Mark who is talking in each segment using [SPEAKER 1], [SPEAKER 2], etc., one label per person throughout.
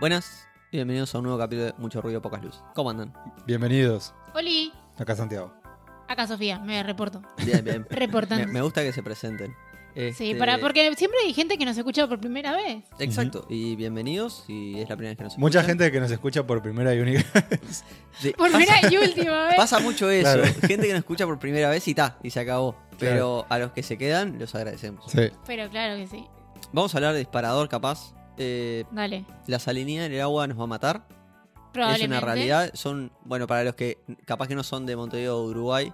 [SPEAKER 1] Buenas y bienvenidos a un nuevo capítulo de Mucho Ruido, Pocas Luz. ¿Cómo andan?
[SPEAKER 2] Bienvenidos.
[SPEAKER 3] Oli,
[SPEAKER 2] Acá Santiago.
[SPEAKER 3] acá Sofía, me reporto.
[SPEAKER 1] Bien, bien. me,
[SPEAKER 3] Reportando.
[SPEAKER 1] me gusta que se presenten.
[SPEAKER 3] Sí,
[SPEAKER 1] Este,
[SPEAKER 3] para, porque siempre hay gente que nos escucha por primera vez.
[SPEAKER 1] Exacto, y bienvenidos, y es la primera vez que nos
[SPEAKER 2] Mucha
[SPEAKER 1] escuchan.
[SPEAKER 2] gente que nos escucha por primera y única.
[SPEAKER 1] Sí,
[SPEAKER 3] Por
[SPEAKER 1] pasa-
[SPEAKER 3] primera y última vez.
[SPEAKER 1] Pasa mucho eso,
[SPEAKER 2] Claro.
[SPEAKER 1] gente que nos escucha por primera vez y ta, y se acabó. Pero a los que se quedan, los agradecemos.
[SPEAKER 2] sí.
[SPEAKER 3] Pero claro que sí.
[SPEAKER 1] Vamos a hablar de disparador capaz. Eh,
[SPEAKER 3] Dale.
[SPEAKER 1] la salinidad en el agua nos va a matar. Es
[SPEAKER 3] Probablemente.
[SPEAKER 1] una realidad. Son, bueno, para los que capaz que no son de Montevideo o Uruguay,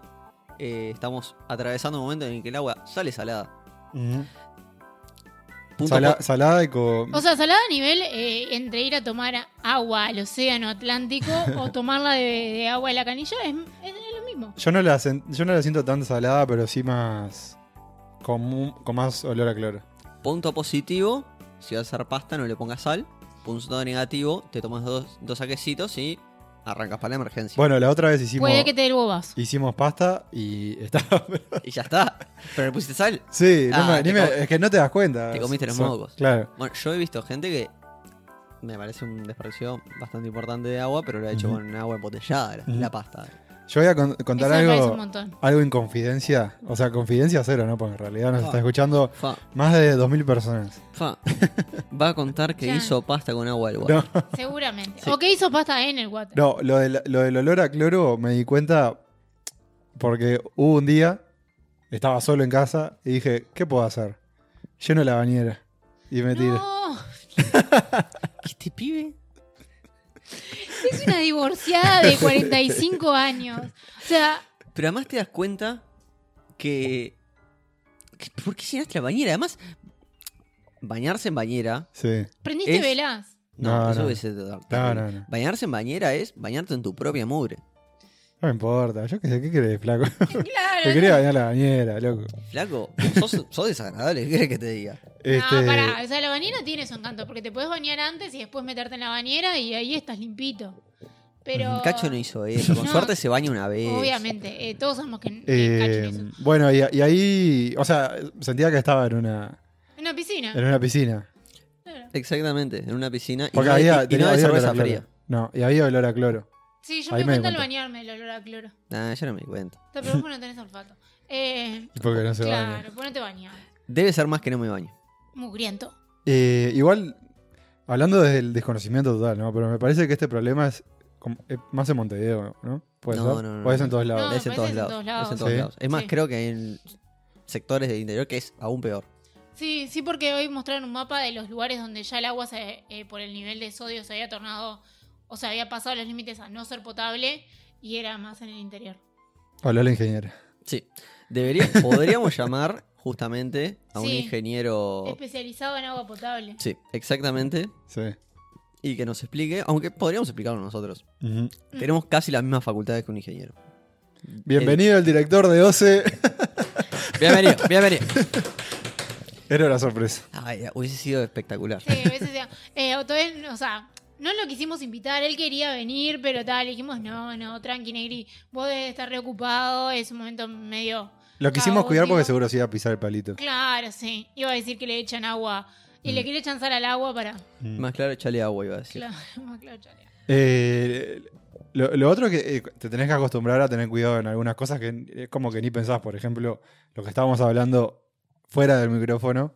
[SPEAKER 1] eh, estamos atravesando un momento en el que el agua sale salada. Punto
[SPEAKER 2] Sala-
[SPEAKER 1] po-
[SPEAKER 2] salada y con.
[SPEAKER 3] O sea, salada a nivel eh, entre ir a tomar agua al océano Atlántico o tomarla de, de agua de la canilla es, es- es lo mismo.
[SPEAKER 2] Yo no, la sen- yo no la siento tan salada, pero sí más. Con, mu- con más olor a cloro.
[SPEAKER 1] punto positivo, si vas a hacer pasta no le pongas sal. Punto negativo, te tomas dos, dos saquecitos y arrancas para la emergencia.
[SPEAKER 2] Bueno, la otra vez hicimos.
[SPEAKER 3] Puede que te dé el bobazo.
[SPEAKER 2] Hicimos pasta y estaba.
[SPEAKER 1] Y ya está. Pero le pusiste sal.
[SPEAKER 2] sí, no
[SPEAKER 1] Ah,
[SPEAKER 2] me-
[SPEAKER 1] te
[SPEAKER 2] ni me-
[SPEAKER 1] com-
[SPEAKER 2] es que no te das cuenta.
[SPEAKER 1] te comiste los
[SPEAKER 2] Son-
[SPEAKER 1] mocos.
[SPEAKER 2] Claro.
[SPEAKER 1] Bueno, yo he visto gente que me parece un desperdicio bastante importante de agua, pero lo ha hecho
[SPEAKER 2] Ujú.
[SPEAKER 1] con agua embotellada, la,
[SPEAKER 2] Ujú.
[SPEAKER 1] la pasta.
[SPEAKER 2] Yo voy a con-
[SPEAKER 3] Eso
[SPEAKER 2] contar
[SPEAKER 3] me parece un
[SPEAKER 2] algo.
[SPEAKER 3] montón.
[SPEAKER 2] Algo en confidencia. O sea, confidencia cero, ¿no? Porque en realidad nos
[SPEAKER 1] Ah.
[SPEAKER 2] está escuchando
[SPEAKER 1] Fa,
[SPEAKER 2] más de 2.000 personas.
[SPEAKER 1] fa. Va a contar que
[SPEAKER 3] Ya.
[SPEAKER 1] hizo pasta con agua del
[SPEAKER 2] No.
[SPEAKER 1] agua.
[SPEAKER 3] Seguramente.
[SPEAKER 1] Sí.
[SPEAKER 3] O que hizo pasta en el water.
[SPEAKER 2] No, lo del, lo del olor a cloro me di cuenta porque hubo un día, estaba solo en casa y dije, ¿qué puedo hacer? Lleno la bañera y me tiré.
[SPEAKER 3] No,
[SPEAKER 1] ¿Este pibe?
[SPEAKER 3] es una divorciada de 45 años. O sea,
[SPEAKER 1] Pero además te das cuenta que. que- ¿Por qué llenaste la bañera? Además, bañarse en bañera.
[SPEAKER 2] Sí,
[SPEAKER 3] prendiste
[SPEAKER 1] Es-
[SPEAKER 3] velas.
[SPEAKER 1] No,
[SPEAKER 2] No,
[SPEAKER 1] eso
[SPEAKER 2] no.
[SPEAKER 1] hubiese sido
[SPEAKER 2] no,
[SPEAKER 1] terrible.
[SPEAKER 2] no, no.
[SPEAKER 1] Bañarse en bañera es bañarte en tu propia mugre.
[SPEAKER 2] No me importa, yo qué sé, ¿qué querés, flaco?
[SPEAKER 3] Claro.
[SPEAKER 2] Yo quería bañar la bañera, loco.
[SPEAKER 1] Flaco, sos, sos desagradable, ¿qué querés que te diga?
[SPEAKER 2] Este,
[SPEAKER 3] No, pará, o sea, la bañera tiene su encanto, porque te puedes bañar antes y después meterte en la bañera y ahí estás limpito. Pero.
[SPEAKER 1] Cacho no hizo eso. Con
[SPEAKER 3] No.
[SPEAKER 1] suerte se baña una vez.
[SPEAKER 3] Obviamente, eh, todos sabemos que que Cacho
[SPEAKER 2] eh,
[SPEAKER 3] no hizo.
[SPEAKER 2] bueno, y, y ahí, o sea, sentía que estaba en una,
[SPEAKER 3] En una piscina.
[SPEAKER 2] en una piscina.
[SPEAKER 3] claro.
[SPEAKER 1] Exactamente, en una piscina.
[SPEAKER 2] Porque
[SPEAKER 1] y no,
[SPEAKER 2] había,
[SPEAKER 1] y- y,
[SPEAKER 2] tenía-
[SPEAKER 1] no de
[SPEAKER 2] había olor
[SPEAKER 1] cerveza
[SPEAKER 2] a cloro.
[SPEAKER 1] fría.
[SPEAKER 2] No, y había olor a cloro.
[SPEAKER 3] Sí, yo
[SPEAKER 2] Ahí
[SPEAKER 3] me
[SPEAKER 2] me
[SPEAKER 3] di
[SPEAKER 2] di
[SPEAKER 3] cuenta al
[SPEAKER 2] cuenta.
[SPEAKER 3] bañarme el olor a cloro.
[SPEAKER 1] Nah, yo no me di cuenta.
[SPEAKER 3] Está, Pero vos no tenés olfato. Eh,
[SPEAKER 2] Porque no se baña.
[SPEAKER 3] claro, vos no te bañás.
[SPEAKER 1] Debe ser más que no me baño.
[SPEAKER 3] Mugriento.
[SPEAKER 2] Eh, igual, hablando desde el desconocimiento total, ¿no? Pero me parece que este problema es, como- es más en Montevideo, ¿no? ¿Puede
[SPEAKER 1] No,
[SPEAKER 2] ser?
[SPEAKER 1] no, no,
[SPEAKER 2] ¿O es en
[SPEAKER 1] no.
[SPEAKER 2] todos lados?
[SPEAKER 1] es
[SPEAKER 3] No,
[SPEAKER 1] en
[SPEAKER 3] parece
[SPEAKER 1] todos
[SPEAKER 3] en
[SPEAKER 1] lados.
[SPEAKER 3] todos lados.
[SPEAKER 1] Es, en todos
[SPEAKER 2] Sí.
[SPEAKER 1] lados. Es más,
[SPEAKER 3] Sí.
[SPEAKER 1] creo que hay en sectores del interior que es aún peor.
[SPEAKER 3] Sí, sí, porque hoy mostraron un mapa de los lugares donde ya el agua se, eh, por el nivel de sodio se había tornado, o sea, había pasado los límites a no ser potable y era más en el interior.
[SPEAKER 2] Hola, la ingeniera.
[SPEAKER 1] Sí. Debería, podríamos llamar justamente a un
[SPEAKER 3] Sí.
[SPEAKER 1] ingeniero.
[SPEAKER 3] Especializado en agua potable.
[SPEAKER 1] Sí, exactamente.
[SPEAKER 2] Sí.
[SPEAKER 1] Y que nos explique, aunque podríamos explicarlo nosotros.
[SPEAKER 2] Ujú.
[SPEAKER 3] Mm.
[SPEAKER 1] Tenemos casi las mismas facultades que un ingeniero.
[SPEAKER 2] Bienvenido el director de 12.
[SPEAKER 1] El- bienvenido, bienvenido.
[SPEAKER 2] Era una sorpresa.
[SPEAKER 1] Ay, hubiese sido espectacular.
[SPEAKER 3] Sí, a veces, sea- eh, o, todavía- o sea, no lo quisimos invitar, él quería venir, pero tal, le dijimos, no, no, tranqui, Negri, vos debes estar reocupado, es un momento medio...
[SPEAKER 2] Lo quisimos
[SPEAKER 3] Caótico.
[SPEAKER 2] cuidar porque seguro se iba a pisar el palito.
[SPEAKER 3] Claro, sí, iba a decir que le echan agua, y
[SPEAKER 2] Mm.
[SPEAKER 3] le quería echan sal al agua para...
[SPEAKER 2] Mm.
[SPEAKER 1] Más claro, echale agua, iba a decir.
[SPEAKER 3] Claro, más claro, chale.
[SPEAKER 2] Eh, lo, lo otro que eh, te tenés que acostumbrar a tener cuidado en algunas cosas que es como que ni pensás. Por ejemplo, lo que estábamos hablando fuera del micrófono,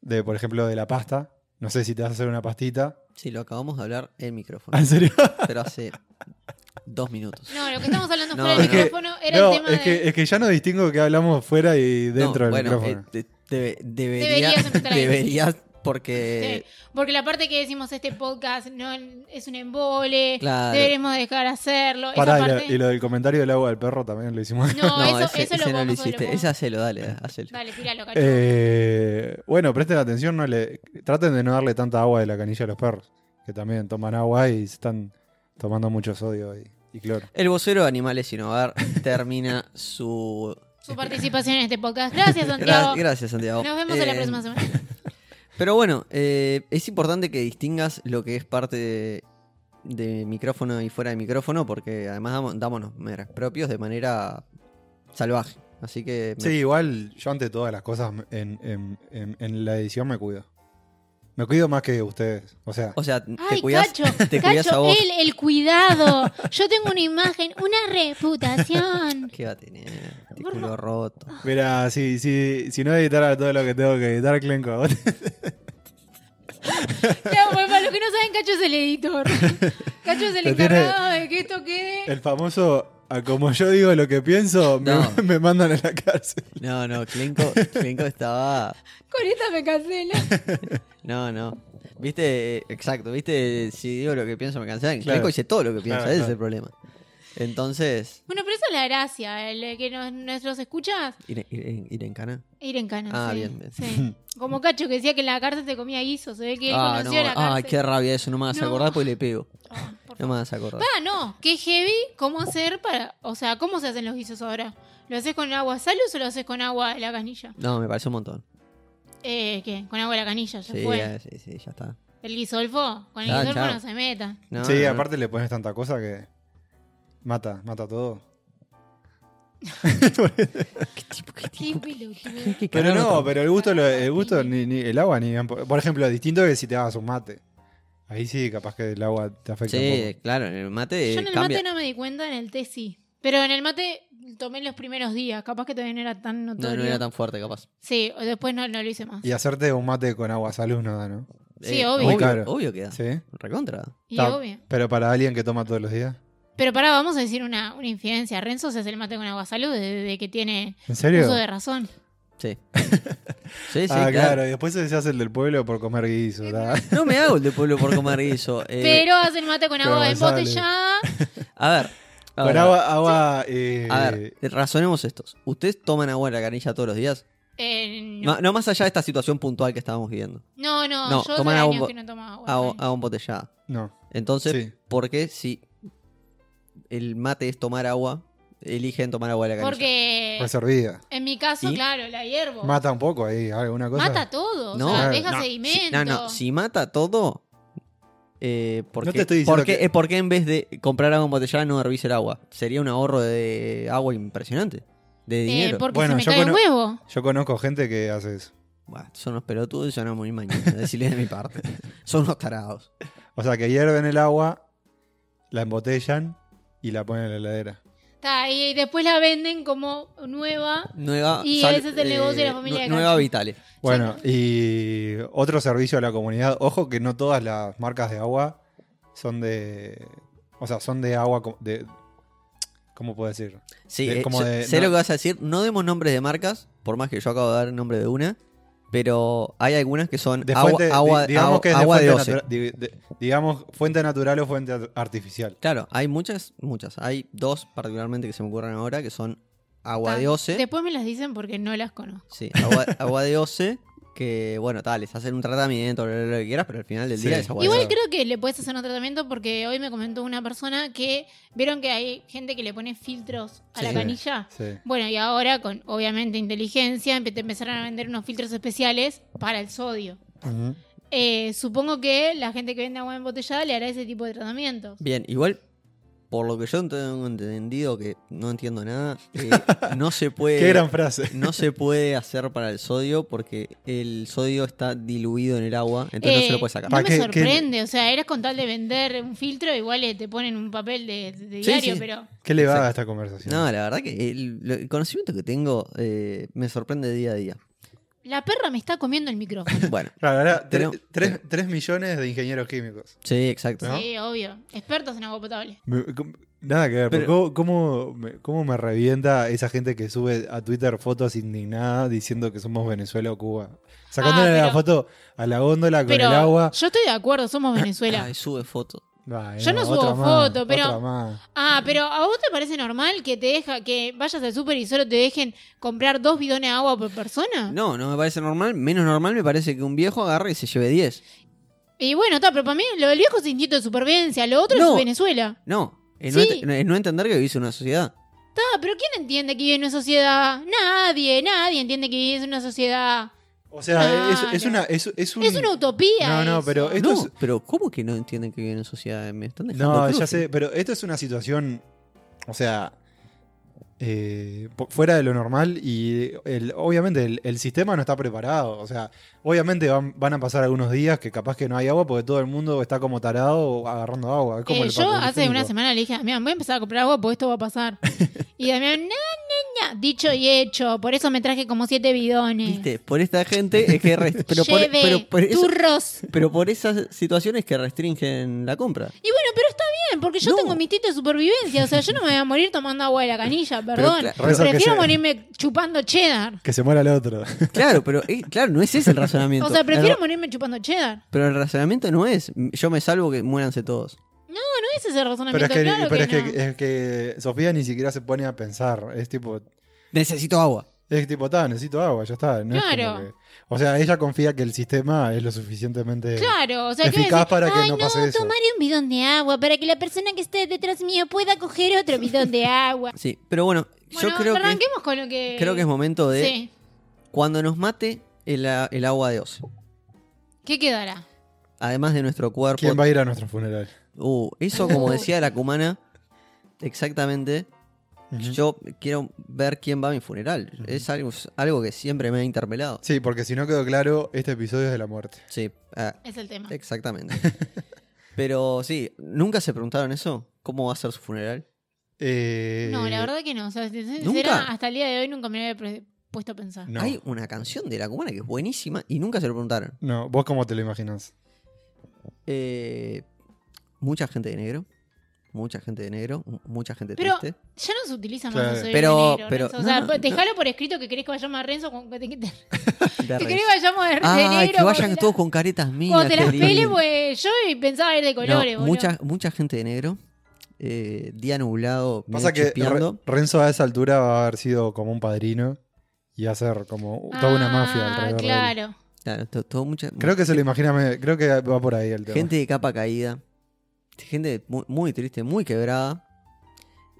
[SPEAKER 2] de por ejemplo de la pasta. No sé si te vas a hacer una pastita.
[SPEAKER 1] Sí, lo acabamos de hablar en micrófono.
[SPEAKER 2] ¿En serio?
[SPEAKER 1] Pero hace dos minutos.
[SPEAKER 3] No, lo que estamos hablando
[SPEAKER 1] No,
[SPEAKER 3] fuera del
[SPEAKER 1] no. Es que-
[SPEAKER 3] micrófono era
[SPEAKER 2] no,
[SPEAKER 3] el tema
[SPEAKER 2] es,
[SPEAKER 3] de...
[SPEAKER 2] que, es que ya no distingo que hablamos fuera y dentro
[SPEAKER 1] No,
[SPEAKER 2] del
[SPEAKER 1] bueno,
[SPEAKER 2] micrófono.
[SPEAKER 1] eh, de- debe- debería,
[SPEAKER 3] Deberías empezar ahí.
[SPEAKER 1] deberías, porque
[SPEAKER 3] Porque la parte que decimos este podcast no es un embole,
[SPEAKER 1] Claro.
[SPEAKER 3] deberemos dejar hacerlo.
[SPEAKER 2] Pará, y
[SPEAKER 3] esa
[SPEAKER 2] lo-
[SPEAKER 3] parte...
[SPEAKER 2] y lo del comentario del agua del perro también lo hicimos.
[SPEAKER 3] No,
[SPEAKER 1] no,
[SPEAKER 3] eso,
[SPEAKER 1] ese,
[SPEAKER 3] eso
[SPEAKER 1] ese
[SPEAKER 3] lo
[SPEAKER 1] no lo
[SPEAKER 3] vamos a
[SPEAKER 1] hiciste. Ese hacelo, dale, hacelo.
[SPEAKER 3] Dale, tíralo, cacho.
[SPEAKER 2] Eh, bueno, presten atención, no le, traten de no darle tanta agua de la canilla a los perros, que también toman agua y se están tomando mucho sodio y, y cloro.
[SPEAKER 1] El vocero de Animales Sin Hogar termina su...
[SPEAKER 3] Su participación en este podcast. Gracias, Santiago.
[SPEAKER 1] Gra- gracias, Santiago.
[SPEAKER 3] Nos vemos en la
[SPEAKER 1] Eh,
[SPEAKER 3] próxima semana.
[SPEAKER 1] Pero bueno, eh, es importante que distingas lo que es parte de, de micrófono y fuera de micrófono, porque además damos, dámonos meras propios de manera salvaje. Así que me-
[SPEAKER 2] Sí, igual yo ante todas las cosas en, en- en- en la edición me cuido. Me cuido más que ustedes. O sea,
[SPEAKER 1] O sea, te
[SPEAKER 3] Ay,
[SPEAKER 1] cuidas,
[SPEAKER 3] Cacho,
[SPEAKER 1] te cuidás
[SPEAKER 3] Cacho,
[SPEAKER 1] a vos.
[SPEAKER 3] él, el cuidado. Yo tengo una imagen, una reputación.
[SPEAKER 1] ¿Qué va a tener? Te
[SPEAKER 3] Por Ah.
[SPEAKER 1] culo roto.
[SPEAKER 2] mira, si, si, si no editara todo lo que tengo que editar, Clenco.
[SPEAKER 3] Claro, pues, para los que no saben, Cacho es el editor. Cacho es el
[SPEAKER 2] Lo tiene-
[SPEAKER 3] encargado de que esto quede.
[SPEAKER 2] El famoso, a como yo digo lo que pienso, me,
[SPEAKER 1] No.
[SPEAKER 2] me mandan a la cárcel.
[SPEAKER 1] No, no, Klenko, Klenko estaba.
[SPEAKER 3] Con esta me cancela.
[SPEAKER 1] No, no. Viste, eh, exacto, viste, si digo lo que pienso me cancelan.
[SPEAKER 2] Claro.
[SPEAKER 1] Klenko dice todo lo que piensa,
[SPEAKER 2] Claro,
[SPEAKER 1] ese es
[SPEAKER 2] claro.
[SPEAKER 1] el problema. Entonces,
[SPEAKER 3] Bueno, pero esa es la gracia, el eh, que nos- nuestros escuchas
[SPEAKER 1] ir, ir- ir en cana.
[SPEAKER 3] ir en cana.
[SPEAKER 1] Ah,
[SPEAKER 3] sí,
[SPEAKER 1] bien, bien.
[SPEAKER 3] sí. Como Cacho que decía que en la cárcel te comía guiso, se ve que él
[SPEAKER 1] Ah, no,
[SPEAKER 3] conoció la
[SPEAKER 1] ay, qué
[SPEAKER 3] cárcel.
[SPEAKER 1] rabia eso, no me vas a
[SPEAKER 3] No.
[SPEAKER 1] acordar porque le pego.
[SPEAKER 3] Ah, por
[SPEAKER 1] No me vas a acordar.
[SPEAKER 3] Ah, no, qué heavy, cómo hacer para, o sea, ¿cómo se hacen los guisos ahora? ¿Lo haces con agua salus o lo haces con agua de la canilla?
[SPEAKER 1] No, me parece un montón.
[SPEAKER 3] Eh, ¿qué? Con agua de la canilla, ya
[SPEAKER 1] Sí,
[SPEAKER 3] fue.
[SPEAKER 1] ya, sí, sí, ya está.
[SPEAKER 3] El guisolfo, con el
[SPEAKER 1] Chao,
[SPEAKER 3] guisolfo
[SPEAKER 1] chao.
[SPEAKER 3] no se meta.
[SPEAKER 1] No,
[SPEAKER 2] sí,
[SPEAKER 1] no, no.
[SPEAKER 2] aparte le pones tanta cosa que mata, mata todo.
[SPEAKER 1] ¿Qué tipo, qué
[SPEAKER 3] Sí,
[SPEAKER 1] tipo?
[SPEAKER 3] pelotudo.
[SPEAKER 1] qué
[SPEAKER 2] Pero
[SPEAKER 1] carajo
[SPEAKER 2] no,
[SPEAKER 1] tra-
[SPEAKER 2] pero el gusto, lo- el gusto ni, ni el agua ni... Por por ejemplo, distinto que si te hagas un mate. Ahí sí, capaz que el agua te afecta un
[SPEAKER 1] Sí,
[SPEAKER 2] poco.
[SPEAKER 1] claro, en el mate.
[SPEAKER 3] Yo
[SPEAKER 1] eh,
[SPEAKER 3] en el
[SPEAKER 1] cambia.
[SPEAKER 3] mate no me di cuenta, en el té sí. Pero en el mate tomé los primeros días, capaz que todavía no era tan
[SPEAKER 1] No,
[SPEAKER 3] notorio.
[SPEAKER 1] no era tan fuerte, capaz.
[SPEAKER 3] Sí, o después no, no lo hice más.
[SPEAKER 2] Y hacerte un mate con agua salud no da, ¿no?
[SPEAKER 3] Sí, obvio.
[SPEAKER 2] Muy
[SPEAKER 1] Eh, Obvio,
[SPEAKER 2] caro.
[SPEAKER 1] obvio que da.
[SPEAKER 2] Sí.
[SPEAKER 1] Recontra.
[SPEAKER 3] Y
[SPEAKER 2] Está-
[SPEAKER 3] obvio.
[SPEAKER 2] Pero para alguien que toma todos los días.
[SPEAKER 3] Pero pará, vamos a decir una, una infidencia. Renzo se hace el mate con agua salud desde que tiene
[SPEAKER 2] ¿En serio?
[SPEAKER 3] uso de razón.
[SPEAKER 1] Sí. sí, sí,
[SPEAKER 2] ah,
[SPEAKER 1] claro.
[SPEAKER 2] claro. Y después se hace el del pueblo por comer guiso. ¿tá?
[SPEAKER 1] No me hago el de pueblo por comer guiso. eh,
[SPEAKER 3] Pero hace el mate con
[SPEAKER 2] pero
[SPEAKER 3] agua
[SPEAKER 2] sale.
[SPEAKER 3] embotellada.
[SPEAKER 1] A ver. A
[SPEAKER 2] Con
[SPEAKER 1] ver,
[SPEAKER 2] agua... agua eh,
[SPEAKER 1] a ver, razonemos estos. ¿Ustedes toman agua de la canilla todos los días?
[SPEAKER 3] Eh, no.
[SPEAKER 1] Ma- No, más allá de esta situación puntual que estábamos viviendo.
[SPEAKER 3] No, no,
[SPEAKER 1] No,
[SPEAKER 3] yo hace
[SPEAKER 1] toman agua
[SPEAKER 3] años
[SPEAKER 1] embo-
[SPEAKER 3] que no tomo agua.
[SPEAKER 1] Agua,
[SPEAKER 3] ¿sabes?
[SPEAKER 1] agua embotellada.
[SPEAKER 2] No.
[SPEAKER 1] Entonces,
[SPEAKER 2] Sí.
[SPEAKER 1] ¿por qué si el mate es tomar agua, eligen tomar agua de la canilla?
[SPEAKER 3] Porque
[SPEAKER 2] Reservida.
[SPEAKER 3] en mi caso,
[SPEAKER 1] ¿Y?
[SPEAKER 3] claro, la hierbo. Mata,
[SPEAKER 2] Mata un poco ahí, alguna cosa.
[SPEAKER 3] todo.
[SPEAKER 1] No,
[SPEAKER 3] o sea,
[SPEAKER 2] claro.
[SPEAKER 3] deja
[SPEAKER 1] no, si-
[SPEAKER 3] sedimento.
[SPEAKER 1] no, no, si mata todo. Eh, ¿por
[SPEAKER 2] No
[SPEAKER 1] qué-
[SPEAKER 2] te estoy diciendo
[SPEAKER 1] por qué-
[SPEAKER 2] que-
[SPEAKER 1] eh, por qué en vez de comprar agua embotellada no hervís el agua? Sería un ahorro de agua impresionante. De
[SPEAKER 3] Eh,
[SPEAKER 1] dinero.
[SPEAKER 3] porque
[SPEAKER 2] Bueno,
[SPEAKER 3] se me
[SPEAKER 2] yo
[SPEAKER 3] cae el
[SPEAKER 2] cono-
[SPEAKER 3] huevo.
[SPEAKER 2] Yo conozco gente que hace eso.
[SPEAKER 1] Buah, son unos pelotudos y son muy mañanos. Decirle de mi parte. Son unos tarados.
[SPEAKER 2] O sea, que hierven el agua, la embotellan y la ponen en la heladera.
[SPEAKER 3] Está, y después la venden como nueva.
[SPEAKER 1] Nueva, eh,
[SPEAKER 3] Y ese es el negocio de la familia de
[SPEAKER 1] Nueva
[SPEAKER 3] Cacho.
[SPEAKER 1] Vitale.
[SPEAKER 2] Bueno, y otro servicio a la comunidad. Ojo que no todas las marcas de agua son de. O sea, son de agua. co- De, ¿Cómo puedo decir?
[SPEAKER 1] Sí,
[SPEAKER 2] De-
[SPEAKER 1] eh,
[SPEAKER 2] como
[SPEAKER 1] sé-
[SPEAKER 2] de-
[SPEAKER 1] sé
[SPEAKER 2] no-
[SPEAKER 1] lo que vas a decir. No demos nombres de marcas, por más que yo acabo de dar el nombre de una. Pero hay algunas que son
[SPEAKER 2] De
[SPEAKER 1] agua,
[SPEAKER 2] fuente-
[SPEAKER 1] agua,
[SPEAKER 2] di- digamos
[SPEAKER 1] agua-
[SPEAKER 2] que es de
[SPEAKER 1] agua de,
[SPEAKER 2] fuente
[SPEAKER 1] Oce.
[SPEAKER 2] natura- di- de- digamos, fuente natural o fuente ar- artificial.
[SPEAKER 1] Claro, hay muchas, muchas. Hay dos particularmente que se me ocurren ahora, que son agua
[SPEAKER 3] Está.
[SPEAKER 1] de Oce.
[SPEAKER 3] Después me las dicen porque no las conozco.
[SPEAKER 1] Sí, agua, agua de Oce, que bueno, tal, les hacen un tratamiento, lo, lo que quieras, pero al final del
[SPEAKER 2] Sí.
[SPEAKER 1] día es agua de
[SPEAKER 3] Igual
[SPEAKER 1] Oce.
[SPEAKER 3] creo que le puedes hacer un tratamiento porque hoy me comentó una persona que vieron que hay gente que le pone filtros a la
[SPEAKER 1] Sí.
[SPEAKER 3] canilla.
[SPEAKER 2] Sí.
[SPEAKER 3] Bueno, y ahora con obviamente inteligencia empe- te empezaron a vender unos filtros especiales para el sodio. Eh, supongo que la gente que vende agua embotellada le hará ese tipo de tratamientos.
[SPEAKER 1] Bien, igual, por lo que yo tengo entendido, que no entiendo nada, eh, no se puede...
[SPEAKER 2] Qué gran frase.
[SPEAKER 1] No se puede hacer para el sodio porque el sodio está diluido en el agua, entonces no se
[SPEAKER 3] Eh,
[SPEAKER 1] lo puede sacar.
[SPEAKER 3] No
[SPEAKER 2] Pa- Ah,
[SPEAKER 3] me
[SPEAKER 2] que- que-
[SPEAKER 3] sorprende, o sea, eras con tal de vender un filtro, igual eh, te ponen un papel de, de
[SPEAKER 1] Sí,
[SPEAKER 3] diario,
[SPEAKER 1] sí.
[SPEAKER 3] pero
[SPEAKER 2] Qué le va
[SPEAKER 1] Exacto.
[SPEAKER 2] a esta conversación.
[SPEAKER 1] No, la verdad que el, lo- el conocimiento que tengo eh, me sorprende día a día.
[SPEAKER 3] la perra me está comiendo el micrófono.
[SPEAKER 1] Bueno,
[SPEAKER 2] Claro, ahora, tre-
[SPEAKER 1] Tenemos-
[SPEAKER 2] tres, tres millones de ingenieros químicos.
[SPEAKER 1] sí, exacto.
[SPEAKER 2] ¿No?
[SPEAKER 3] Sí, obvio. Expertos en agua potable.
[SPEAKER 2] Me- com- nada que ver, pero
[SPEAKER 1] Pero-
[SPEAKER 2] ¿cómo, cómo me, cómo me revienta esa gente que sube a Twitter fotos indignada diciendo que somos Venezuela o Cuba? Sacándole
[SPEAKER 3] Ah, pero-
[SPEAKER 2] la foto a la góndola con
[SPEAKER 3] Pero
[SPEAKER 2] el agua.
[SPEAKER 3] yo estoy de acuerdo, somos Venezuela.
[SPEAKER 1] Ay, sube foto.
[SPEAKER 2] Ay,
[SPEAKER 3] yo no subo
[SPEAKER 2] otra más,
[SPEAKER 3] foto, pero-
[SPEAKER 2] otra más.
[SPEAKER 3] Ah, pero ¿a vos te parece normal que te deja, que vayas al súper y solo te dejen comprar dos bidones de agua por persona?
[SPEAKER 1] No, no me parece normal. Menos normal me parece que un viejo agarre y se lleve 10.
[SPEAKER 3] Y bueno, está, pero para mí lo del viejo es instinto de supervivencia, lo otro
[SPEAKER 1] No.
[SPEAKER 3] es Venezuela.
[SPEAKER 1] No, es,
[SPEAKER 3] Sí.
[SPEAKER 1] no, ent- es no entender que vivís en una sociedad.
[SPEAKER 3] Está, pero ¿quién entiende que vive en una sociedad? Nadie, nadie entiende que vive en una sociedad.
[SPEAKER 2] O sea, es, es
[SPEAKER 3] Claro.
[SPEAKER 2] una. Es, es un-
[SPEAKER 3] Es una utopía.
[SPEAKER 2] No, no,
[SPEAKER 3] eso.
[SPEAKER 2] pero esto
[SPEAKER 1] no,
[SPEAKER 2] es-
[SPEAKER 1] pero ¿cómo que no entienden que viven en sociedad? Me están dejando
[SPEAKER 2] No, ya
[SPEAKER 1] cruz.
[SPEAKER 2] sé, pero esto es una situación. O sea, eh, po- fuera de lo normal y el- obviamente el, el sistema no está preparado. O sea, obviamente van, van a pasar algunos días que capaz que no hay agua porque todo el mundo está como tarado agarrando agua. Es como
[SPEAKER 3] Eh,
[SPEAKER 2] el
[SPEAKER 3] yo
[SPEAKER 2] papel
[SPEAKER 3] hace
[SPEAKER 2] higiénico.
[SPEAKER 3] una semana le dije a Damián, voy a empezar a comprar agua porque esto va a pasar. y Damián, no, no, no. Dicho y hecho, por eso me traje como siete bidones.
[SPEAKER 1] Viste, por esta gente es que rest- pero, por,
[SPEAKER 3] Lleve
[SPEAKER 1] pero por eso-
[SPEAKER 3] turros.
[SPEAKER 1] pero por esas situaciones que restringen la compra.
[SPEAKER 3] Y bueno, pero está bien, porque yo
[SPEAKER 1] No.
[SPEAKER 3] tengo mi instinto de supervivencia. O sea, yo no me voy a morir tomando agua de la canilla, perdón.
[SPEAKER 1] cla-
[SPEAKER 2] Rezo que
[SPEAKER 3] Prefiero
[SPEAKER 2] se-
[SPEAKER 3] morirme chupando cheddar.
[SPEAKER 2] Que se muera el otro.
[SPEAKER 1] Claro, pero eh, claro, no es ese el razonamiento.
[SPEAKER 3] O sea, prefiero
[SPEAKER 1] El ra-
[SPEAKER 3] morirme chupando cheddar.
[SPEAKER 1] pero el razonamiento no es yo me salvo que muéranse todos.
[SPEAKER 3] No es ese
[SPEAKER 2] Pero es
[SPEAKER 3] razonamiento,
[SPEAKER 2] que,
[SPEAKER 3] claro
[SPEAKER 2] pero
[SPEAKER 3] que
[SPEAKER 2] es,
[SPEAKER 3] no.
[SPEAKER 2] que, es que Sofía ni siquiera se pone a pensar. Es tipo,
[SPEAKER 1] Necesito agua.
[SPEAKER 2] es tipo, "Ta, necesito agua, ya está. no es como
[SPEAKER 3] Claro.
[SPEAKER 2] que- o sea, ella confía que el sistema es lo suficientemente.
[SPEAKER 3] Claro, o sea, que
[SPEAKER 2] eh, Eficaz
[SPEAKER 3] decir,
[SPEAKER 2] para que
[SPEAKER 3] "Ay,
[SPEAKER 2] no pase eso".
[SPEAKER 3] tomaré un bidón de agua para que la persona que esté detrás mío pueda coger otro bidón de agua.
[SPEAKER 1] Sí, pero bueno,
[SPEAKER 3] Bueno,
[SPEAKER 1] yo creo que, es-
[SPEAKER 3] arranquemos con lo que...
[SPEAKER 1] creo que es momento de
[SPEAKER 3] Sí.
[SPEAKER 1] cuando nos mate el, a- el agua de oso.
[SPEAKER 3] ¿Qué quedará?
[SPEAKER 1] Además de nuestro cuerpo.
[SPEAKER 2] ¿Quién va a ir a nuestro funeral?
[SPEAKER 1] Uh, eso como decía la cumana, exactamente. Yo quiero ver quién va a mi funeral. Es algo, es algo que siempre me ha interpelado.
[SPEAKER 2] Sí, porque si no quedó claro, este episodio es de la muerte.
[SPEAKER 1] Sí, ah,
[SPEAKER 3] Es el tema.
[SPEAKER 1] exactamente. Pero sí, ¿nunca se preguntaron eso? ¿Cómo va a ser su funeral?
[SPEAKER 2] Eh,
[SPEAKER 3] No, la verdad que no. O sea, si soy
[SPEAKER 1] ¿Nunca?
[SPEAKER 3] sincera, hasta el día de hoy nunca me había pre- puesto a pensar.
[SPEAKER 2] No,
[SPEAKER 1] Hay una canción de la cumana que es buenísima y nunca se lo preguntaron.
[SPEAKER 2] no, vos cómo te lo imaginas.
[SPEAKER 1] Eh, mucha gente de negro. Mucha gente de negro. mu- Mucha gente
[SPEAKER 3] Pero-
[SPEAKER 1] triste.
[SPEAKER 3] Ya no se utiliza más
[SPEAKER 2] Claro.
[SPEAKER 3] eso de
[SPEAKER 1] Pero-
[SPEAKER 3] negro,
[SPEAKER 1] pero-
[SPEAKER 3] Renzo. O sea,
[SPEAKER 1] no, no,
[SPEAKER 3] dejalo por escrito que querés que vayamos a Renzo con- que te- que te-
[SPEAKER 1] de
[SPEAKER 3] que
[SPEAKER 1] res.
[SPEAKER 3] querés que vayamos a de
[SPEAKER 1] Ah,
[SPEAKER 3] negro.
[SPEAKER 1] que
[SPEAKER 3] con
[SPEAKER 1] vayan
[SPEAKER 3] la-
[SPEAKER 1] todos con caretas mías.
[SPEAKER 3] Cuando te
[SPEAKER 1] qué
[SPEAKER 3] las
[SPEAKER 1] lindo.
[SPEAKER 3] pele, pues yo pensaba ir de
[SPEAKER 1] No,
[SPEAKER 3] colores, boludo.
[SPEAKER 1] mucha, mucha gente de negro. eh, día nublado, medio
[SPEAKER 2] Pasa que
[SPEAKER 1] chispeando.
[SPEAKER 2] Re- Renzo a esa altura va a haber sido como un padrino y hacer como toda una mafia
[SPEAKER 3] Ah,
[SPEAKER 2] alrededor. de él.
[SPEAKER 3] claro.
[SPEAKER 1] Claro, to- todo mucha,
[SPEAKER 2] Creo que se lo imagina, me- creo que va por ahí el tema.
[SPEAKER 1] gente de capa caída. Gente muy, muy triste, muy quebrada.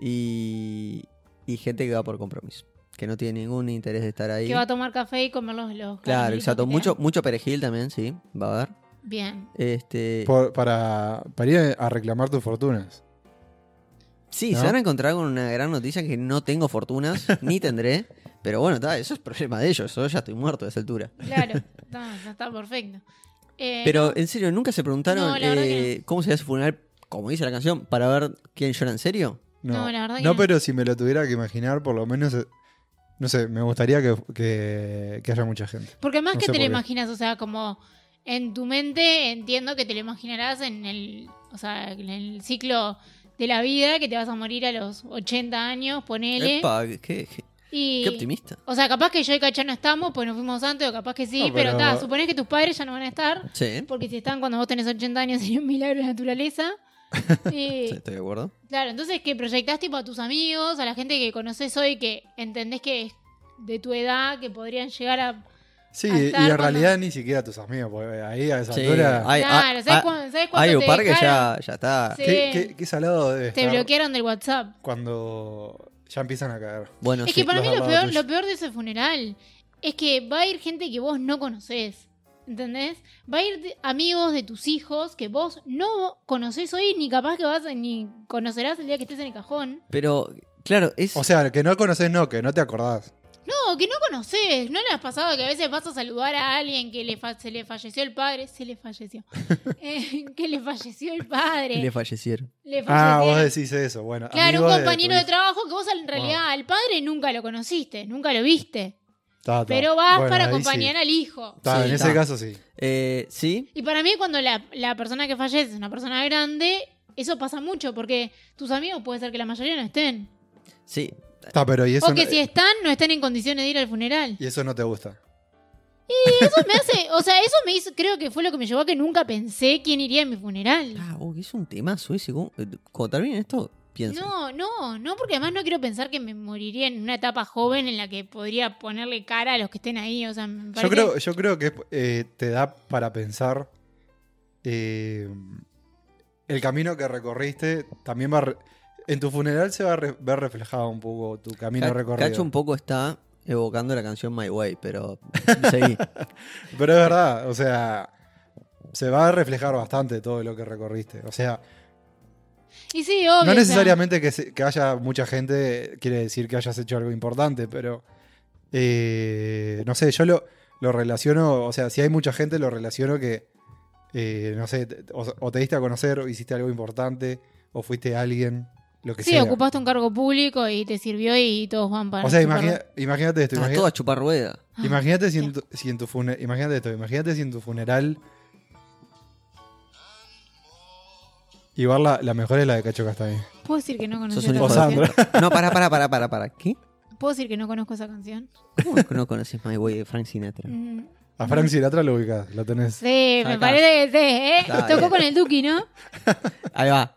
[SPEAKER 1] Y, y gente que va por compromiso. Que no tiene ningún interés de estar ahí.
[SPEAKER 3] Que va a tomar café y comer los...
[SPEAKER 1] Claro,
[SPEAKER 3] los caramelitos
[SPEAKER 1] exacto.
[SPEAKER 3] que te
[SPEAKER 1] Mucho,
[SPEAKER 3] dan.
[SPEAKER 1] mucho perejil también, sí. Va a haber.
[SPEAKER 3] Bien.
[SPEAKER 1] Este,
[SPEAKER 2] Por- para, para ir a reclamar tus fortunas.
[SPEAKER 1] sí,
[SPEAKER 2] ¿no?
[SPEAKER 1] se van a encontrar con una gran noticia que no tengo fortunas, ni tendré. Pero bueno, ta, eso es problema de ellos. Yo ya estoy muerto a esa altura.
[SPEAKER 3] Claro. está, está perfecto. Eh,
[SPEAKER 1] Pero en serio, ¿nunca se preguntaron
[SPEAKER 3] No, la verdad que
[SPEAKER 1] eh, cómo sería su funeral, como dice la canción, para ver quién llora en serio?
[SPEAKER 2] No,
[SPEAKER 3] No, la verdad que
[SPEAKER 2] No,
[SPEAKER 3] no.
[SPEAKER 2] pero si me lo tuviera que imaginar, por lo menos, eh, no sé, me gustaría que, que- que haya mucha gente.
[SPEAKER 3] Porque más
[SPEAKER 2] No
[SPEAKER 3] que
[SPEAKER 2] sé
[SPEAKER 3] te lo
[SPEAKER 2] por qué.
[SPEAKER 3] imaginas, o sea, como en tu mente entiendo que te lo imaginarás en el, o sea, en el ciclo de la vida, que te vas a morir a los 80 años, ponele.
[SPEAKER 1] Epa, qué, qué-
[SPEAKER 3] y,
[SPEAKER 1] qué optimista.
[SPEAKER 3] O sea, capaz que yo y Cacha no estamos, pues nos fuimos antes, o capaz que sí,
[SPEAKER 2] No, pero-
[SPEAKER 3] pero está, suponés que tus padres ya no van a estar,
[SPEAKER 1] Sí, ¿eh?
[SPEAKER 3] porque si están cuando vos tenés 80 años sería un milagro de la naturaleza. Y-
[SPEAKER 1] Sí, estoy de acuerdo.
[SPEAKER 3] Claro, entonces que proyectás tipo a tus amigos, a la gente que conoces hoy, que entendés que es de tu edad, que podrían llegar a
[SPEAKER 2] Sí,
[SPEAKER 3] A
[SPEAKER 2] y
[SPEAKER 3] estar
[SPEAKER 2] en
[SPEAKER 3] cuando-
[SPEAKER 2] realidad ni siquiera tus amigos, porque ahí a esa
[SPEAKER 1] Sí,
[SPEAKER 2] altura.
[SPEAKER 1] hay-
[SPEAKER 3] Claro,
[SPEAKER 1] ah,
[SPEAKER 3] ¿sabes,
[SPEAKER 1] ah,
[SPEAKER 3] cuán- sabes cuánto
[SPEAKER 1] Hay un
[SPEAKER 3] te
[SPEAKER 1] par que
[SPEAKER 3] dejaron?
[SPEAKER 1] ya, ya está.
[SPEAKER 3] Sí.
[SPEAKER 2] ¿Qué, qué- qué salado debe
[SPEAKER 3] Te
[SPEAKER 2] estar
[SPEAKER 3] bloquearon del WhatsApp.
[SPEAKER 2] cuando ya empiezan a caer.
[SPEAKER 1] Bueno,
[SPEAKER 3] es
[SPEAKER 1] sí.
[SPEAKER 3] que para
[SPEAKER 2] los
[SPEAKER 3] mí lo
[SPEAKER 2] abogados
[SPEAKER 3] peor,
[SPEAKER 2] tuyos.
[SPEAKER 3] lo peor de ese funeral es que va a ir gente que vos no conocés. ¿Entendés? Va a ir de- amigos de tus hijos que vos no conocés hoy, ni capaz que vas a- ni conocerás el día que estés en el cajón.
[SPEAKER 1] Pero, claro, es.
[SPEAKER 2] O sea, que no conoces, no, que no te acordás.
[SPEAKER 3] No, que no conocés. ¿No le has pasado que a veces vas a saludar a alguien que le fa- se le falleció el padre? Se le falleció. Eh, que le falleció el padre.
[SPEAKER 1] le fallecieron.
[SPEAKER 3] Le
[SPEAKER 2] Ah,
[SPEAKER 3] fallecieron.
[SPEAKER 2] vos decís eso. Bueno,
[SPEAKER 3] Claro, un
[SPEAKER 2] amigos
[SPEAKER 3] compañero de,
[SPEAKER 2] tu hijo.
[SPEAKER 3] trabajo que vos en realidad al padre nunca lo conociste, nunca lo viste.
[SPEAKER 2] Ta, ta.
[SPEAKER 3] Pero vas
[SPEAKER 2] Bueno,
[SPEAKER 3] para
[SPEAKER 2] ahí
[SPEAKER 3] acompañar
[SPEAKER 2] sí.
[SPEAKER 3] al hijo.
[SPEAKER 2] Ta,
[SPEAKER 1] Sí,
[SPEAKER 2] en
[SPEAKER 1] ta.
[SPEAKER 2] ese caso sí.
[SPEAKER 1] Eh, sí,
[SPEAKER 3] Y para mí cuando la, la persona que fallece es una persona grande, eso pasa mucho porque tus amigos puede ser que la mayoría no estén.
[SPEAKER 1] sí.
[SPEAKER 2] Ta, pero y eso,
[SPEAKER 3] O que
[SPEAKER 2] no,
[SPEAKER 3] si están, no estén en condiciones de ir al funeral.
[SPEAKER 2] y eso no te gusta.
[SPEAKER 3] Eso me hace, o sea, eso me hizo, creo que fue lo que me llevó a que nunca pensé quién iría a mi funeral.
[SPEAKER 1] Ah, oh, es un temazo ese. ¿cómo? Eh, Cuando termine esto, piensa.
[SPEAKER 3] No, no, no, porque además no quiero pensar que me moriría en una etapa joven en la que podría ponerle cara a los que estén ahí. O sea, me
[SPEAKER 2] Yo
[SPEAKER 3] parece-
[SPEAKER 2] creo, yo creo que eh, te da para pensar eh, el camino que recorriste. También va. a re- en tu funeral se va a re- ver reflejado un poco tu camino
[SPEAKER 1] Ca-
[SPEAKER 2] recorrido.
[SPEAKER 1] Cacho un poco está evocando la canción My Way, pero seguí.
[SPEAKER 2] Pero es verdad, o sea, se va a reflejar bastante todo lo que recorriste. O sea,
[SPEAKER 3] Y sí, obvio.
[SPEAKER 2] No
[SPEAKER 3] o sea,
[SPEAKER 2] necesariamente que, se- que haya mucha gente quiere decir que hayas hecho algo importante, pero eh, no sé, yo lo, lo relaciono, o sea, si hay mucha gente lo relaciono que, eh, no sé, te- o, o te diste a conocer, o hiciste algo importante, o fuiste alguien, lo que
[SPEAKER 3] Sí,
[SPEAKER 2] sea.
[SPEAKER 3] ocupaste un cargo público y te sirvió y todos van para.
[SPEAKER 2] o sea,
[SPEAKER 3] superar.
[SPEAKER 2] imagina- imagínate esto,
[SPEAKER 1] Está
[SPEAKER 2] imagina-
[SPEAKER 1] todo a chupar rueda.
[SPEAKER 3] Ah,
[SPEAKER 2] imagínate si en tu, si en tu fune- imagínate esto, imagínate si en tu funeral... Igual la, la mejor es la de Cacho Castaña.
[SPEAKER 3] ¿Puedo decir que no conozco
[SPEAKER 1] Sos
[SPEAKER 3] esa
[SPEAKER 1] un hijo de
[SPEAKER 2] Sandra.
[SPEAKER 3] canción?
[SPEAKER 1] puta. No, pará, pará, pará, pará, pará. ¿Qué?
[SPEAKER 3] ¿Puedo decir que no conozco esa canción?
[SPEAKER 1] ¿Cómo no- no conoces My Way de Frank Sinatra?
[SPEAKER 3] Mm,
[SPEAKER 2] A Frank Sinatra lo ubicás, lo tenés.
[SPEAKER 3] Sí, me
[SPEAKER 1] Sacás.
[SPEAKER 3] parece que sí, ¿eh?
[SPEAKER 1] Está
[SPEAKER 3] Tocó
[SPEAKER 1] bien.
[SPEAKER 3] con el Duki, ¿no?
[SPEAKER 1] Ahí va.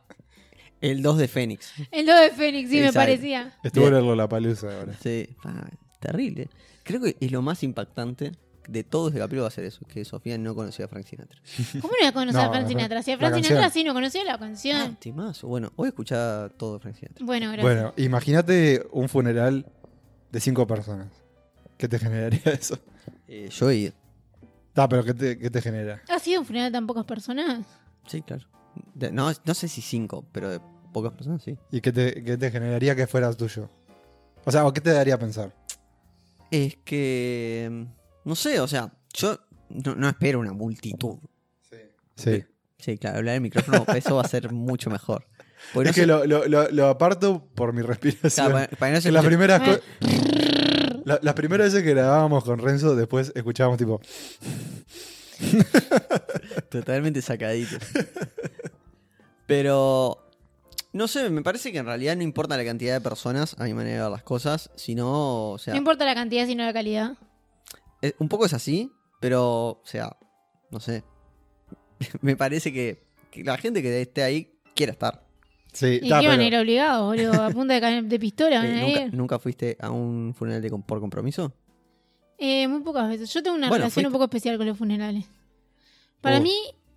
[SPEAKER 1] El 2 de Fénix.
[SPEAKER 3] El 2 de Fénix, sí, me
[SPEAKER 1] Exacto.
[SPEAKER 3] parecía.
[SPEAKER 2] Estuvo
[SPEAKER 1] Bien.
[SPEAKER 2] en la Palusa ahora.
[SPEAKER 1] Sí, pa, terrible. Creo que es lo más impactante de todo ese capítulo va a ser eso, que Sofía no conocía a Frank Sinatra.
[SPEAKER 3] ¿Cómo no la conocía
[SPEAKER 2] No,
[SPEAKER 3] a Frank
[SPEAKER 2] la-
[SPEAKER 3] Sinatra? Si a
[SPEAKER 2] la
[SPEAKER 3] Frank Sinatra
[SPEAKER 2] canción.
[SPEAKER 3] sí no conocía la canción.
[SPEAKER 1] Ah, timazo. Bueno, hoy escuchaba todo de Frank Sinatra.
[SPEAKER 3] Bueno, gracias.
[SPEAKER 2] Bueno, imagínate un funeral de cinco personas. ¿Qué te generaría eso?
[SPEAKER 1] Eh, yo he ido.
[SPEAKER 2] Ah, pero ¿qué te, qué te genera?
[SPEAKER 3] ¿Ha sido un funeral de tan pocas personas?
[SPEAKER 1] Sí, claro. De- no, no sé si cinco, pero de pocas personas sí.
[SPEAKER 2] ¿Y qué te, qué te generaría que fuera tuyo? O sea, ¿o ¿qué te daría a pensar?
[SPEAKER 1] Es que. mm, No sé, o sea, yo no, no espero una multitud.
[SPEAKER 2] Sí.
[SPEAKER 1] Sí, claro, hablar el micrófono, eso va a ser mucho mejor. Porque no
[SPEAKER 2] Es que
[SPEAKER 1] se-
[SPEAKER 2] lo, lo- lo- lo aparto por mi respiración.
[SPEAKER 1] claro, para, para que no se
[SPEAKER 2] Que las,
[SPEAKER 1] escuche-
[SPEAKER 2] primeras co- la- las primeras veces que grabábamos con Renzo, después escuchábamos tipo,
[SPEAKER 1] Totalmente sacadito. Pero. No sé, me parece que en realidad no importa la cantidad de personas, a mi manera de ver las cosas, sino. O sea,
[SPEAKER 3] No importa la cantidad, sino la calidad.
[SPEAKER 1] es- eh, un poco es así, pero. O sea, no sé. me parece que, que la gente que esté ahí quiera estar.
[SPEAKER 2] sí,
[SPEAKER 3] ¿Y
[SPEAKER 2] ta,
[SPEAKER 3] qué
[SPEAKER 2] pero-
[SPEAKER 3] van a ir obligados, boludo? A punta de, ca- de pistola van
[SPEAKER 1] Eh,
[SPEAKER 3] a
[SPEAKER 1] ¿nunca,
[SPEAKER 3] ir.
[SPEAKER 1] nunca fuiste a un funeral de com- por compromiso?
[SPEAKER 3] Eh, muy pocas veces. Yo tengo una
[SPEAKER 1] Bueno,
[SPEAKER 3] relación un
[SPEAKER 1] fuiste-
[SPEAKER 3] poco especial con los funerales. Para
[SPEAKER 2] Oh.
[SPEAKER 3] mí,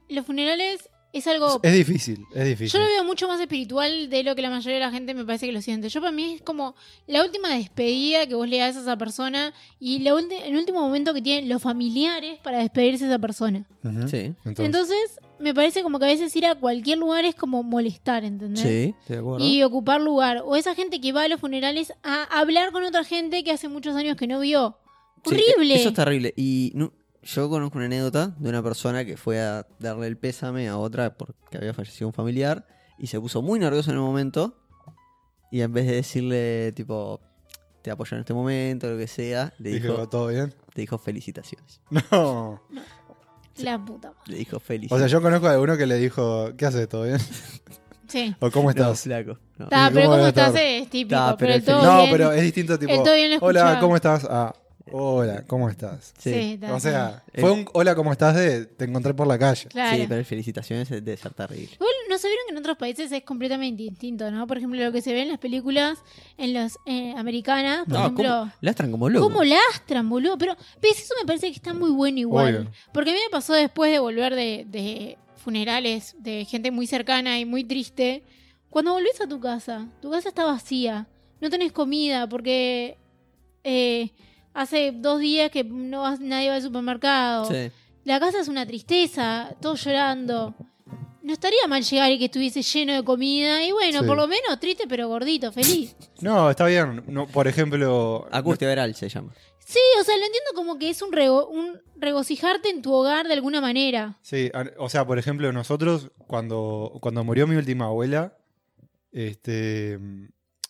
[SPEAKER 3] los funerales es algo
[SPEAKER 2] es difícil, es
[SPEAKER 3] Yo
[SPEAKER 2] difícil.
[SPEAKER 3] lo veo mucho más espiritual de lo que la mayoría de la gente me parece que lo siente. Yo para mí es como la última despedida que vos le das a esa persona y la ulti- el último momento que tienen los familiares para despedirse de esa persona.
[SPEAKER 2] Ujú.
[SPEAKER 3] ¿Eh?
[SPEAKER 1] Sí.
[SPEAKER 2] Entonces,
[SPEAKER 3] Entonces, me parece como que a veces ir a cualquier lugar es como molestar, ¿entendés?
[SPEAKER 1] Sí, de acuerdo.
[SPEAKER 3] Y ocupar lugar. O esa gente que va a los funerales a hablar con otra gente que hace muchos años que no vio.
[SPEAKER 1] Sí, e-,
[SPEAKER 3] ¡Horrible!
[SPEAKER 1] Eso es terrible. Y nu- yo conozco una anécdota de una persona que fue a darle el pésame a otra porque había fallecido un familiar y se puso muy nervioso en el momento. Y en vez de decirle, tipo, te apoyo en este momento, lo que sea, le
[SPEAKER 2] dijo,
[SPEAKER 1] dijo,
[SPEAKER 2] ¿todo bien?
[SPEAKER 1] te dijo felicitaciones.
[SPEAKER 2] No.
[SPEAKER 3] La puta. madre.
[SPEAKER 1] Le dijo
[SPEAKER 2] O sea,
[SPEAKER 1] felicitaciones.
[SPEAKER 2] yo conozco a alguno que le dijo, ¿qué haces? ¿Todo bien?
[SPEAKER 3] Sí.
[SPEAKER 2] ¿O cómo
[SPEAKER 1] no,
[SPEAKER 2] estás?
[SPEAKER 1] flaco. no.
[SPEAKER 3] Ta,
[SPEAKER 2] ¿Y
[SPEAKER 3] pero
[SPEAKER 2] cómo
[SPEAKER 3] ¿cómo
[SPEAKER 2] va a
[SPEAKER 3] estás?
[SPEAKER 2] estar?
[SPEAKER 3] Es típico.
[SPEAKER 1] Ta,
[SPEAKER 3] pero
[SPEAKER 1] pero
[SPEAKER 3] el
[SPEAKER 1] el
[SPEAKER 3] todo
[SPEAKER 1] feliz-
[SPEAKER 2] No,
[SPEAKER 3] bien.
[SPEAKER 2] pero es distinto tipo,
[SPEAKER 3] el todo bien lo
[SPEAKER 2] hola,
[SPEAKER 3] escuchaba.
[SPEAKER 2] ¿cómo estás? Ah, hola, ¿cómo estás?
[SPEAKER 1] Sí,
[SPEAKER 3] Sí, ta,
[SPEAKER 2] O sea,
[SPEAKER 1] sí.
[SPEAKER 2] fue un hola, ¿cómo estás? de te encontré por la calle.
[SPEAKER 3] Eh. Claro.
[SPEAKER 1] Sí, pero el felicitaciones debe ser terrible.
[SPEAKER 3] Igual no se vieron que en otros países es completamente distinto, ¿no? Por ejemplo, lo que se ve en las películas, en las eh, americanas, por
[SPEAKER 1] No,
[SPEAKER 3] ejemplo.
[SPEAKER 1] ¿cómo? Lastran como
[SPEAKER 3] ¿Cómo,
[SPEAKER 1] locos.
[SPEAKER 3] lastran, boludo? Pero, pero eso me parece que está muy bueno igual.
[SPEAKER 2] Obvio.
[SPEAKER 3] Porque a mí me pasó después de volver de, de funerales de gente muy cercana y muy triste. Cuando volvés a tu casa, tu casa está vacía. No tenés comida porque eh, hace dos días que no vas- nadie va al supermercado.
[SPEAKER 1] Sí.
[SPEAKER 3] La casa es una tristeza, todos llorando. No estaría mal llegar y que estuviese lleno de comida. Y bueno,
[SPEAKER 2] Sí.
[SPEAKER 3] por lo menos triste pero gordito, feliz.
[SPEAKER 2] No, está bien. No, por ejemplo,
[SPEAKER 1] Acústico Veral se llama.
[SPEAKER 3] Sí, o sea, lo entiendo como que es un, rego- un regocijarte en tu hogar de alguna manera.
[SPEAKER 2] Sí, a- o sea, por ejemplo, nosotros cuando, cuando murió mi última abuela, este, mm,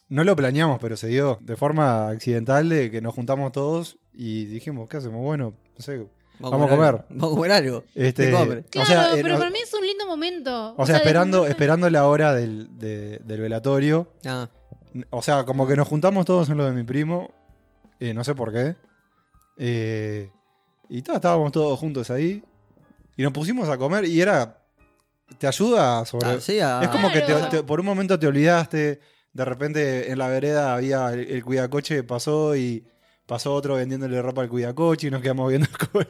[SPEAKER 2] no lo planeamos, pero se dio de forma accidental de que nos juntamos todos y dijimos, ¿qué hacemos? Bueno, no sé. Vamos a
[SPEAKER 1] algo.
[SPEAKER 2] comer.
[SPEAKER 1] Vamos a comer algo.
[SPEAKER 2] Este,
[SPEAKER 1] Tengo hambre.
[SPEAKER 3] Claro,
[SPEAKER 2] o sea, eh,
[SPEAKER 3] pero
[SPEAKER 2] no-
[SPEAKER 3] para mí es un lindo momento.
[SPEAKER 2] o sea,
[SPEAKER 3] de
[SPEAKER 2] esperando,
[SPEAKER 3] juntarse-
[SPEAKER 2] esperando la hora del, de- del velatorio.
[SPEAKER 1] Ah,
[SPEAKER 2] O sea, como que nos juntamos todos en lo de mi primo. eh, no sé por qué. Eh, y ta, estábamos todos juntos ahí. Y nos pusimos a comer y era. Te ayuda a sobre.
[SPEAKER 1] ah, sí, ah.
[SPEAKER 2] Es como que te-
[SPEAKER 3] Claro.
[SPEAKER 2] te- por un momento te olvidaste. De repente en la vereda había el, el cuidacoche pasó y Pasó otro vendiéndole ropa al cuidacoche y nos quedamos viendo con-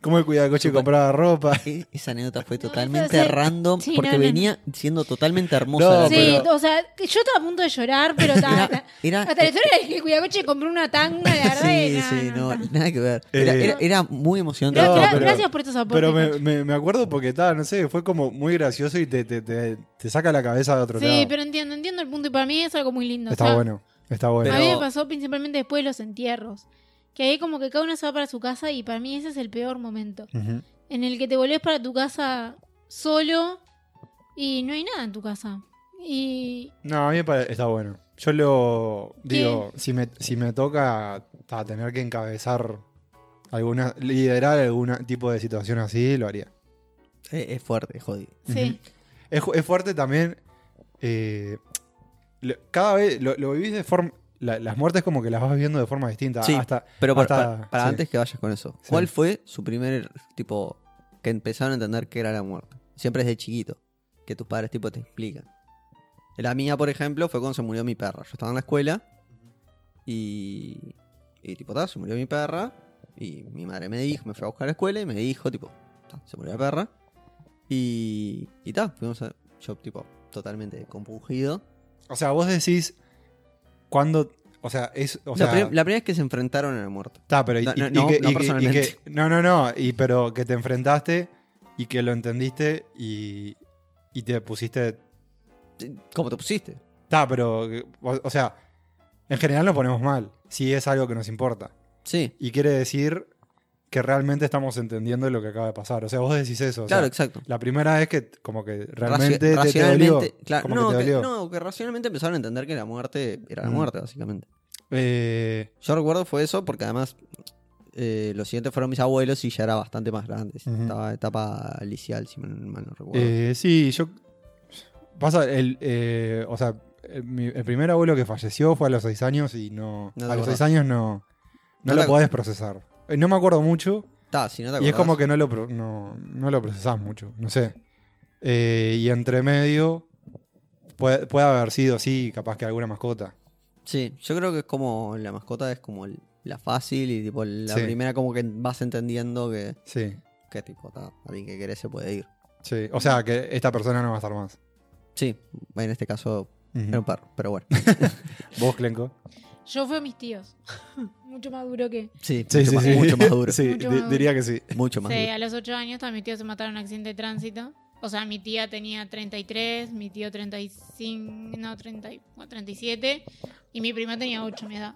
[SPEAKER 2] cómo el cuidacoche
[SPEAKER 1] Supa-
[SPEAKER 2] compraba ropa.
[SPEAKER 1] E- Esa anécdota fue
[SPEAKER 3] No,
[SPEAKER 1] totalmente
[SPEAKER 3] eso es-
[SPEAKER 1] random
[SPEAKER 3] sí,
[SPEAKER 1] porque
[SPEAKER 3] no, no, no.
[SPEAKER 1] venía siendo totalmente hermosa.
[SPEAKER 2] No,
[SPEAKER 1] la
[SPEAKER 3] sí,
[SPEAKER 1] pelota.
[SPEAKER 2] pero-
[SPEAKER 3] o sea, que yo estaba a punto de llorar, pero ta- ta-
[SPEAKER 1] Era, eh,
[SPEAKER 3] hasta la historia de que Cuidacoche compró una tanga, la verdad.
[SPEAKER 1] sí,
[SPEAKER 3] que
[SPEAKER 1] sí, no,
[SPEAKER 3] ta.
[SPEAKER 1] nada que ver. Era,
[SPEAKER 2] Eh,
[SPEAKER 1] era- era muy emocionante.
[SPEAKER 3] Gra-
[SPEAKER 2] No,
[SPEAKER 3] gra-
[SPEAKER 2] pero-
[SPEAKER 3] gracias por estos aportes.
[SPEAKER 2] Pero me,
[SPEAKER 3] Nacho.
[SPEAKER 2] me- me acuerdo porque estaba, no sé, fue como muy gracioso y te, te- te- te saca la cabeza de otro
[SPEAKER 3] sí,
[SPEAKER 2] lado.
[SPEAKER 3] pero entiendo, entiendo el punto y para mí es algo muy lindo.
[SPEAKER 2] está
[SPEAKER 3] o sea,
[SPEAKER 2] bueno, está bueno.
[SPEAKER 3] A mí me
[SPEAKER 1] Pero-
[SPEAKER 3] pasó principalmente después de los entierros. Que ahí como que cada uno se va para su casa y para mí ese es el peor momento.
[SPEAKER 2] Ujú.
[SPEAKER 3] En el que te volvés para tu casa solo y no hay nada en tu casa. Y
[SPEAKER 2] No, a mí me parece, está bueno. Yo lo digo, si me, si me toca ta, tener que encabezar alguna, liderar algún tipo de situación así, lo haría.
[SPEAKER 1] Eh, Es, fuerte, es jodido.
[SPEAKER 3] sí,
[SPEAKER 2] Es, ju- es fuerte también. eh, lo- cada vez lo, lo vivís de forma. la- las muertes como que las vas viendo de forma distinta.
[SPEAKER 1] Sí,
[SPEAKER 2] hasta,
[SPEAKER 1] Pero para,
[SPEAKER 2] hasta-
[SPEAKER 1] para- para
[SPEAKER 2] sí.
[SPEAKER 1] antes que vayas con eso,
[SPEAKER 2] Sí.
[SPEAKER 1] ¿cuál fue su primer tipo que empezaron a entender que era la muerte? Siempre desde chiquito, que tus padres tipo te explican. La mía, por ejemplo, fue cuando se murió mi perra. Yo estaba en la escuela y, y tipo, ta, se murió mi perra y mi madre me dijo, me fue a buscar a la escuela y me dijo, tipo, ta, se murió la perra y y ta, fuimos a- yo tipo totalmente compungido.
[SPEAKER 2] O sea, vos decís. Cuando. O sea, es. O sea,
[SPEAKER 1] la, prim- la primera vez que se enfrentaron a la muerte.
[SPEAKER 2] Está, pero y-
[SPEAKER 1] No,
[SPEAKER 2] y-
[SPEAKER 1] no,
[SPEAKER 2] y
[SPEAKER 1] no, no
[SPEAKER 2] que- y que- y
[SPEAKER 1] personalmente.
[SPEAKER 2] que- no, no, no, y pero que te enfrentaste y que lo entendiste y, y te pusiste...
[SPEAKER 1] ¿Cómo te pusiste?
[SPEAKER 2] Está, pero, o, o sea, en general nos ponemos mal, si es algo que nos importa.
[SPEAKER 1] Sí.
[SPEAKER 2] Y quiere decir que realmente estamos entendiendo lo que acaba de pasar. O sea, vos decís eso. o sea,
[SPEAKER 1] Claro, exacto.
[SPEAKER 2] la primera vez que como que
[SPEAKER 1] Raci-
[SPEAKER 2] realmente te- te,
[SPEAKER 1] racionalmente,
[SPEAKER 2] dolió.
[SPEAKER 1] claro,
[SPEAKER 2] como
[SPEAKER 1] no,
[SPEAKER 2] que te
[SPEAKER 1] que,
[SPEAKER 2] dolió.
[SPEAKER 1] no, que racionalmente empezaron a entender que la muerte era la
[SPEAKER 2] Mm.
[SPEAKER 1] muerte, básicamente.
[SPEAKER 2] Eh,
[SPEAKER 1] Yo recuerdo fue eso porque además eh, los siguientes fueron mis abuelos y ya era bastante más grande.
[SPEAKER 2] Ujú.
[SPEAKER 1] Estaba en etapa licial, si mal, mal no recuerdo.
[SPEAKER 2] Eh, sí, yo. Pasa, el, eh, o sea, el, mi- el primer abuelo que falleció fue a los seis años y no.
[SPEAKER 1] No te
[SPEAKER 2] a los
[SPEAKER 1] acordás.
[SPEAKER 2] seis años no. No,
[SPEAKER 1] No
[SPEAKER 2] lo
[SPEAKER 1] te-
[SPEAKER 2] podés procesar. Eh, No me acuerdo mucho
[SPEAKER 1] Ta, si no te
[SPEAKER 2] y es
[SPEAKER 1] acordás.
[SPEAKER 2] como que no lo, pro- no, no lo procesás mucho, no sé. Eh, y entre medio puede, puede haber sido, sí, capaz que alguna mascota.
[SPEAKER 1] Sí, yo creo que es como la mascota es como el- la fácil y tipo la
[SPEAKER 2] Sí.
[SPEAKER 1] primera como que vas entendiendo que,
[SPEAKER 2] Sí,
[SPEAKER 1] que tipo, ta, alguien que querés se puede ir.
[SPEAKER 2] sí. O sea, que esta persona no va a estar más.
[SPEAKER 1] Sí, en este caso
[SPEAKER 2] Ujú.
[SPEAKER 1] era un perro, pero bueno.
[SPEAKER 2] ¿Vos, Clenco?
[SPEAKER 3] yo fui a mis tíos. Mucho más duro que...
[SPEAKER 1] Sí, mucho, más, mucho más duro.
[SPEAKER 2] Sí,
[SPEAKER 3] Mucho
[SPEAKER 2] di-
[SPEAKER 3] más duro.
[SPEAKER 2] diría que sí.
[SPEAKER 1] Mucho más
[SPEAKER 3] Sí,
[SPEAKER 1] duro.
[SPEAKER 3] a los 8 años todos mis tíos se mataron en un accidente de tránsito. O sea, mi tía tenía 33, mi tío 35, no, 30, y- o 37 y mi prima tenía 8 mi edad.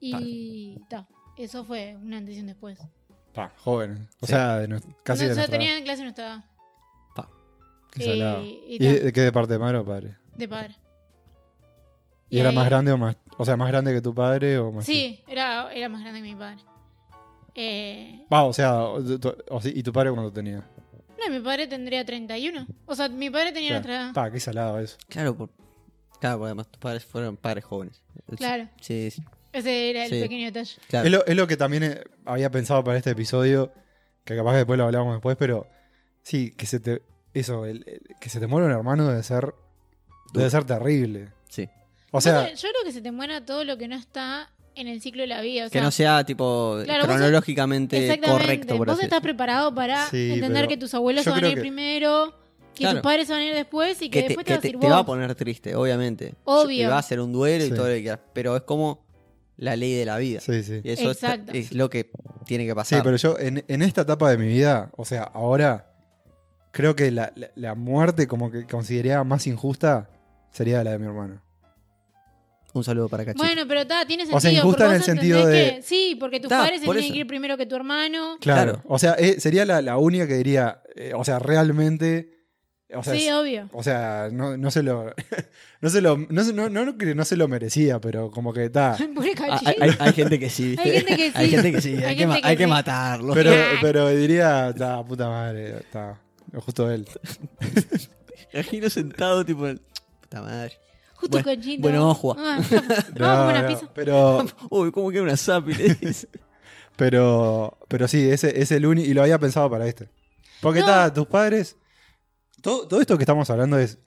[SPEAKER 3] Y ta, eso fue una antes y un después.
[SPEAKER 2] Pa, jóvenes. O
[SPEAKER 1] Sí.
[SPEAKER 2] sea, de nues- casi
[SPEAKER 3] no,
[SPEAKER 2] de
[SPEAKER 3] o sea,
[SPEAKER 2] nuestra edad.
[SPEAKER 3] tenían clase no estaba
[SPEAKER 1] Pa.
[SPEAKER 2] Qué
[SPEAKER 3] Eh,
[SPEAKER 2] salado.
[SPEAKER 3] y
[SPEAKER 2] ¿Y
[SPEAKER 3] tal.
[SPEAKER 2] de qué de parte de madre o padre?
[SPEAKER 3] de padre.
[SPEAKER 2] ¿Y, era
[SPEAKER 3] ahí-
[SPEAKER 2] más grande pues, o más.? O sea, más grande que tu padre o más. chico?
[SPEAKER 3] Sí, era, era más grande que mi padre. Eh,
[SPEAKER 2] Va, o sea, o- tu- o sí, ¿y tu padre cuándo tenía?
[SPEAKER 3] no, mi padre tendría 31. O sea, mi padre tenía
[SPEAKER 2] Claro.
[SPEAKER 3] nuestra edad.
[SPEAKER 2] Pa, qué salado eso.
[SPEAKER 1] Claro, por- claro, porque además tus padres fueron padres jóvenes.
[SPEAKER 3] Claro.
[SPEAKER 1] Sí, sí,
[SPEAKER 3] Ese era el
[SPEAKER 1] Sí.
[SPEAKER 3] pequeño detalle.
[SPEAKER 1] claro.
[SPEAKER 2] Es, lo, es lo que también eh, había pensado para este episodio, que capaz que después lo hablamos después, pero sí, que se te. Eso, el- el- que se te muera un hermano debe ser. Debe ser terrible.
[SPEAKER 1] Sí.
[SPEAKER 2] O sea,
[SPEAKER 3] yo creo que se te muera todo lo que no está en el ciclo de la vida. O
[SPEAKER 1] Que
[SPEAKER 3] sea,
[SPEAKER 1] no sea tipo
[SPEAKER 3] Claro, vos-
[SPEAKER 1] cronológicamente
[SPEAKER 3] exactamente.
[SPEAKER 1] correcto, por
[SPEAKER 3] Vos
[SPEAKER 1] así
[SPEAKER 3] estás
[SPEAKER 1] decirlo.
[SPEAKER 3] preparado para
[SPEAKER 2] Sí,
[SPEAKER 3] entender
[SPEAKER 2] pero
[SPEAKER 3] que tus abuelos se
[SPEAKER 2] yo
[SPEAKER 3] van a
[SPEAKER 2] creo
[SPEAKER 3] ir
[SPEAKER 2] que-
[SPEAKER 3] primero, que
[SPEAKER 1] Claro.
[SPEAKER 3] tus padres se van a ir después y que,
[SPEAKER 1] Que, te,
[SPEAKER 3] después te,
[SPEAKER 1] que
[SPEAKER 3] vas a
[SPEAKER 1] te-
[SPEAKER 3] ir
[SPEAKER 1] te
[SPEAKER 3] vos.
[SPEAKER 1] va a poner triste, obviamente.
[SPEAKER 3] Obvio.
[SPEAKER 1] Y va a ser un duelo y
[SPEAKER 2] Sí.
[SPEAKER 1] todo lo que quieras. Pero es como la ley de la vida.
[SPEAKER 2] sí, sí.
[SPEAKER 1] Y eso está-
[SPEAKER 3] Exacto.
[SPEAKER 1] es lo que tiene que
[SPEAKER 2] Sí,
[SPEAKER 1] pasar.
[SPEAKER 2] pero yo en, en esta etapa de mi vida, o sea, ahora creo que la, la- la muerte como que considerada más injusta sería la de mi hermano.
[SPEAKER 1] Un saludo para Cachito.
[SPEAKER 3] Bueno, pero ta, tiene sentido.
[SPEAKER 2] O sea, injusta en
[SPEAKER 3] porque
[SPEAKER 2] el
[SPEAKER 3] vos
[SPEAKER 2] sentido
[SPEAKER 3] entendés
[SPEAKER 2] de-
[SPEAKER 3] que- sí, porque tus
[SPEAKER 1] Ta,
[SPEAKER 3] padres se
[SPEAKER 1] por
[SPEAKER 3] tienen
[SPEAKER 1] eso.
[SPEAKER 3] que ir primero que tu hermano.
[SPEAKER 2] Claro.
[SPEAKER 1] Claro.
[SPEAKER 2] O sea, eh, sería la, la única que diría, eh, o sea, realmente... O sea,
[SPEAKER 3] sí,
[SPEAKER 2] es-
[SPEAKER 3] obvio.
[SPEAKER 2] o sea no, no se lo... No se lo... No, se- no, no, no que no se lo merecía, pero como que está...
[SPEAKER 3] Pobre
[SPEAKER 1] Ah,
[SPEAKER 3] cachito.
[SPEAKER 1] hay, hay- hay gente que sí,
[SPEAKER 3] Hay
[SPEAKER 1] ¿viste?
[SPEAKER 3] gente que sí.
[SPEAKER 1] Hay gente que sí, hay,
[SPEAKER 3] Hay
[SPEAKER 1] que, ma-
[SPEAKER 3] gente que
[SPEAKER 1] hay que
[SPEAKER 3] sí.
[SPEAKER 1] matarlo.
[SPEAKER 2] Pero, pero diría, está, puta madre, está. Justo él.
[SPEAKER 1] Imagino sentado, tipo. el- Puta madre.
[SPEAKER 3] Justo
[SPEAKER 1] bueno,
[SPEAKER 3] cachito.
[SPEAKER 1] buen ojo.
[SPEAKER 3] Ah, ah, como una pizza.
[SPEAKER 2] pero...
[SPEAKER 1] Uy, ¿cómo queda una zapi? le dice.
[SPEAKER 2] Pero, pero sí, ese es el único. Y lo había pensado para este. Porque
[SPEAKER 3] No.
[SPEAKER 2] está, tus padres. Todo, todo esto que estamos hablando es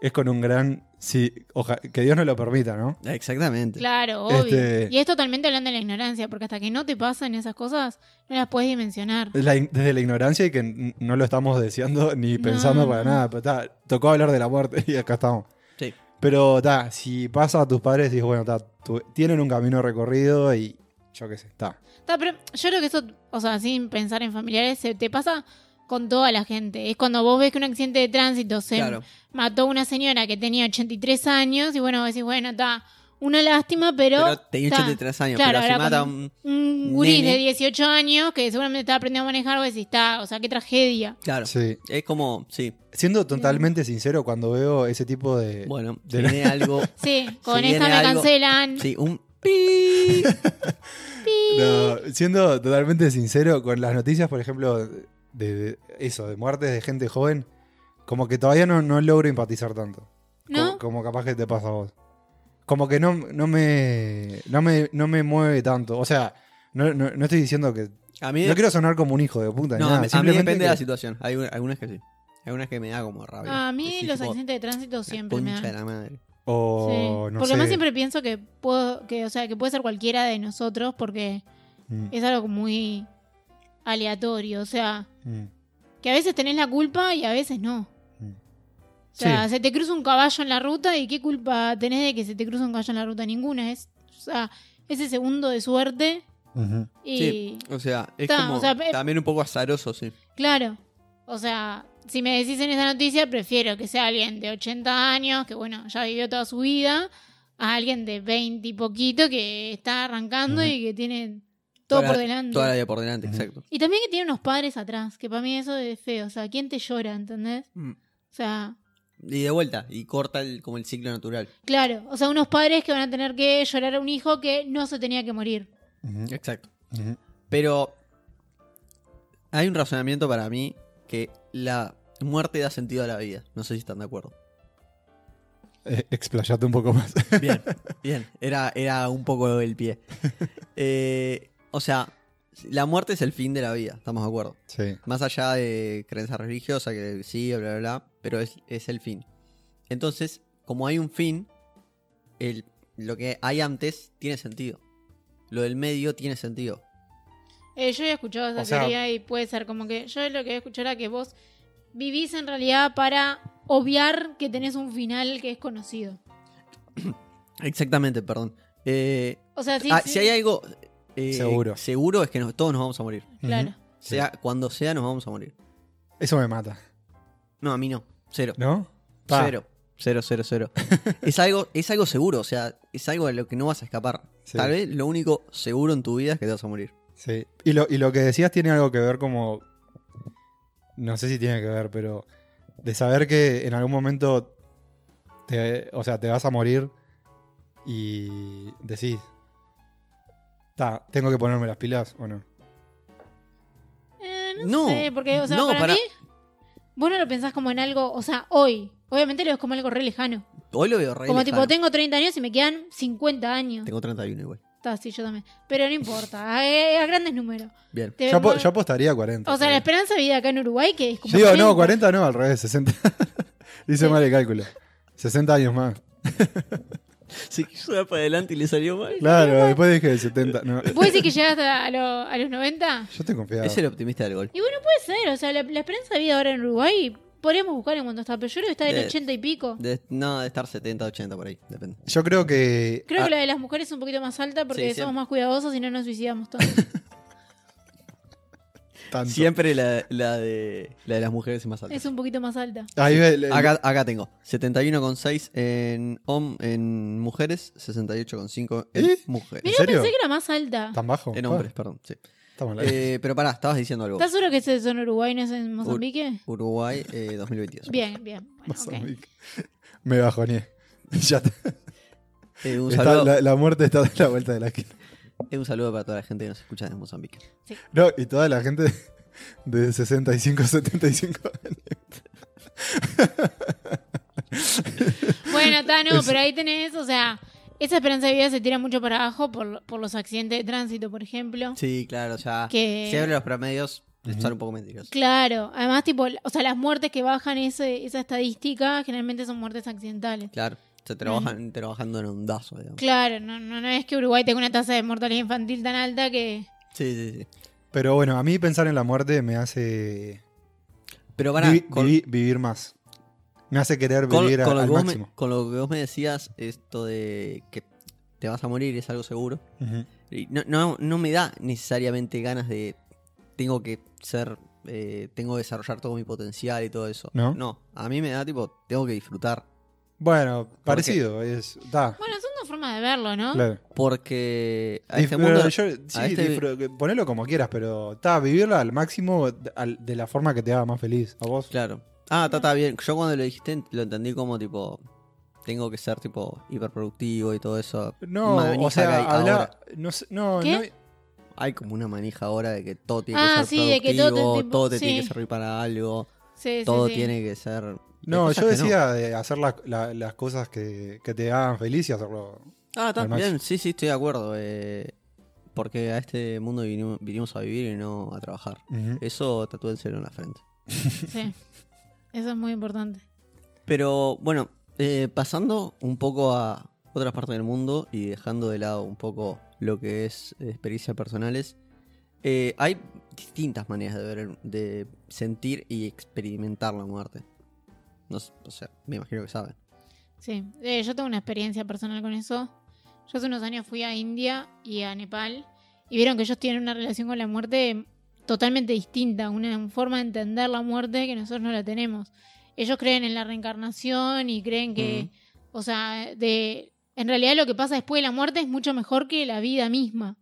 [SPEAKER 2] es con un gran. Sí, oja- que Dios no lo permita, ¿no?
[SPEAKER 1] Exactamente.
[SPEAKER 3] Claro, obvio.
[SPEAKER 2] Este-
[SPEAKER 3] Y es totalmente hablando de la ignorancia, porque hasta que no te pasan esas cosas, no las puedes dimensionar.
[SPEAKER 2] La in- desde la ignorancia y que n- no lo estamos deseando ni pensando
[SPEAKER 3] No.
[SPEAKER 2] para nada. Pero ta, tocó hablar de la muerte y acá estamos.
[SPEAKER 1] Sí.
[SPEAKER 2] Pero ta, si pasa a tus padres, dices, bueno, ta, tu- tienen un camino recorrido y yo qué sé, está.
[SPEAKER 3] Ta, pero yo creo que eso, o sea, sin pensar en familiares, se te pasa con toda la gente. Es cuando vos ves que un accidente de tránsito se
[SPEAKER 1] Claro.
[SPEAKER 3] mató a una señora que tenía 83 años y bueno, decís, bueno, está una lástima, pero...
[SPEAKER 1] Pero tenía
[SPEAKER 3] ta,
[SPEAKER 1] 83 años,
[SPEAKER 3] Claro,
[SPEAKER 1] pero si
[SPEAKER 3] ahora
[SPEAKER 1] mata
[SPEAKER 3] con-
[SPEAKER 1] un-
[SPEAKER 3] Un guris
[SPEAKER 1] nene.
[SPEAKER 3] de 18 años que seguramente estaba aprendiendo a manejar, vos decís, está, o sea, qué tragedia.
[SPEAKER 1] Claro.
[SPEAKER 2] Sí.
[SPEAKER 1] Es como, sí,
[SPEAKER 2] Siendo totalmente sincero, cuando veo ese tipo de.
[SPEAKER 1] bueno,
[SPEAKER 2] Eh, de la-
[SPEAKER 1] tiene algo.
[SPEAKER 3] Sí, con
[SPEAKER 1] viene
[SPEAKER 3] esta me
[SPEAKER 1] algo-
[SPEAKER 3] cancelan.
[SPEAKER 1] Sí, un pi.
[SPEAKER 2] No, siendo totalmente sincero, con las noticias, por ejemplo, de, de eso, de muertes de gente joven, como que todavía no, no logro empatizar tanto.
[SPEAKER 3] ¿No?
[SPEAKER 2] Co- Como, capaz que te pasa a vos. Como que no, no, me, no, me, no me mueve tanto. O sea, no, no- no estoy diciendo que.
[SPEAKER 1] A mí,
[SPEAKER 2] No quiero sonar como un hijo de puta. ni
[SPEAKER 1] no,
[SPEAKER 2] nada,
[SPEAKER 1] a mí- a mí
[SPEAKER 2] simplemente
[SPEAKER 1] depende de la
[SPEAKER 2] que-
[SPEAKER 1] situación. Hay un- algunas que sí. Algunas que me da como rabia.
[SPEAKER 3] A mí
[SPEAKER 1] Decís,
[SPEAKER 3] los
[SPEAKER 1] tipo,
[SPEAKER 3] accidentes de tránsito
[SPEAKER 1] la
[SPEAKER 3] siempre me
[SPEAKER 1] concha de
[SPEAKER 3] dan.
[SPEAKER 1] la madre.
[SPEAKER 2] O
[SPEAKER 3] Sí.
[SPEAKER 2] Oh, no
[SPEAKER 3] porque
[SPEAKER 2] sé.
[SPEAKER 3] además siempre pienso que puedo, que, o sea, que puede ser cualquiera de nosotros porque
[SPEAKER 2] Mm,
[SPEAKER 3] es algo muy aleatorio. O sea,
[SPEAKER 2] mm,
[SPEAKER 3] que a veces tenés la culpa y a veces no.
[SPEAKER 2] mm.
[SPEAKER 3] O sea,
[SPEAKER 2] Sí.
[SPEAKER 3] se te cruza un caballo en la ruta y qué culpa tenés de que se te cruza un caballo en la ruta ninguna. Es, o sea, ese segundo de suerte
[SPEAKER 2] Ujú.
[SPEAKER 3] y
[SPEAKER 1] Sí, o sea, es
[SPEAKER 3] Ta,
[SPEAKER 1] como
[SPEAKER 3] o sea, eh,
[SPEAKER 1] también un poco azaroso, sí.
[SPEAKER 3] claro. O sea, si me decís en esa noticia, prefiero que sea alguien de 80 años, que bueno, ya vivió toda su vida, a alguien de 20 y poquito que está arrancando
[SPEAKER 2] Ujú.
[SPEAKER 3] y que tiene todo
[SPEAKER 1] Toda
[SPEAKER 3] por
[SPEAKER 1] la-
[SPEAKER 3] delante.
[SPEAKER 1] Toda la vida por delante,
[SPEAKER 2] Ujú.
[SPEAKER 1] exacto.
[SPEAKER 3] Y también que tiene unos padres atrás, que para mí eso es feo. O sea, ¿quién te llora, entendés?
[SPEAKER 1] Mm.
[SPEAKER 3] O sea,
[SPEAKER 1] Y de vuelta, y corta el, como el ciclo natural.
[SPEAKER 3] claro. O sea, unos padres que van a tener que llorar a un hijo que no se tenía que morir.
[SPEAKER 2] Ujú.
[SPEAKER 1] Exacto.
[SPEAKER 2] Ujú.
[SPEAKER 1] Pero hay un razonamiento para mí que la muerte da sentido a la vida. No sé si están de acuerdo.
[SPEAKER 2] Eh, explayate un poco más.
[SPEAKER 1] Bien, bien. Era, era un poco el pie. Eh, o sea, la muerte es el fin de la vida, estamos de acuerdo.
[SPEAKER 2] sí.
[SPEAKER 1] Más allá de creencia religiosa, que sí, bla, bla, bla, pero es, es el fin. Entonces, como hay un fin, el, lo que hay antes tiene sentido. Lo del medio tiene sentido.
[SPEAKER 3] Eh, yo había escuchado esa
[SPEAKER 2] O sea-
[SPEAKER 3] teoría y puede ser como que yo lo que había escuchado era que vos vivís en realidad para obviar que tenés un final que es conocido.
[SPEAKER 1] Exactamente, perdón. Eh,
[SPEAKER 3] O sea, sí,
[SPEAKER 1] ah,
[SPEAKER 3] sí,
[SPEAKER 1] Si hay algo eh,
[SPEAKER 2] Seguro.
[SPEAKER 1] seguro es que nos- todos nos vamos a morir.
[SPEAKER 3] claro.
[SPEAKER 2] Ujú. Sí.
[SPEAKER 1] Sea, Cuando sea, nos vamos a morir.
[SPEAKER 2] Eso me mata.
[SPEAKER 1] No, a mí no. Cero.
[SPEAKER 2] ¿No? Pa.
[SPEAKER 1] Cero. Cero, cero, cero. es, algo, es algo seguro, o sea, es algo de lo que no vas a escapar.
[SPEAKER 2] Sí.
[SPEAKER 1] Tal vez lo único seguro en tu vida es que te vas a morir.
[SPEAKER 2] Sí. Y lo, y lo que decías tiene algo que ver como. No sé si tiene que ver, pero. De saber que en algún momento. Te, o sea, te vas a morir. Y decís. Ta, tengo que ponerme las pilas o no.
[SPEAKER 3] Eh, no,
[SPEAKER 1] No,
[SPEAKER 3] sé, porque, o sea,
[SPEAKER 1] no,
[SPEAKER 3] para,
[SPEAKER 1] para-
[SPEAKER 3] mí, vos no lo pensás como en algo, o sea, hoy. Obviamente lo ves como algo re lejano.
[SPEAKER 1] Hoy lo veo re
[SPEAKER 3] como
[SPEAKER 1] lejano.
[SPEAKER 3] tipo, tengo 30 años y me quedan 50 años.
[SPEAKER 1] Tengo 31 igual.
[SPEAKER 3] Está, sí, yo también. Pero no importa, a, a grandes números.
[SPEAKER 1] Bien.
[SPEAKER 3] Te
[SPEAKER 2] Yo, apo-
[SPEAKER 3] vengo-
[SPEAKER 2] yo apostaría a 40.
[SPEAKER 3] Eh, o sea, la esperanza de vida acá en Uruguay, que es como.
[SPEAKER 2] Yo digo, no,
[SPEAKER 3] 40.
[SPEAKER 2] 40 no, al revés, 60. Hice
[SPEAKER 3] Sí.
[SPEAKER 2] mal el cálculo. 60 años más.
[SPEAKER 1] Se quiso dar para adelante y le salió mal.
[SPEAKER 2] Claro, después dije 70. No.
[SPEAKER 3] ¿Vos decís que llegaste a, lo- a los 90?
[SPEAKER 2] Yo te confiaba.
[SPEAKER 1] Es el optimista del gol.
[SPEAKER 3] Y bueno, puede ser, o sea, la, la esperanza de vida ahora en Uruguay, podríamos buscar en cuanto está, pero yo creo que está
[SPEAKER 1] De-
[SPEAKER 3] del 80 y pico.
[SPEAKER 1] De- no, de estar 70, 80 por ahí, depende.
[SPEAKER 2] Yo creo que.
[SPEAKER 3] Creo
[SPEAKER 2] ah,
[SPEAKER 3] que la de las mujeres es un poquito más alta porque
[SPEAKER 1] Sí,
[SPEAKER 3] somos
[SPEAKER 1] siempre.
[SPEAKER 3] más cuidadosos y no nos suicidamos todos.
[SPEAKER 2] tanto.
[SPEAKER 1] Siempre la, la de, la de las mujeres es más alta.
[SPEAKER 3] es un poquito más alta.
[SPEAKER 2] Ahí ve el- el-
[SPEAKER 1] Acá, acá tengo 71,6 en, hom- en mujeres, 68,5 en
[SPEAKER 2] ¿Eh?
[SPEAKER 1] mujeres.
[SPEAKER 3] Mira,
[SPEAKER 2] serio?
[SPEAKER 3] pensé que era más alta.
[SPEAKER 2] ¿Tan bajo?
[SPEAKER 1] En hombres, perdón. sí.
[SPEAKER 2] Ah, estamos mal.
[SPEAKER 1] Eh, pero pará, estabas diciendo algo.
[SPEAKER 3] ¿Estás seguro que ese es en Uruguay, no es en Mozambique?
[SPEAKER 1] Uruguay eh, 2022.
[SPEAKER 3] Bien, bien. Bueno, ok.
[SPEAKER 2] Mozambique. Me bajoné. Ya está.
[SPEAKER 1] Eh, un,
[SPEAKER 2] Está-
[SPEAKER 1] saludo,
[SPEAKER 2] la, la muerte está a la vuelta de la esquina.
[SPEAKER 1] eh, un saludo para toda la gente que nos escucha desde Mozambique.
[SPEAKER 2] No, y toda la gente de 65, 75 años.
[SPEAKER 3] Bueno, está, no, pero ahí tenés, o sea, esa esperanza de vida se tira mucho para abajo por, por los accidentes de tránsito, por ejemplo.
[SPEAKER 1] Sí, claro, ya.
[SPEAKER 3] Que-
[SPEAKER 1] Si hablo de los promedios, de
[SPEAKER 2] Ujú.
[SPEAKER 1] estar un poco mentiroso.
[SPEAKER 3] Claro, además, tipo, o sea, las muertes que bajan ese- esa estadística generalmente son muertes accidentales.
[SPEAKER 1] Claro, se trabajan trabajando en un dazo, digamos.
[SPEAKER 3] Claro, no, no, no es que Uruguay tenga una tasa de mortalidad infantil tan alta que.
[SPEAKER 1] Sí, sí, sí.
[SPEAKER 2] Pero bueno, a mí pensar en la muerte me hace
[SPEAKER 1] Pero para
[SPEAKER 2] vivi- vivi- vivir más. Me hace querer
[SPEAKER 1] Con,
[SPEAKER 2] vivir a-
[SPEAKER 1] con lo
[SPEAKER 2] al
[SPEAKER 1] que vos
[SPEAKER 2] máximo.
[SPEAKER 1] me, con lo que vos me decías, esto de que te vas a morir es algo seguro.
[SPEAKER 2] Ujú.
[SPEAKER 1] Y No, no, no me da necesariamente ganas de. Tengo que ser. eh, tengo que desarrollar todo mi potencial y todo eso.
[SPEAKER 2] ¿No?
[SPEAKER 1] a mí me da tipo. Tengo que disfrutar.
[SPEAKER 2] Bueno, parecido. Es, da,
[SPEAKER 3] Bueno, son dos formas de verlo, ¿no?
[SPEAKER 2] claro.
[SPEAKER 1] Porque. A
[SPEAKER 2] Dif-
[SPEAKER 1] este
[SPEAKER 2] pero
[SPEAKER 1] mundo.
[SPEAKER 2] yo- sí,
[SPEAKER 1] a este-
[SPEAKER 2] disfr- ponelo como quieras, pero está, vivirla al máximo de, al- de la forma que te haga más feliz. A vos.
[SPEAKER 1] Claro. Ah, está, está bien. Yo cuando lo dijiste lo entendí como tipo. Tengo que ser tipo hiperproductivo y todo eso.
[SPEAKER 2] No,
[SPEAKER 1] Manija
[SPEAKER 2] o
[SPEAKER 1] que
[SPEAKER 2] sea,
[SPEAKER 1] hay
[SPEAKER 2] habla-
[SPEAKER 1] ahora.
[SPEAKER 2] no, sé- no,
[SPEAKER 3] ¿Qué?
[SPEAKER 2] no-
[SPEAKER 1] Hay como una manija ahora de que todo tiene
[SPEAKER 3] Ah,
[SPEAKER 1] que ser
[SPEAKER 3] sí, de
[SPEAKER 1] productivo,
[SPEAKER 3] que todo te-
[SPEAKER 1] todo,
[SPEAKER 3] tipo-
[SPEAKER 1] te
[SPEAKER 3] sí.
[SPEAKER 1] tiene que servir para algo,
[SPEAKER 3] Sí, sí,
[SPEAKER 1] todo
[SPEAKER 3] sí.
[SPEAKER 1] tiene que ser. hay
[SPEAKER 2] no,
[SPEAKER 1] cosas
[SPEAKER 2] yo
[SPEAKER 1] que
[SPEAKER 2] decía de hacer la- la- las cosas que, que te hagan feliz y hacerlo.
[SPEAKER 1] Ah, está
[SPEAKER 2] Al máximo.
[SPEAKER 1] bien, sí, sí, estoy de acuerdo. eh, porque a este mundo vinimos, vinimos a vivir y no a trabajar.
[SPEAKER 2] Ujú.
[SPEAKER 1] Eso tatúenselo en la frente.
[SPEAKER 3] Sí. Eso es muy importante.
[SPEAKER 1] Pero bueno, eh, pasando un poco a otras partes del mundo y dejando de lado un poco lo que es eh, experiencias personales, eh, hay distintas maneras de, ver, de sentir y experimentar la muerte. No, s- o sea, me imagino que saben.
[SPEAKER 3] Sí. Eh, yo tengo una experiencia personal con eso. Yo hace unos años fui a India y a Nepal y vieron que ellos tienen una relación con la muerte totalmente distinta, una forma de entender la muerte que nosotros no la tenemos. Ellos creen en la reencarnación y creen que, o sea, de en realidad lo que pasa después de la muerte es mucho mejor que la vida misma.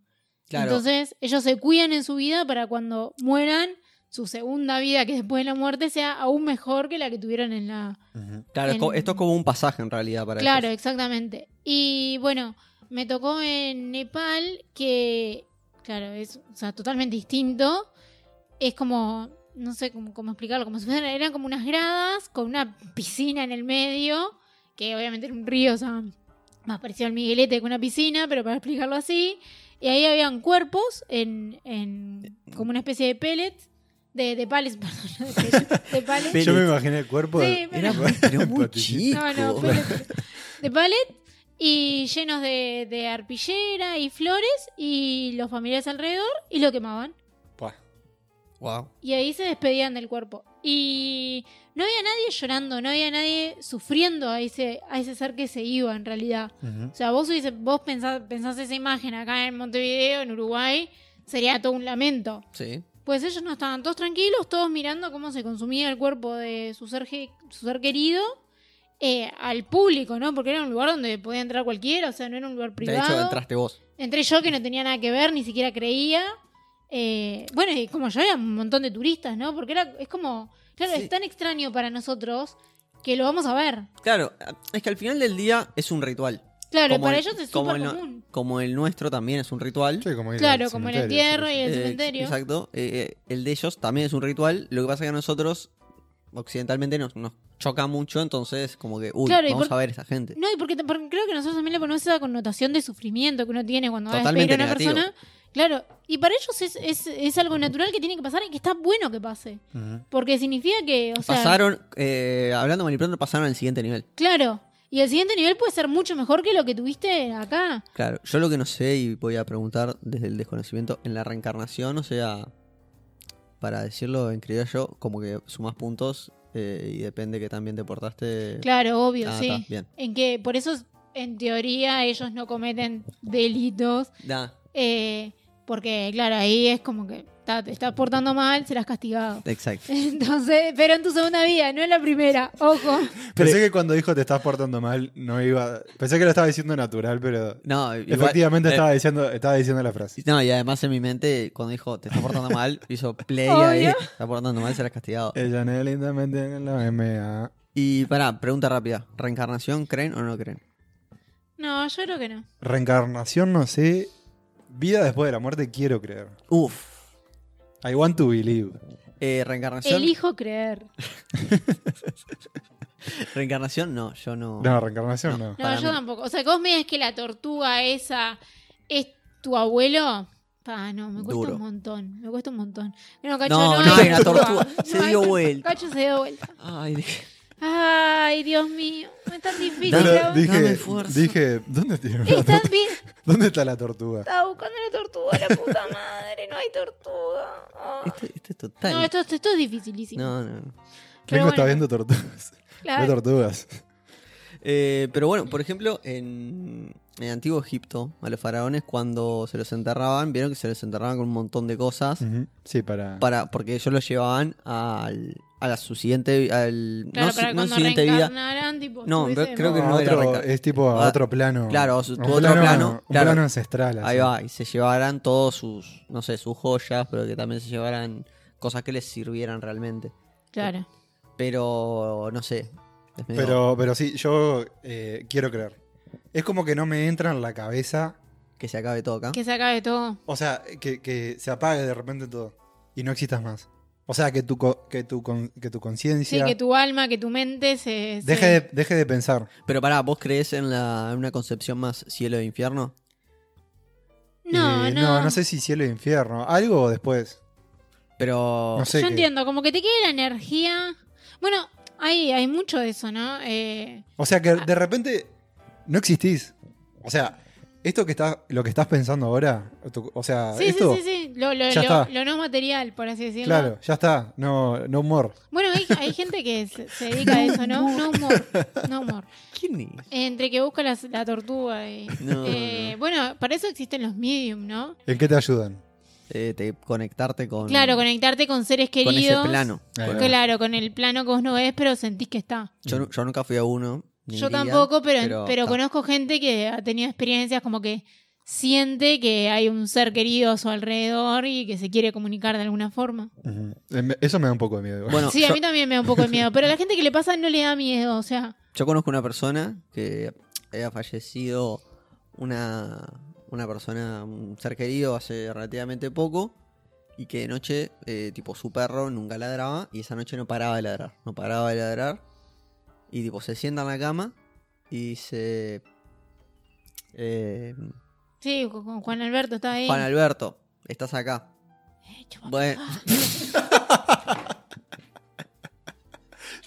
[SPEAKER 3] Entonces, ellos se cuidan en su vida para cuando mueran, su segunda vida, que después de la muerte, sea aún mejor que la que tuvieron en la,
[SPEAKER 2] Ujú.
[SPEAKER 1] Claro, es co-
[SPEAKER 3] en-
[SPEAKER 1] esto es como un pasaje en realidad para
[SPEAKER 3] Claro,
[SPEAKER 1] ellos.
[SPEAKER 3] exactamente. Y bueno, me tocó en Nepal, que, claro, es o sea, totalmente distinto. Es como, no sé cómo, cómo explicarlo, como si fueran, eran como unas gradas con una piscina en el medio, que obviamente era un río, o sea, más parecido al Miguelete que una piscina, pero para explicarlo así. Y ahí habían cuerpos en, en como una especie de pellets, de, de pales, perdón, de, de pallets.
[SPEAKER 1] Pe-
[SPEAKER 2] eh, Yo me imaginé el cuerpo
[SPEAKER 3] Sí,
[SPEAKER 2] de.
[SPEAKER 3] pero-
[SPEAKER 1] Era muy- pero muy
[SPEAKER 2] Patillita.
[SPEAKER 1] chico.
[SPEAKER 3] No, no, pellet. De pallet y llenos de, de arpillera y flores y los familiares alrededor y lo quemaban.
[SPEAKER 2] Pua.
[SPEAKER 1] Wow.
[SPEAKER 3] Y ahí se despedían del cuerpo. Y no había nadie llorando, no había nadie sufriendo a ese, a ese ser que se iba en realidad.
[SPEAKER 2] Ujú.
[SPEAKER 3] O sea, vos, hubiese- vos pensás, pensás esa imagen acá en Montevideo, en Uruguay, sería todo un lamento.
[SPEAKER 1] Sí.
[SPEAKER 3] Pues ellos no estaban todos tranquilos, todos mirando cómo se consumía el cuerpo de su ser, ge- su ser querido eh, al público, ¿no? Porque era un lugar donde podía entrar cualquiera, o sea, no era un lugar privado.
[SPEAKER 1] De hecho, entraste vos.
[SPEAKER 3] Entré yo que no tenía nada que ver, ni siquiera creía. Eh, bueno, y como yo era un montón de turistas, ¿no? Porque era, es como, claro,
[SPEAKER 1] Sí.
[SPEAKER 3] es tan extraño para nosotros que lo vamos a ver.
[SPEAKER 1] Claro, es que al final del día es un ritual.
[SPEAKER 3] Claro,
[SPEAKER 1] Como
[SPEAKER 3] para
[SPEAKER 1] el-
[SPEAKER 3] ellos es
[SPEAKER 1] como
[SPEAKER 3] súper
[SPEAKER 1] el no-
[SPEAKER 3] común.
[SPEAKER 1] Como el nuestro también es un ritual.
[SPEAKER 2] Sí, como ir
[SPEAKER 3] Claro,
[SPEAKER 2] al
[SPEAKER 3] como el
[SPEAKER 2] cementerio,
[SPEAKER 3] entierro
[SPEAKER 2] sí,
[SPEAKER 3] y el
[SPEAKER 1] Eh,
[SPEAKER 3] cementerio.
[SPEAKER 1] Exacto. Eh, eh, el de ellos también es un ritual. Lo que pasa es que a nosotros, occidentalmente, nos, nos choca mucho. Entonces, como que, uy,
[SPEAKER 3] Claro, y
[SPEAKER 1] vamos
[SPEAKER 3] por-
[SPEAKER 1] a ver a esa gente.
[SPEAKER 3] No, y porque, t- porque creo que nosotros también le ponemos esa connotación de sufrimiento que uno tiene cuando va a despedir
[SPEAKER 1] Totalmente
[SPEAKER 3] a
[SPEAKER 1] negativo.
[SPEAKER 3] una persona. Claro, y para ellos es, es, es algo natural que tiene que pasar y que está bueno que pase.
[SPEAKER 2] sí. Ujú.
[SPEAKER 3] Porque significa que, o sea,
[SPEAKER 1] pasaron, eh, hablando mal y pronto, pasaron al siguiente nivel.
[SPEAKER 3] claro. Y el siguiente nivel puede ser mucho mejor que lo que tuviste acá.
[SPEAKER 1] Claro, yo lo que no sé y voy a preguntar desde el desconocimiento, en la reencarnación, o sea, para decirlo en criollo, como que sumas puntos eh, y depende que también te portaste.
[SPEAKER 3] Claro, obvio,
[SPEAKER 1] Ah,
[SPEAKER 3] sí.
[SPEAKER 1] está, bien.
[SPEAKER 3] En que por eso, en teoría, ellos no cometen delitos.
[SPEAKER 1] Da,
[SPEAKER 3] eh, porque, claro, ahí es como que ta, te estás portando mal, serás castigado.
[SPEAKER 1] exacto.
[SPEAKER 3] Entonces, pero en tu segunda vida, no en la primera. Ojo.
[SPEAKER 2] Pensé que cuando dijo te estás portando mal, no iba. Pensé que lo estaba diciendo natural, pero.
[SPEAKER 1] No, igual-
[SPEAKER 2] efectivamente
[SPEAKER 1] eh,
[SPEAKER 2] estaba diciendo, estaba diciendo la frase.
[SPEAKER 1] No, y además en mi mente, cuando dijo te está portando mal, hizo play
[SPEAKER 3] Obvio.
[SPEAKER 1] ahí. Te está portando mal, serás castigado.
[SPEAKER 2] Ella no es lindamente en la MA.
[SPEAKER 1] Y pará, pregunta rápida: ¿reencarnación creen o no creen?
[SPEAKER 3] No, yo creo que no.
[SPEAKER 2] Reencarnación, no sé. Vida después de la muerte, quiero creer.
[SPEAKER 1] Uf.
[SPEAKER 2] I want to believe.
[SPEAKER 1] Eh, reencarnación.
[SPEAKER 3] Elijo creer.
[SPEAKER 1] Reencarnación, no, yo no.
[SPEAKER 2] No, reencarnación no.
[SPEAKER 3] No,
[SPEAKER 1] Para
[SPEAKER 3] yo
[SPEAKER 1] mí.
[SPEAKER 3] tampoco. O sea, que vos me digas que la tortuga esa es tu abuelo. Pa, no, me cuesta
[SPEAKER 1] Duro.
[SPEAKER 3] un montón. Me cuesta un montón. No, Cacho,
[SPEAKER 1] No,
[SPEAKER 3] no,
[SPEAKER 1] no hay una
[SPEAKER 3] Cacho,
[SPEAKER 1] tortuga.
[SPEAKER 3] no
[SPEAKER 1] Se
[SPEAKER 3] hay
[SPEAKER 1] dio
[SPEAKER 3] tortuga.
[SPEAKER 1] vuelta.
[SPEAKER 3] Cacho se dio vuelta.
[SPEAKER 1] Ay, dije,
[SPEAKER 3] Ay, Dios mío. Es tan difícil.
[SPEAKER 1] Dale,
[SPEAKER 2] Pero
[SPEAKER 3] la-
[SPEAKER 1] di- dame
[SPEAKER 2] dije,
[SPEAKER 1] fuerza.
[SPEAKER 2] dije, ¿dónde tiene la
[SPEAKER 3] Es tan
[SPEAKER 2] tortuga?
[SPEAKER 3] bien.
[SPEAKER 2] ¿Dónde está la tortuga?
[SPEAKER 3] Estaba buscando la tortuga, la puta madre. No hay tortuga. Ah.
[SPEAKER 1] este, este es total.
[SPEAKER 3] No, esto, esto es dificilísimo.
[SPEAKER 1] No, no, no.
[SPEAKER 3] Pero
[SPEAKER 2] Clenco está
[SPEAKER 3] bueno.
[SPEAKER 2] viendo tortugas.
[SPEAKER 3] Claro.
[SPEAKER 2] Ve tortugas.
[SPEAKER 1] Eh, pero bueno, por ejemplo, en, en Antiguo Egipto, a los faraones cuando se los enterraban, vieron que se los enterraban con un montón de cosas.
[SPEAKER 2] Ujú. Sí, para.
[SPEAKER 1] para porque ellos los llevaban al, a la- su siguiente al
[SPEAKER 3] Claro,
[SPEAKER 1] no,
[SPEAKER 3] para
[SPEAKER 1] si- no
[SPEAKER 3] cuando
[SPEAKER 1] siguiente vida
[SPEAKER 3] reencarnaran, tipo,
[SPEAKER 1] No,
[SPEAKER 3] estuviese
[SPEAKER 1] pero creo
[SPEAKER 2] No,
[SPEAKER 1] que
[SPEAKER 3] de
[SPEAKER 2] a
[SPEAKER 1] no
[SPEAKER 3] moda.
[SPEAKER 1] era
[SPEAKER 2] otro,
[SPEAKER 1] recta.
[SPEAKER 2] es tipo a
[SPEAKER 1] Ah,
[SPEAKER 2] otro plano.
[SPEAKER 1] claro, su-
[SPEAKER 2] Un
[SPEAKER 1] tu otro plano,
[SPEAKER 2] Un
[SPEAKER 1] claro.
[SPEAKER 2] plano ancestral. así.
[SPEAKER 1] ahí va y se llevaran todos sus no sé sus joyas pero que también se llevaran cosas que les sirvieran realmente
[SPEAKER 3] Claro.
[SPEAKER 1] pero no sé es medio-
[SPEAKER 2] Pero, pero sí, yo eh, quiero creer. Es como que no me entra en la cabeza.
[SPEAKER 1] que se acabe todo acá
[SPEAKER 3] Que se acabe todo.
[SPEAKER 2] O sea, que, que se apague de repente todo. Y no existas más. O sea, que tu, co- que tu, con- que tu
[SPEAKER 3] Sí,
[SPEAKER 2] conciencia
[SPEAKER 3] que tu alma, que tu mente se. se-
[SPEAKER 2] deje, de, deje de pensar.
[SPEAKER 1] pero pará vos crees en, la, en una concepción más cielo e infierno
[SPEAKER 3] No,
[SPEAKER 2] Eh,
[SPEAKER 3] no.
[SPEAKER 2] no. sé si cielo e infierno. Algo después.
[SPEAKER 1] pero
[SPEAKER 2] No sé.
[SPEAKER 3] Yo
[SPEAKER 2] que-
[SPEAKER 3] entiendo, como que te quede la energía. Bueno, hay, hay mucho de eso, ¿no? Eh,
[SPEAKER 2] O sea, que de repente no existís. O sea, esto que estás, lo que estás pensando ahora. tu- o sea,
[SPEAKER 3] sí,
[SPEAKER 2] esto.
[SPEAKER 3] sí, sí, sí. Lo, lo-
[SPEAKER 2] Ah, ya
[SPEAKER 3] lo-
[SPEAKER 2] está.
[SPEAKER 3] lo no material, por así decirlo.
[SPEAKER 2] Claro, ya está. No, no humor.
[SPEAKER 3] Bueno, hay, hay gente que se, se dedica a eso, ¿no? No humor. No humor.
[SPEAKER 1] quién es
[SPEAKER 3] Entre que busca las- la, tortuga y.
[SPEAKER 1] no,
[SPEAKER 3] eh,
[SPEAKER 1] no.
[SPEAKER 3] Bueno, para eso existen los medium, ¿no?
[SPEAKER 2] ¿En qué te ayudan?
[SPEAKER 1] Eh, te- conectarte con
[SPEAKER 3] Claro, conectarte con seres
[SPEAKER 1] con
[SPEAKER 3] queridos.
[SPEAKER 1] ese plano
[SPEAKER 2] Ahí va.
[SPEAKER 3] Claro, con el plano que vos no ves, pero sentís que está.
[SPEAKER 1] yo, nu- yo nunca fui a uno ni
[SPEAKER 3] Yo
[SPEAKER 1] iría,
[SPEAKER 3] tampoco, pero, pero,
[SPEAKER 1] está.
[SPEAKER 3] conozco gente que ha tenido experiencias como que siente que hay un ser querido a su alrededor y que se quiere comunicar de alguna forma.
[SPEAKER 2] Ujú. Em, Eso me da un poco de miedo. igual.
[SPEAKER 1] Bueno,
[SPEAKER 3] sí,
[SPEAKER 1] yo-
[SPEAKER 3] a mí también me da un poco de miedo, pero a la gente que le pasa no le da miedo, o sea,
[SPEAKER 1] Yo conozco una persona que había fallecido una, una persona, un ser querido hace relativamente poco y que de noche, eh, tipo, su perro nunca ladraba y esa noche no paraba de ladrar, no paraba de ladrar y tipo, se sienta en la cama y dice, eh,
[SPEAKER 3] sí, con con Juan Alberto está ahí.
[SPEAKER 1] Juan Alberto, estás acá.
[SPEAKER 3] Eh, chupa-
[SPEAKER 1] Bueno,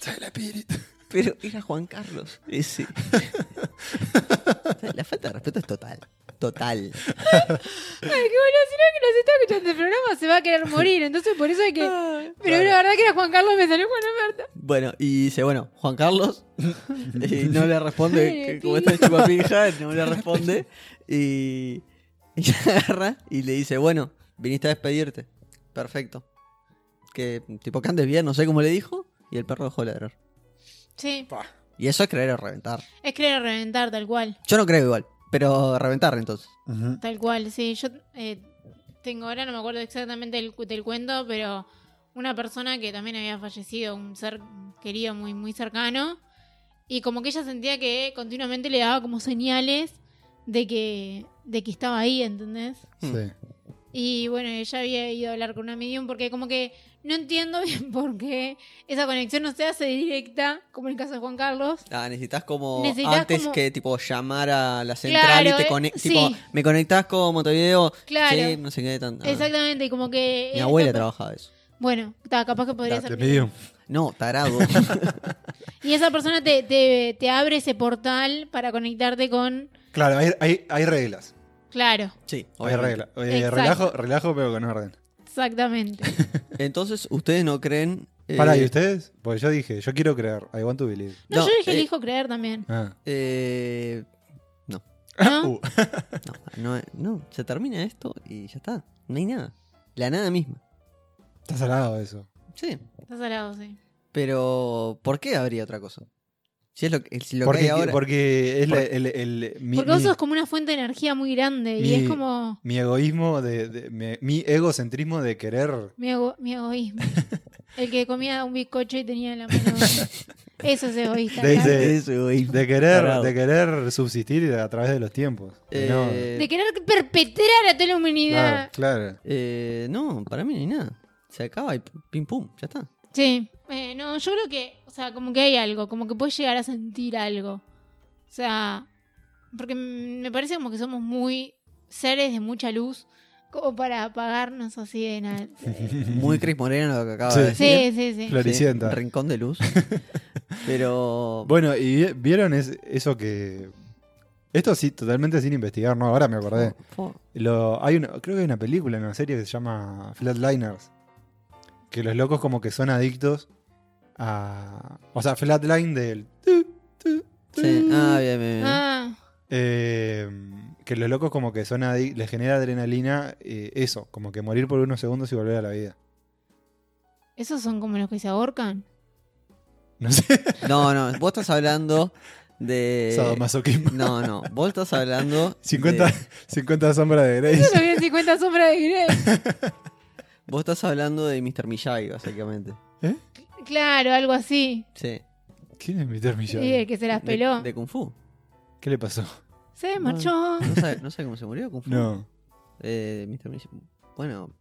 [SPEAKER 2] Sale la pirita.
[SPEAKER 1] pero era Juan Carlos. Ese. La falta de respeto es total, total.
[SPEAKER 3] Ay, qué bueno, si no que nos está escuchando el programa se va a querer morir, entonces por eso hay que... Pero la verdad que era Juan Carlos, me salió Juan Alberto.
[SPEAKER 1] Bueno, y dice, bueno, Juan Carlos, y no le responde, que como está en chupapija, no le responde, y, y agarra y le dice, bueno, viniste a despedirte, perfecto. Que tipo que andes bien, no sé cómo le dijo, y el perro dejó de ladrar.
[SPEAKER 3] Sí,
[SPEAKER 1] Y eso es creer o reventar.
[SPEAKER 3] es querer reventar tal cual.
[SPEAKER 1] Yo no creo igual, pero reventar entonces.
[SPEAKER 2] Ujú.
[SPEAKER 3] Tal cual, sí. Yo eh, tengo ahora, no me acuerdo exactamente del, cu- del cuento, pero una persona que también había fallecido, un ser querido muy, muy cercano, y como que ella sentía que continuamente le daba como señales de que, de que estaba ahí, ¿entendés?
[SPEAKER 2] Sí.
[SPEAKER 3] Y bueno, ella había ido a hablar con una medium porque como que no entiendo bien por qué esa conexión no se hace directa, como en el caso de Juan Carlos.
[SPEAKER 1] Ah, necesitas como
[SPEAKER 3] Necesitas
[SPEAKER 1] antes
[SPEAKER 3] como-
[SPEAKER 1] que tipo llamar a la central
[SPEAKER 3] Claro,
[SPEAKER 1] y te
[SPEAKER 3] eh,
[SPEAKER 1] conectas,
[SPEAKER 3] sí.
[SPEAKER 1] tipo, me conectás con Montevideo,
[SPEAKER 3] Claro.
[SPEAKER 1] sí, no sé qué tan... ah.
[SPEAKER 3] Exactamente, y como que...
[SPEAKER 1] Mi abuela
[SPEAKER 3] esta-
[SPEAKER 1] trabajaba eso.
[SPEAKER 3] Bueno, ta, capaz que podría
[SPEAKER 2] Date,
[SPEAKER 3] ser...
[SPEAKER 2] medium.
[SPEAKER 1] No, tarado.
[SPEAKER 3] Y esa persona te, te, te abre ese portal para conectarte con.
[SPEAKER 2] Claro, hay, hay, hay reglas.
[SPEAKER 3] Claro,
[SPEAKER 1] Sí,
[SPEAKER 2] Hay
[SPEAKER 1] obviamente.
[SPEAKER 2] regla. Eh,
[SPEAKER 3] Exacto.
[SPEAKER 2] relajo, relajo, pero con orden.
[SPEAKER 3] exactamente.
[SPEAKER 1] Entonces, ustedes no creen. eh,
[SPEAKER 2] Para, ¿y ustedes? Porque yo dije, yo quiero creer. I want to believe.
[SPEAKER 3] No,
[SPEAKER 1] No,
[SPEAKER 3] yo dije
[SPEAKER 1] eh,
[SPEAKER 3] elijo creer también.
[SPEAKER 2] Ah.
[SPEAKER 1] eh,
[SPEAKER 3] ¿No?
[SPEAKER 2] Uh,
[SPEAKER 1] no, no, no, se termina esto y ya está. No hay nada. La nada misma.
[SPEAKER 2] está salado eso.
[SPEAKER 1] Sí.
[SPEAKER 3] Estás al lado, sí.
[SPEAKER 1] Pero, ¿por qué habría otra cosa? Si es lo, que- es lo que hay
[SPEAKER 2] Porque,
[SPEAKER 1] ahora.
[SPEAKER 2] porque es la-
[SPEAKER 1] Por-
[SPEAKER 2] el, el- el- mi,
[SPEAKER 3] Porque vos
[SPEAKER 2] mi-
[SPEAKER 3] sos como una fuente de energía muy grande y
[SPEAKER 2] mi-
[SPEAKER 3] es como
[SPEAKER 2] mi egoísmo, de, de- mi, mi egocentrismo de querer.
[SPEAKER 3] mi, ego- mi egoísmo. El que comía un bizcocho y tenía la mano. Eso es egoísta.
[SPEAKER 2] De-
[SPEAKER 3] ¿verdad?
[SPEAKER 2] de-
[SPEAKER 1] Eso, güey.
[SPEAKER 2] De querer,
[SPEAKER 1] Tarado.
[SPEAKER 2] de querer subsistir a través de los tiempos. Y no.
[SPEAKER 1] Eh,
[SPEAKER 3] De querer perpetrar a toda la
[SPEAKER 2] claro,
[SPEAKER 3] humanidad.
[SPEAKER 2] claro.
[SPEAKER 1] eh, no, para mí no hay nada. Se acaba y pim pum, ya está.
[SPEAKER 3] Sí. Eh, no, yo creo que, o sea, como que hay algo, como que puedes llegar a sentir algo. O sea, porque mm, me parece como que somos muy seres de mucha luz. como para pagarnos así de nada.
[SPEAKER 1] Muy Cris Moreno lo que acaba
[SPEAKER 2] Sí.
[SPEAKER 1] de
[SPEAKER 3] Sí,
[SPEAKER 1] decir.
[SPEAKER 3] sí, sí.
[SPEAKER 2] Claro. Floricienta.
[SPEAKER 1] Rincón de luz. Pero.
[SPEAKER 2] Bueno, y vi- vieron es- eso que. Esto sí, totalmente sin investigar, ¿no? Ahora me acordé.
[SPEAKER 1] Fo-
[SPEAKER 2] Lo, hay una, creo que hay una película, una serie que se llama Flatliners. Que los locos como que son adictos a. O sea, Flatline del. tu, tu, tu.
[SPEAKER 1] sí. Ah, bien, bien, bien.
[SPEAKER 3] Ah,
[SPEAKER 2] Eh, que los locos como que son adi- les genera adrenalina eh, eso, como que morir por unos segundos y volver a la vida.
[SPEAKER 3] esos son como los que se ahorcan.
[SPEAKER 2] No sé.
[SPEAKER 1] No, no, vos estás hablando
[SPEAKER 2] Eh.
[SPEAKER 1] de.
[SPEAKER 2] Sadomasoquismo.
[SPEAKER 1] No, no, vos estás hablando. de-
[SPEAKER 2] 50, 50 sombras de Grey.
[SPEAKER 3] Eso lo vi en 50 sombras de Grey.
[SPEAKER 1] Vos estás hablando de Mr. Miyagi, básicamente.
[SPEAKER 3] Claro, algo así.
[SPEAKER 1] Sí.
[SPEAKER 2] ¿Quién es Mr.
[SPEAKER 3] Sí, eh.
[SPEAKER 2] Miyagi?
[SPEAKER 3] el que se las
[SPEAKER 1] De-
[SPEAKER 3] peló.
[SPEAKER 1] De, Kung Fu.
[SPEAKER 2] ¿Qué le pasó?
[SPEAKER 3] Se marchó.
[SPEAKER 1] No sabe, no sabe cómo se murió Kung Fu.
[SPEAKER 2] No.
[SPEAKER 1] Eh, Mr. Miyagi. Bueno,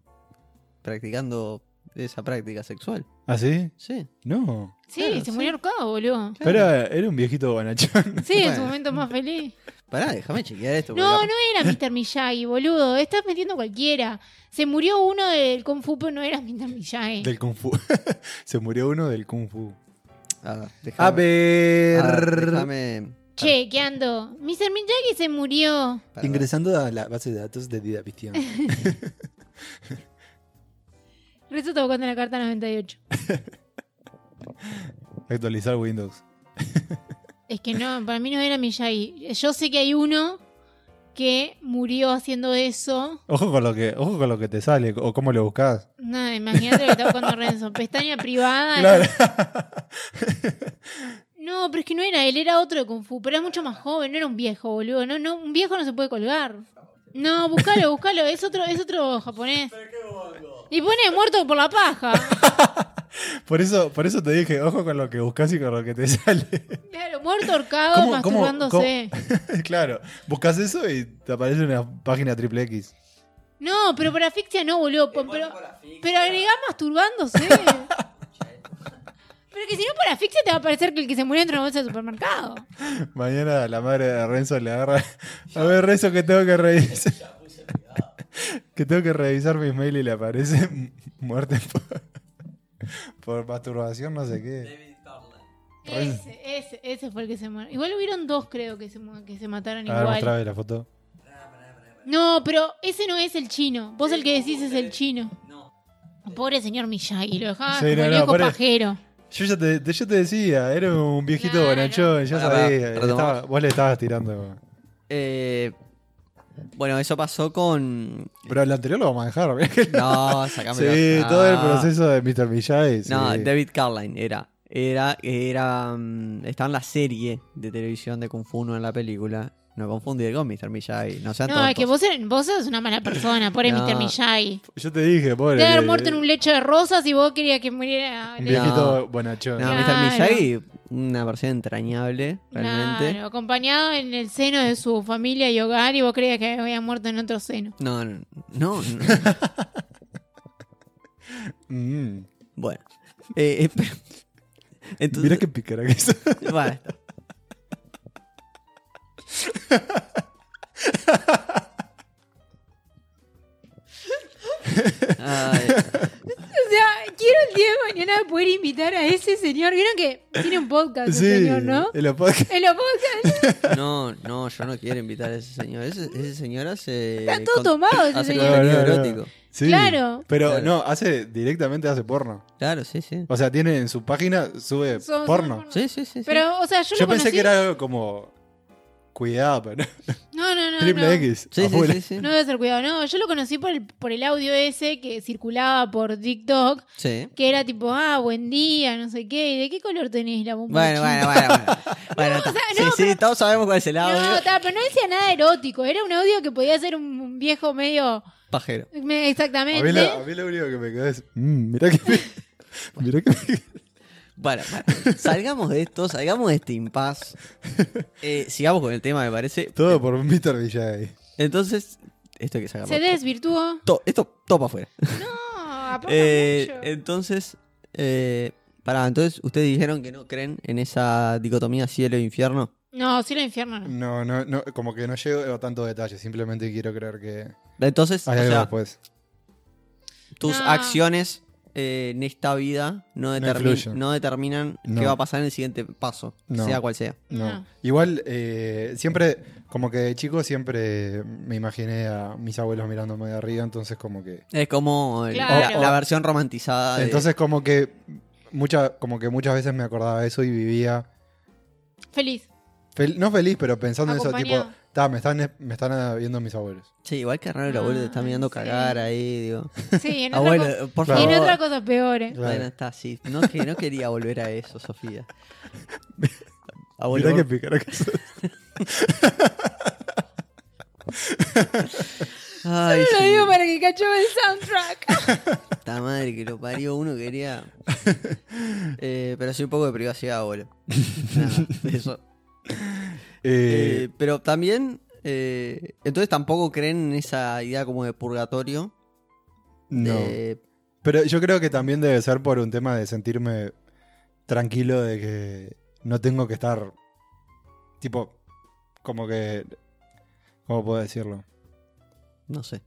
[SPEAKER 1] practicando esa práctica sexual.
[SPEAKER 2] ¿Ah, sí?
[SPEAKER 1] Sí.
[SPEAKER 2] No.
[SPEAKER 3] Sí,
[SPEAKER 1] Claro,
[SPEAKER 3] se
[SPEAKER 1] sí.
[SPEAKER 3] murió ahorcado, boludo.
[SPEAKER 1] Claro.
[SPEAKER 2] Pero eh, era un viejito bonachón.
[SPEAKER 3] Sí, en su
[SPEAKER 1] Bueno.
[SPEAKER 3] momento más feliz.
[SPEAKER 1] Pará, déjame chequear esto.
[SPEAKER 3] No,
[SPEAKER 1] porque
[SPEAKER 3] no era Mr. Miyagi, boludo. Estás metiendo cualquiera. Se murió uno del Kung Fu, pero no era Mr. Miyagi.
[SPEAKER 2] Del Kung Fu. Se murió uno del Kung Fu.
[SPEAKER 1] capaz- Ah,
[SPEAKER 2] A
[SPEAKER 1] déjame. Ah,
[SPEAKER 2] ver.
[SPEAKER 1] déjame-
[SPEAKER 3] Che, ¿qué ando? Mr. Miyagi se murió.
[SPEAKER 1] perdón.
[SPEAKER 2] Ingresando a la base de datos de vida cristiana.
[SPEAKER 3] Rezo está buscando la carta 98.
[SPEAKER 2] Actualizar Windows.
[SPEAKER 3] Es que no, para mí no era Miyagi. Yo sé que hay uno que murió haciendo eso.
[SPEAKER 2] Ojo con lo que, ojo con lo que te sale o cómo lo buscas.
[SPEAKER 3] No, imagínate lo que está buscando Renzo. Pestaña privada. No, pero es que no era él, era otro de Kung Fu, pero era mucho más joven, no era un viejo, boludo. No, no, un viejo no se puede colgar. No, búscalo, búscalo, es otro, es otro japonés. Y pone muerto por la paja.
[SPEAKER 2] Por eso, por eso te dije, ojo con lo que buscas y con lo que te sale.
[SPEAKER 3] Claro, muerto ahorcado,
[SPEAKER 2] ¿Cómo- cómo-
[SPEAKER 3] masturbándose.
[SPEAKER 2] claro, buscas eso y te aparece una página triple X.
[SPEAKER 3] No, pero por asfixia no, boludo. po- Pero, pero agregá masturbándose. Pero que si no por asfixia te va a parecer que el que se murió entró en una bolsa de supermercado.
[SPEAKER 2] Mañana la madre de Renzo le agarra. A ver, Renzo, que tengo que revisar. que tengo que revisar mis mail y le aparece mu- muerte por, por masturbación, no sé qué.
[SPEAKER 3] Ese, ese, ese fue el que se murió. Igual hubieron dos, creo, que se, mu- que se mataron
[SPEAKER 2] A ver,
[SPEAKER 3] igual.
[SPEAKER 2] mostrame la foto.
[SPEAKER 3] No, pero ese no es el chino. Vos el que decís es el chino. Pobre señor Miyagi, lo dejaba
[SPEAKER 2] Sí,
[SPEAKER 3] como
[SPEAKER 2] no,
[SPEAKER 3] el
[SPEAKER 2] no,
[SPEAKER 3] viejo
[SPEAKER 2] pobre-
[SPEAKER 3] pajero.
[SPEAKER 2] Yo ya te, te- yo te decía, era un viejito
[SPEAKER 3] Claro.
[SPEAKER 2] bonachón, ya
[SPEAKER 1] Pará, pará,
[SPEAKER 2] sabía.
[SPEAKER 1] retomamos.
[SPEAKER 2] Estaba- vos le estabas tirando.
[SPEAKER 1] Eh, bueno, eso pasó con.
[SPEAKER 2] Pero el anterior lo vamos a dejar. mirá que-
[SPEAKER 1] No, sacame
[SPEAKER 2] sí, todo el proceso de Mr. Miyagi. sí.
[SPEAKER 1] Ah. No, David Carline era. Era, era, mm, estaba en la serie de televisión de Kung Fu no en la película. No confundir con Mr. Miyagi, no sean
[SPEAKER 3] No,
[SPEAKER 1] tontos.
[SPEAKER 3] es que vos, eres- vos sos una mala persona, pobre
[SPEAKER 1] No.
[SPEAKER 3] Mr. Miyagi.
[SPEAKER 2] Yo te dije, pobre.
[SPEAKER 3] De haber
[SPEAKER 2] eh,
[SPEAKER 3] muerto en un lecho de rosas y vos querías que muriera.
[SPEAKER 2] un
[SPEAKER 1] Bien,
[SPEAKER 2] viejito
[SPEAKER 1] No.
[SPEAKER 2] bonachón.
[SPEAKER 1] No,
[SPEAKER 3] Claro.
[SPEAKER 1] Mr. Miyagi, una versión entrañable, realmente.
[SPEAKER 3] Claro, acompañado en el seno de su familia y hogar y vos creías que había muerto en otro seno.
[SPEAKER 1] No, no, no, no.
[SPEAKER 2] Mm.
[SPEAKER 1] Bueno. Eh, eh, pero- entonces,
[SPEAKER 2] Mira qué picara que es.
[SPEAKER 1] basta. Ay,
[SPEAKER 3] O sea, quiero el día de mañana poder invitar a ese señor. Vieron que tiene un podcast, el señor, ¿no?
[SPEAKER 2] en la podcast.
[SPEAKER 3] En los podcasts
[SPEAKER 1] no, no, yo no quiero invitar a ese señor. Ese, ese señor hace.
[SPEAKER 3] está todo
[SPEAKER 1] con-
[SPEAKER 3] tomado ese
[SPEAKER 1] Hace
[SPEAKER 3] señor.
[SPEAKER 1] contenido
[SPEAKER 2] No, no, no.
[SPEAKER 1] erótico.
[SPEAKER 2] Sí.
[SPEAKER 3] Claro.
[SPEAKER 2] Pero
[SPEAKER 1] Claro.
[SPEAKER 2] no, hace directamente hace porno.
[SPEAKER 1] Claro, sí, sí.
[SPEAKER 2] O sea, tiene en su página sube
[SPEAKER 3] Son- son
[SPEAKER 2] porno.
[SPEAKER 3] porno.
[SPEAKER 1] Sí, sí, sí. sí.
[SPEAKER 3] Pero, o sea, yo,
[SPEAKER 2] Yo,
[SPEAKER 3] lo
[SPEAKER 2] pensé
[SPEAKER 3] conocí-
[SPEAKER 2] que era algo como cuidado, pero
[SPEAKER 3] No, no, no.
[SPEAKER 2] triple
[SPEAKER 3] no.
[SPEAKER 2] X.
[SPEAKER 1] sí, sí,
[SPEAKER 2] afuera.
[SPEAKER 1] sí, sí.
[SPEAKER 3] No debe ser cuidado. No, yo lo conocí por el, por el audio ese que circulaba por TikTok,
[SPEAKER 1] Sí.
[SPEAKER 3] que era tipo, ah, buen día, no sé qué. ¿Y de qué color tenés la bomba?
[SPEAKER 1] Bueno, bueno, bueno, bueno. Bueno,
[SPEAKER 3] sea,
[SPEAKER 1] ta-
[SPEAKER 3] no,
[SPEAKER 1] sí, sí, todos sabemos cuál es el audio.
[SPEAKER 3] No, ta, pero no decía nada erótico. Era un audio que podía ser un, un viejo medio.
[SPEAKER 1] Pajero.
[SPEAKER 3] me-
[SPEAKER 2] A mí, lo,
[SPEAKER 3] exactamente.
[SPEAKER 2] a mí lo único que me quedó es. mm, mirá que. me- mirá que. me-
[SPEAKER 1] Bueno, bueno, salgamos de esto, salgamos de este impas. Eh, sigamos con el tema, me parece.
[SPEAKER 2] Todo por Mr. Villay.
[SPEAKER 1] Entonces, esto hay que sacarlo.
[SPEAKER 3] Se desvirtuó.
[SPEAKER 1] To- esto topa afuera.
[SPEAKER 3] No, apaga
[SPEAKER 1] Eh,
[SPEAKER 3] mucho.
[SPEAKER 1] entonces, eh, pará, entonces ustedes dijeron que no creen en esa dicotomía cielo e infierno.
[SPEAKER 3] No, cielo e infierno no.
[SPEAKER 2] No, no, no, como que no llego a tantos detalles. Simplemente quiero creer que
[SPEAKER 1] Entonces,
[SPEAKER 2] hay
[SPEAKER 1] o
[SPEAKER 2] algo
[SPEAKER 1] sea,
[SPEAKER 2] después.
[SPEAKER 1] tus
[SPEAKER 3] No.
[SPEAKER 1] acciones eh, en esta vida no,
[SPEAKER 2] No
[SPEAKER 1] determin-
[SPEAKER 2] influyen.
[SPEAKER 1] no determinan
[SPEAKER 2] No.
[SPEAKER 1] qué va a pasar en el siguiente paso,
[SPEAKER 2] No.
[SPEAKER 1] sea cual sea.
[SPEAKER 2] No.
[SPEAKER 3] No.
[SPEAKER 2] Igual, eh, siempre, como que de chico, siempre me imaginé a mis abuelos mirándome de arriba, entonces como que...
[SPEAKER 1] Es como el- la,
[SPEAKER 3] Claro.
[SPEAKER 1] la versión romantizada. de-
[SPEAKER 2] Entonces como que, mucha, como que muchas veces me acordaba de eso y vivía...
[SPEAKER 3] Feliz.
[SPEAKER 2] fel- no feliz, pero pensando en eso,
[SPEAKER 3] Acompañado.
[SPEAKER 2] tipo, "Ta, me están, me están viendo mis abuelos.
[SPEAKER 1] Sí, igual que raro el abuelo te está
[SPEAKER 3] Ah,
[SPEAKER 1] mirando
[SPEAKER 3] sí.
[SPEAKER 1] cagar ahí, digo.
[SPEAKER 3] Sí, en otra,
[SPEAKER 1] Abuelo,
[SPEAKER 3] cosa,
[SPEAKER 1] por
[SPEAKER 2] Y en
[SPEAKER 1] favor.
[SPEAKER 3] en otra cosa peor. eh.
[SPEAKER 2] Claro.
[SPEAKER 1] Bueno, está así. No, que, no quería volver a eso, Sofía. Abuelo,
[SPEAKER 2] Mirá
[SPEAKER 1] por-
[SPEAKER 2] qué pícaro que sos.
[SPEAKER 1] Ay,
[SPEAKER 3] Lo
[SPEAKER 1] sí,
[SPEAKER 3] digo para que cachó el soundtrack.
[SPEAKER 1] puta madre que lo parió uno quería. Eh, pero sí un poco de privacidad, abuelo. Nada, eso.
[SPEAKER 2] Eh,
[SPEAKER 1] Eh, pero también, eh, entonces tampoco creen en esa idea como de purgatorio.
[SPEAKER 2] no.
[SPEAKER 1] de-
[SPEAKER 2] Pero yo creo que también debe ser por un tema de sentirme tranquilo de que no tengo que estar. Tipo, como que. ¿Cómo puedo decirlo?
[SPEAKER 1] no sé.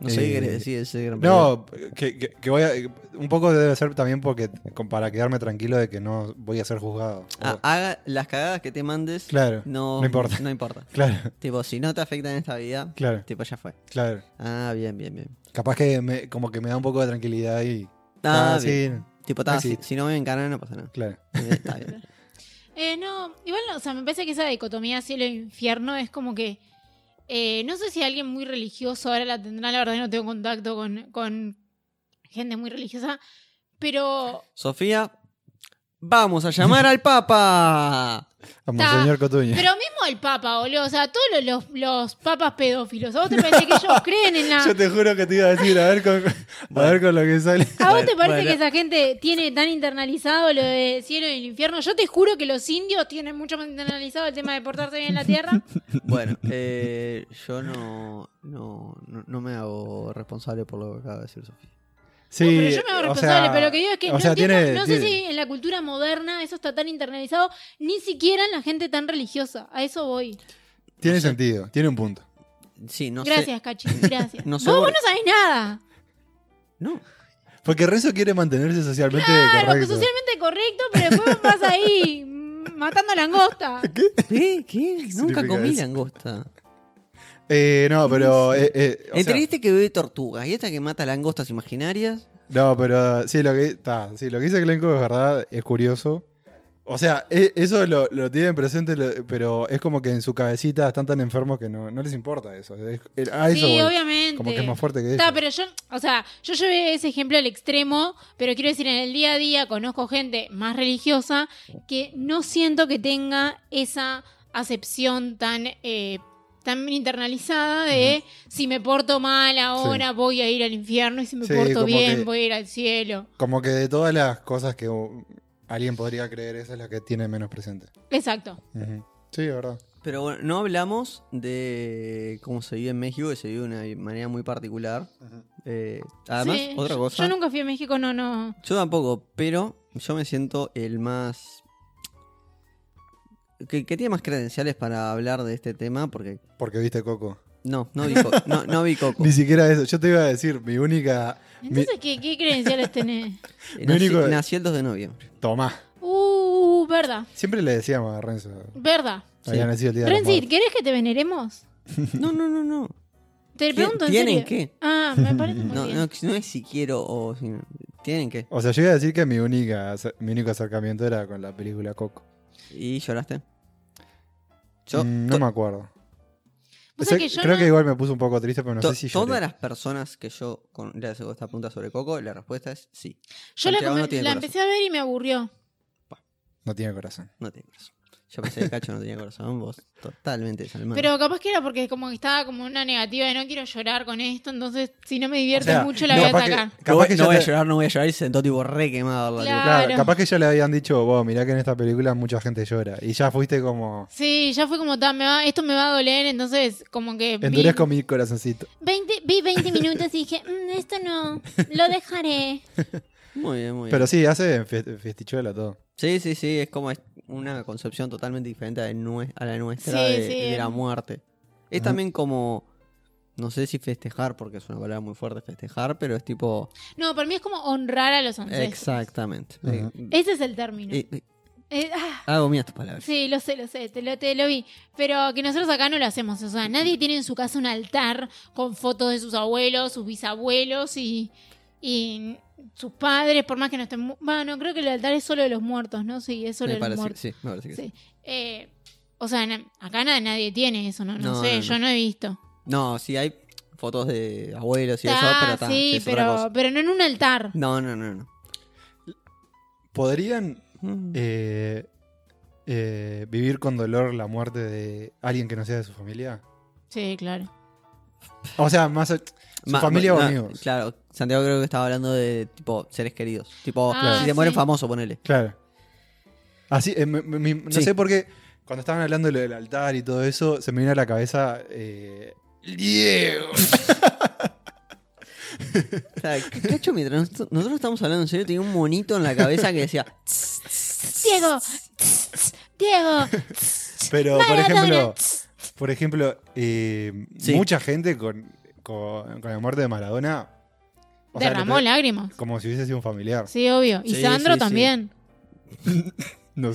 [SPEAKER 1] No sé
[SPEAKER 2] Eh,
[SPEAKER 1] qué querés decir ese gran problema.
[SPEAKER 2] No, que, que- que voy a. Un poco debe ser también porque como para quedarme tranquilo de que no voy a ser juzgado.
[SPEAKER 1] Ah, haga las cagadas que te mandes.
[SPEAKER 2] Claro,
[SPEAKER 1] No,
[SPEAKER 2] no importa.
[SPEAKER 1] No importa.
[SPEAKER 2] Claro,
[SPEAKER 1] Tipo, si no te afecta en esta vida,
[SPEAKER 2] claro,
[SPEAKER 1] tipo, ya fue.
[SPEAKER 2] claro.
[SPEAKER 1] Ah, bien, bien, bien.
[SPEAKER 2] Capaz que me, como que me da un poco de tranquilidad y.
[SPEAKER 1] Ah,
[SPEAKER 2] Ah, sí.
[SPEAKER 1] Tipo, tá,
[SPEAKER 2] Ah,
[SPEAKER 1] si,
[SPEAKER 2] sí.
[SPEAKER 1] si no me encaran, no pasa nada.
[SPEAKER 2] Claro.
[SPEAKER 1] Eh, Está bien.
[SPEAKER 3] Eh, no, igual, no, o sea, me parece que esa dicotomía cielo e infierno es como que. eh, no sé si alguien muy religioso ahora la tendrá, la verdad, no tengo contacto con, con gente muy religiosa. Pero
[SPEAKER 1] Sofía, vamos a llamar al Papa.
[SPEAKER 2] A Monseñor Cotuño.
[SPEAKER 3] Pero mismo el Papa, boludo. O sea, todos los, los, los papas pedófilos. ¿A vos te parece que ellos creen en la.?
[SPEAKER 2] Yo te juro que te iba a decir, a ver con, a ver con lo que sale.
[SPEAKER 3] ¿A vos te
[SPEAKER 1] Bueno,
[SPEAKER 3] parece
[SPEAKER 1] bueno.
[SPEAKER 3] que esa gente tiene tan internalizado lo de cielo y el infierno? Yo te juro que los indios tienen mucho más internalizado el tema de portarse bien en la tierra.
[SPEAKER 1] Bueno, eh, yo no, no, no, no me hago responsable por lo que acaba de decir Sofía.
[SPEAKER 2] Sí,
[SPEAKER 3] no, pero yo me hago
[SPEAKER 2] o
[SPEAKER 3] responsable.
[SPEAKER 2] sea,
[SPEAKER 3] pero lo que digo es que
[SPEAKER 2] o
[SPEAKER 3] no,
[SPEAKER 2] sea,
[SPEAKER 3] entiendo-
[SPEAKER 2] tiene-
[SPEAKER 3] no sé
[SPEAKER 2] tiene-
[SPEAKER 3] si en la cultura moderna eso está tan internalizado, ni siquiera en la gente tan religiosa. A eso voy.
[SPEAKER 2] Tiene
[SPEAKER 1] no sé.
[SPEAKER 2] sentido, tiene un punto.
[SPEAKER 1] Sí, no
[SPEAKER 3] gracias,
[SPEAKER 1] sé.
[SPEAKER 3] Cachi. Gracias.
[SPEAKER 1] No sé
[SPEAKER 3] vos,
[SPEAKER 1] vos-
[SPEAKER 3] vos no sabés nada.
[SPEAKER 1] No,
[SPEAKER 2] Porque Renzo quiere mantenerse socialmente
[SPEAKER 3] Claro, que
[SPEAKER 2] correcto.
[SPEAKER 3] socialmente correcto, pero después vos vas ahí mm, matando langosta.
[SPEAKER 1] ¿qué? ¿Qué? Nunca
[SPEAKER 2] significa
[SPEAKER 1] comí
[SPEAKER 2] eso?
[SPEAKER 1] langosta.
[SPEAKER 2] Eh, no, pero. eh, eh, o sea,
[SPEAKER 1] Entreviste que bebe tortugas y esta que mata langostas imaginarias.
[SPEAKER 2] no, pero sí, lo que, ta, sí, lo que dice Glencoe es verdad, es curioso. O sea, e- eso lo, lo tienen presente, lo- pero es como que en su cabecita están tan enfermos que no, no les importa eso. Es- eh, a eso
[SPEAKER 3] sí,
[SPEAKER 2] voy.
[SPEAKER 3] obviamente.
[SPEAKER 2] Como que es más fuerte que
[SPEAKER 3] Está,
[SPEAKER 2] eso.
[SPEAKER 3] pero yo, o sea, yo llevé ese ejemplo al extremo, pero quiero decir, en el día a día conozco gente más religiosa que no siento que tenga esa acepción tan, eh, tan internalizada de si me porto mal ahora voy a ir al infierno y si me
[SPEAKER 2] Sí, como
[SPEAKER 3] porto bien
[SPEAKER 2] que-
[SPEAKER 3] voy a ir al cielo.
[SPEAKER 2] Como que de todas las cosas que uh, alguien podría creer, esa es la que tiene menos presente.
[SPEAKER 3] Exacto.
[SPEAKER 2] Ujú. Sí, es verdad.
[SPEAKER 1] Pero bueno, no hablamos de cómo se vive en México, que se vive de una manera muy particular. Eh, además,
[SPEAKER 3] Sí,
[SPEAKER 1] otra
[SPEAKER 3] yo-
[SPEAKER 1] cosa.
[SPEAKER 3] Yo nunca fui a México, no, no.
[SPEAKER 1] Yo tampoco, pero yo me siento el más. Que, que tiene más credenciales para hablar de este tema, porque.
[SPEAKER 2] Porque viste Coco.
[SPEAKER 1] No, no vi, Co- no, no vi Coco.
[SPEAKER 2] Ni siquiera eso. Yo te iba a decir, mi única. mi-
[SPEAKER 3] Entonces, ¿qué, qué credenciales tenés?
[SPEAKER 1] Eh, Nací,
[SPEAKER 2] único-
[SPEAKER 1] nací el 2 de noviembre.
[SPEAKER 2] Tomá.
[SPEAKER 3] Uh, verdad,
[SPEAKER 2] Siempre le decíamos a Renzo.
[SPEAKER 3] verdad.
[SPEAKER 1] Sí.
[SPEAKER 2] Había nacido el día de los
[SPEAKER 3] Renzi,
[SPEAKER 2] muertos.
[SPEAKER 3] ¿querés que te veneremos?
[SPEAKER 1] No, no, no, no.
[SPEAKER 3] Te
[SPEAKER 1] ¿Tien-
[SPEAKER 3] pregunto en
[SPEAKER 1] tienen
[SPEAKER 3] serio.
[SPEAKER 1] que?
[SPEAKER 3] Ah, me parece muy
[SPEAKER 1] No,
[SPEAKER 3] bien.
[SPEAKER 1] no, no es si quiero o si no. Tienen que.
[SPEAKER 2] O sea, yo iba a decir que mi única mi único acercamiento era con la película Coco.
[SPEAKER 1] ¿Y lloraste? Yo.
[SPEAKER 2] Mm, no
[SPEAKER 1] to-
[SPEAKER 2] me acuerdo.
[SPEAKER 3] Vos
[SPEAKER 2] Sé-
[SPEAKER 3] sabés que yo
[SPEAKER 2] creo
[SPEAKER 3] no-
[SPEAKER 2] que igual me puso un poco triste, pero no
[SPEAKER 1] to-
[SPEAKER 2] sé si yo.
[SPEAKER 1] todas las personas que yo con- le hago esta pregunta sobre Coco, la respuesta es sí.
[SPEAKER 3] Yo la,
[SPEAKER 1] Santiago
[SPEAKER 3] come-
[SPEAKER 1] no tiene
[SPEAKER 3] la
[SPEAKER 1] corazón.
[SPEAKER 3] empecé a ver y me aburrió.
[SPEAKER 2] No tiene corazón.
[SPEAKER 1] No tiene corazón. Yo pensé que Cacho no tenía corazón, vos totalmente desalmado.
[SPEAKER 3] Pero capaz que era porque como que estaba como una negativa de no quiero llorar con esto, entonces si no me divierte
[SPEAKER 2] O sea,
[SPEAKER 3] mucho la
[SPEAKER 2] no,
[SPEAKER 3] voy a
[SPEAKER 2] capaz que-
[SPEAKER 3] sacar.
[SPEAKER 1] no,
[SPEAKER 2] Capaz
[SPEAKER 1] voy-
[SPEAKER 2] que
[SPEAKER 1] no
[SPEAKER 2] ya
[SPEAKER 1] voy a
[SPEAKER 2] te-
[SPEAKER 1] llorar, no voy a llorar y se sentó tipo re quemado. la
[SPEAKER 3] Claro.
[SPEAKER 2] Claro, capaz que ya le habían dicho, vos, mirá que en esta película mucha gente llora. Y ya fuiste como.
[SPEAKER 3] Sí, ya fue como, "Ta, me va, esto me va a doler, entonces como que... Vi
[SPEAKER 2] Endurezco mi corazoncito.
[SPEAKER 3] 20, vi 20 minutos y dije, "Mm, esto no, lo dejaré.
[SPEAKER 1] Muy bien, muy bien.
[SPEAKER 2] Pero sí, hace fie- fiestichuela todo.
[SPEAKER 1] Sí, sí, sí, es como es- una concepción totalmente diferente a, de nue- a la nuestra
[SPEAKER 3] Sí,
[SPEAKER 1] de,
[SPEAKER 3] sí.
[SPEAKER 1] de la muerte. Es
[SPEAKER 2] Ujú.
[SPEAKER 1] también como, no sé si festejar, porque es una palabra muy fuerte festejar, pero es tipo...
[SPEAKER 3] No, para mí es como honrar a los ancestros.
[SPEAKER 1] Exactamente.
[SPEAKER 2] Ujú.
[SPEAKER 1] Eh,
[SPEAKER 3] Ese es el término.
[SPEAKER 1] eh, eh,
[SPEAKER 3] Eh, ah,
[SPEAKER 1] hago mía tus palabras.
[SPEAKER 3] Sí, lo sé, lo sé, te lo, te lo vi. Pero que nosotros acá no lo hacemos. O sea, nadie tiene en su casa un altar con fotos de sus abuelos, sus bisabuelos y, y sus padres, por más que no estén. mu- Bueno, creo que el altar es solo de los muertos, ¿no? Sí, es solo
[SPEAKER 1] Me
[SPEAKER 3] de
[SPEAKER 1] parece,
[SPEAKER 3] los
[SPEAKER 1] que
[SPEAKER 3] muertos.
[SPEAKER 1] sí, me parece que sí.
[SPEAKER 3] Sí. Eh, o sea, na- acá na- nadie tiene eso, ¿no? No,
[SPEAKER 1] No,
[SPEAKER 3] sé,
[SPEAKER 1] no, no.
[SPEAKER 3] yo no he visto.
[SPEAKER 1] No, sí hay fotos de abuelos y eso,
[SPEAKER 3] Ah,
[SPEAKER 1] pero ta,
[SPEAKER 3] sí,
[SPEAKER 1] es otra
[SPEAKER 3] pero,
[SPEAKER 1] cosa.
[SPEAKER 3] pero no en un altar.
[SPEAKER 1] No, no, no, no.
[SPEAKER 2] ¿Podrían
[SPEAKER 1] Mm.
[SPEAKER 2] eh, eh, vivir con dolor la muerte de alguien que no sea de su familia?
[SPEAKER 3] Sí, claro.
[SPEAKER 2] O sea, más su
[SPEAKER 1] Ma-
[SPEAKER 2] familia o
[SPEAKER 1] ma-
[SPEAKER 2] amigos.
[SPEAKER 1] Claro, Santiago creo que estaba hablando de tipo seres queridos. Tipo,
[SPEAKER 3] Ah,
[SPEAKER 1] si te mueren
[SPEAKER 3] sí.
[SPEAKER 1] famoso, ponele.
[SPEAKER 2] Claro. Así, eh, me- me- me- no
[SPEAKER 1] Sí.
[SPEAKER 2] sé por qué, cuando estaban hablando de lo del altar y todo eso, se me vino a la cabeza. eh, Diego.
[SPEAKER 1] O sea, ¿qué cacho mientras nosotros, nosotros estamos hablando en serio? Tenía un monito en la cabeza que decía. "Tss, tss, tss".
[SPEAKER 3] Diego, Diego,
[SPEAKER 2] Pero, por
[SPEAKER 3] Maradona.
[SPEAKER 2] ejemplo, por ejemplo eh,
[SPEAKER 1] Sí.
[SPEAKER 2] mucha gente con, con, con la muerte de Maradona. o sea,
[SPEAKER 3] derramó
[SPEAKER 2] le-
[SPEAKER 3] lágrimas.
[SPEAKER 2] Como si hubiese sido un familiar.
[SPEAKER 3] Sí, obvio. Y
[SPEAKER 1] Sí, sí,
[SPEAKER 3] Sandro
[SPEAKER 1] sí.
[SPEAKER 3] también.
[SPEAKER 2] No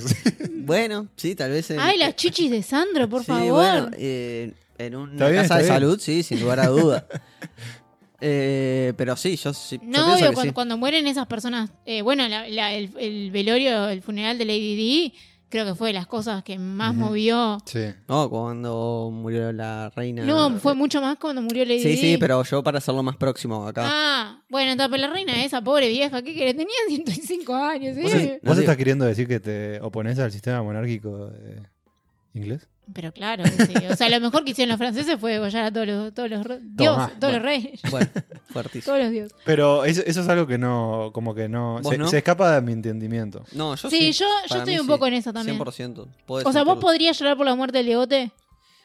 [SPEAKER 2] sé.
[SPEAKER 1] Bueno, sí, tal vez. en-
[SPEAKER 3] Ay, las chichis de Sandro, por
[SPEAKER 1] este, Sí,
[SPEAKER 3] favor.
[SPEAKER 1] bueno, eh, en una
[SPEAKER 2] Está bien,
[SPEAKER 1] casa
[SPEAKER 2] está
[SPEAKER 1] de
[SPEAKER 2] bien.
[SPEAKER 1] salud, sí, sin lugar a duda. Eh, pero sí, yo, sí, yo
[SPEAKER 3] no,
[SPEAKER 1] pienso
[SPEAKER 3] obvio,
[SPEAKER 1] que
[SPEAKER 3] cuando,
[SPEAKER 1] sí.
[SPEAKER 3] cuando mueren esas personas, eh, bueno, la- la- el, el velorio, el funeral de Lady Di, creo que fue de las cosas que más
[SPEAKER 2] Ujú.
[SPEAKER 3] movió.
[SPEAKER 2] Sí.
[SPEAKER 1] No, cuando murió la reina.
[SPEAKER 3] No, fue mucho más cuando murió Lady
[SPEAKER 1] eh, Sí,
[SPEAKER 3] Di.
[SPEAKER 1] sí, pero yo para hacerlo más próximo acá.
[SPEAKER 3] Ah, bueno, está, pero la reina esa, pobre vieja, ¿qué querés? Tenía 105 años, ¿eh?
[SPEAKER 2] ¿Vos,
[SPEAKER 1] Sí.
[SPEAKER 2] vos
[SPEAKER 1] Sí.
[SPEAKER 2] estás queriendo decir que te opones al sistema monárquico eh, inglés?
[SPEAKER 3] Pero claro, que sí. o sea, lo mejor que hicieron los franceses fue degollar a todos los, todos los re- dios,
[SPEAKER 2] Tomá,
[SPEAKER 3] todos los
[SPEAKER 1] bueno.
[SPEAKER 3] reyes,
[SPEAKER 1] Bueno, fuertísimo.
[SPEAKER 3] todos los dioses.
[SPEAKER 2] Pero eso, eso es algo que no, como que no
[SPEAKER 1] ¿Vos
[SPEAKER 2] se,
[SPEAKER 1] no?
[SPEAKER 2] se escapa de mi entendimiento.
[SPEAKER 1] No, yo sí.
[SPEAKER 3] Sí, yo, yo
[SPEAKER 1] Para
[SPEAKER 3] estoy
[SPEAKER 1] mí
[SPEAKER 3] un
[SPEAKER 1] sí,
[SPEAKER 3] poco en eso también.
[SPEAKER 1] 100%. Podés
[SPEAKER 3] O sea, vos
[SPEAKER 1] sentirlo.
[SPEAKER 3] podrías llorar por la muerte del Diegote,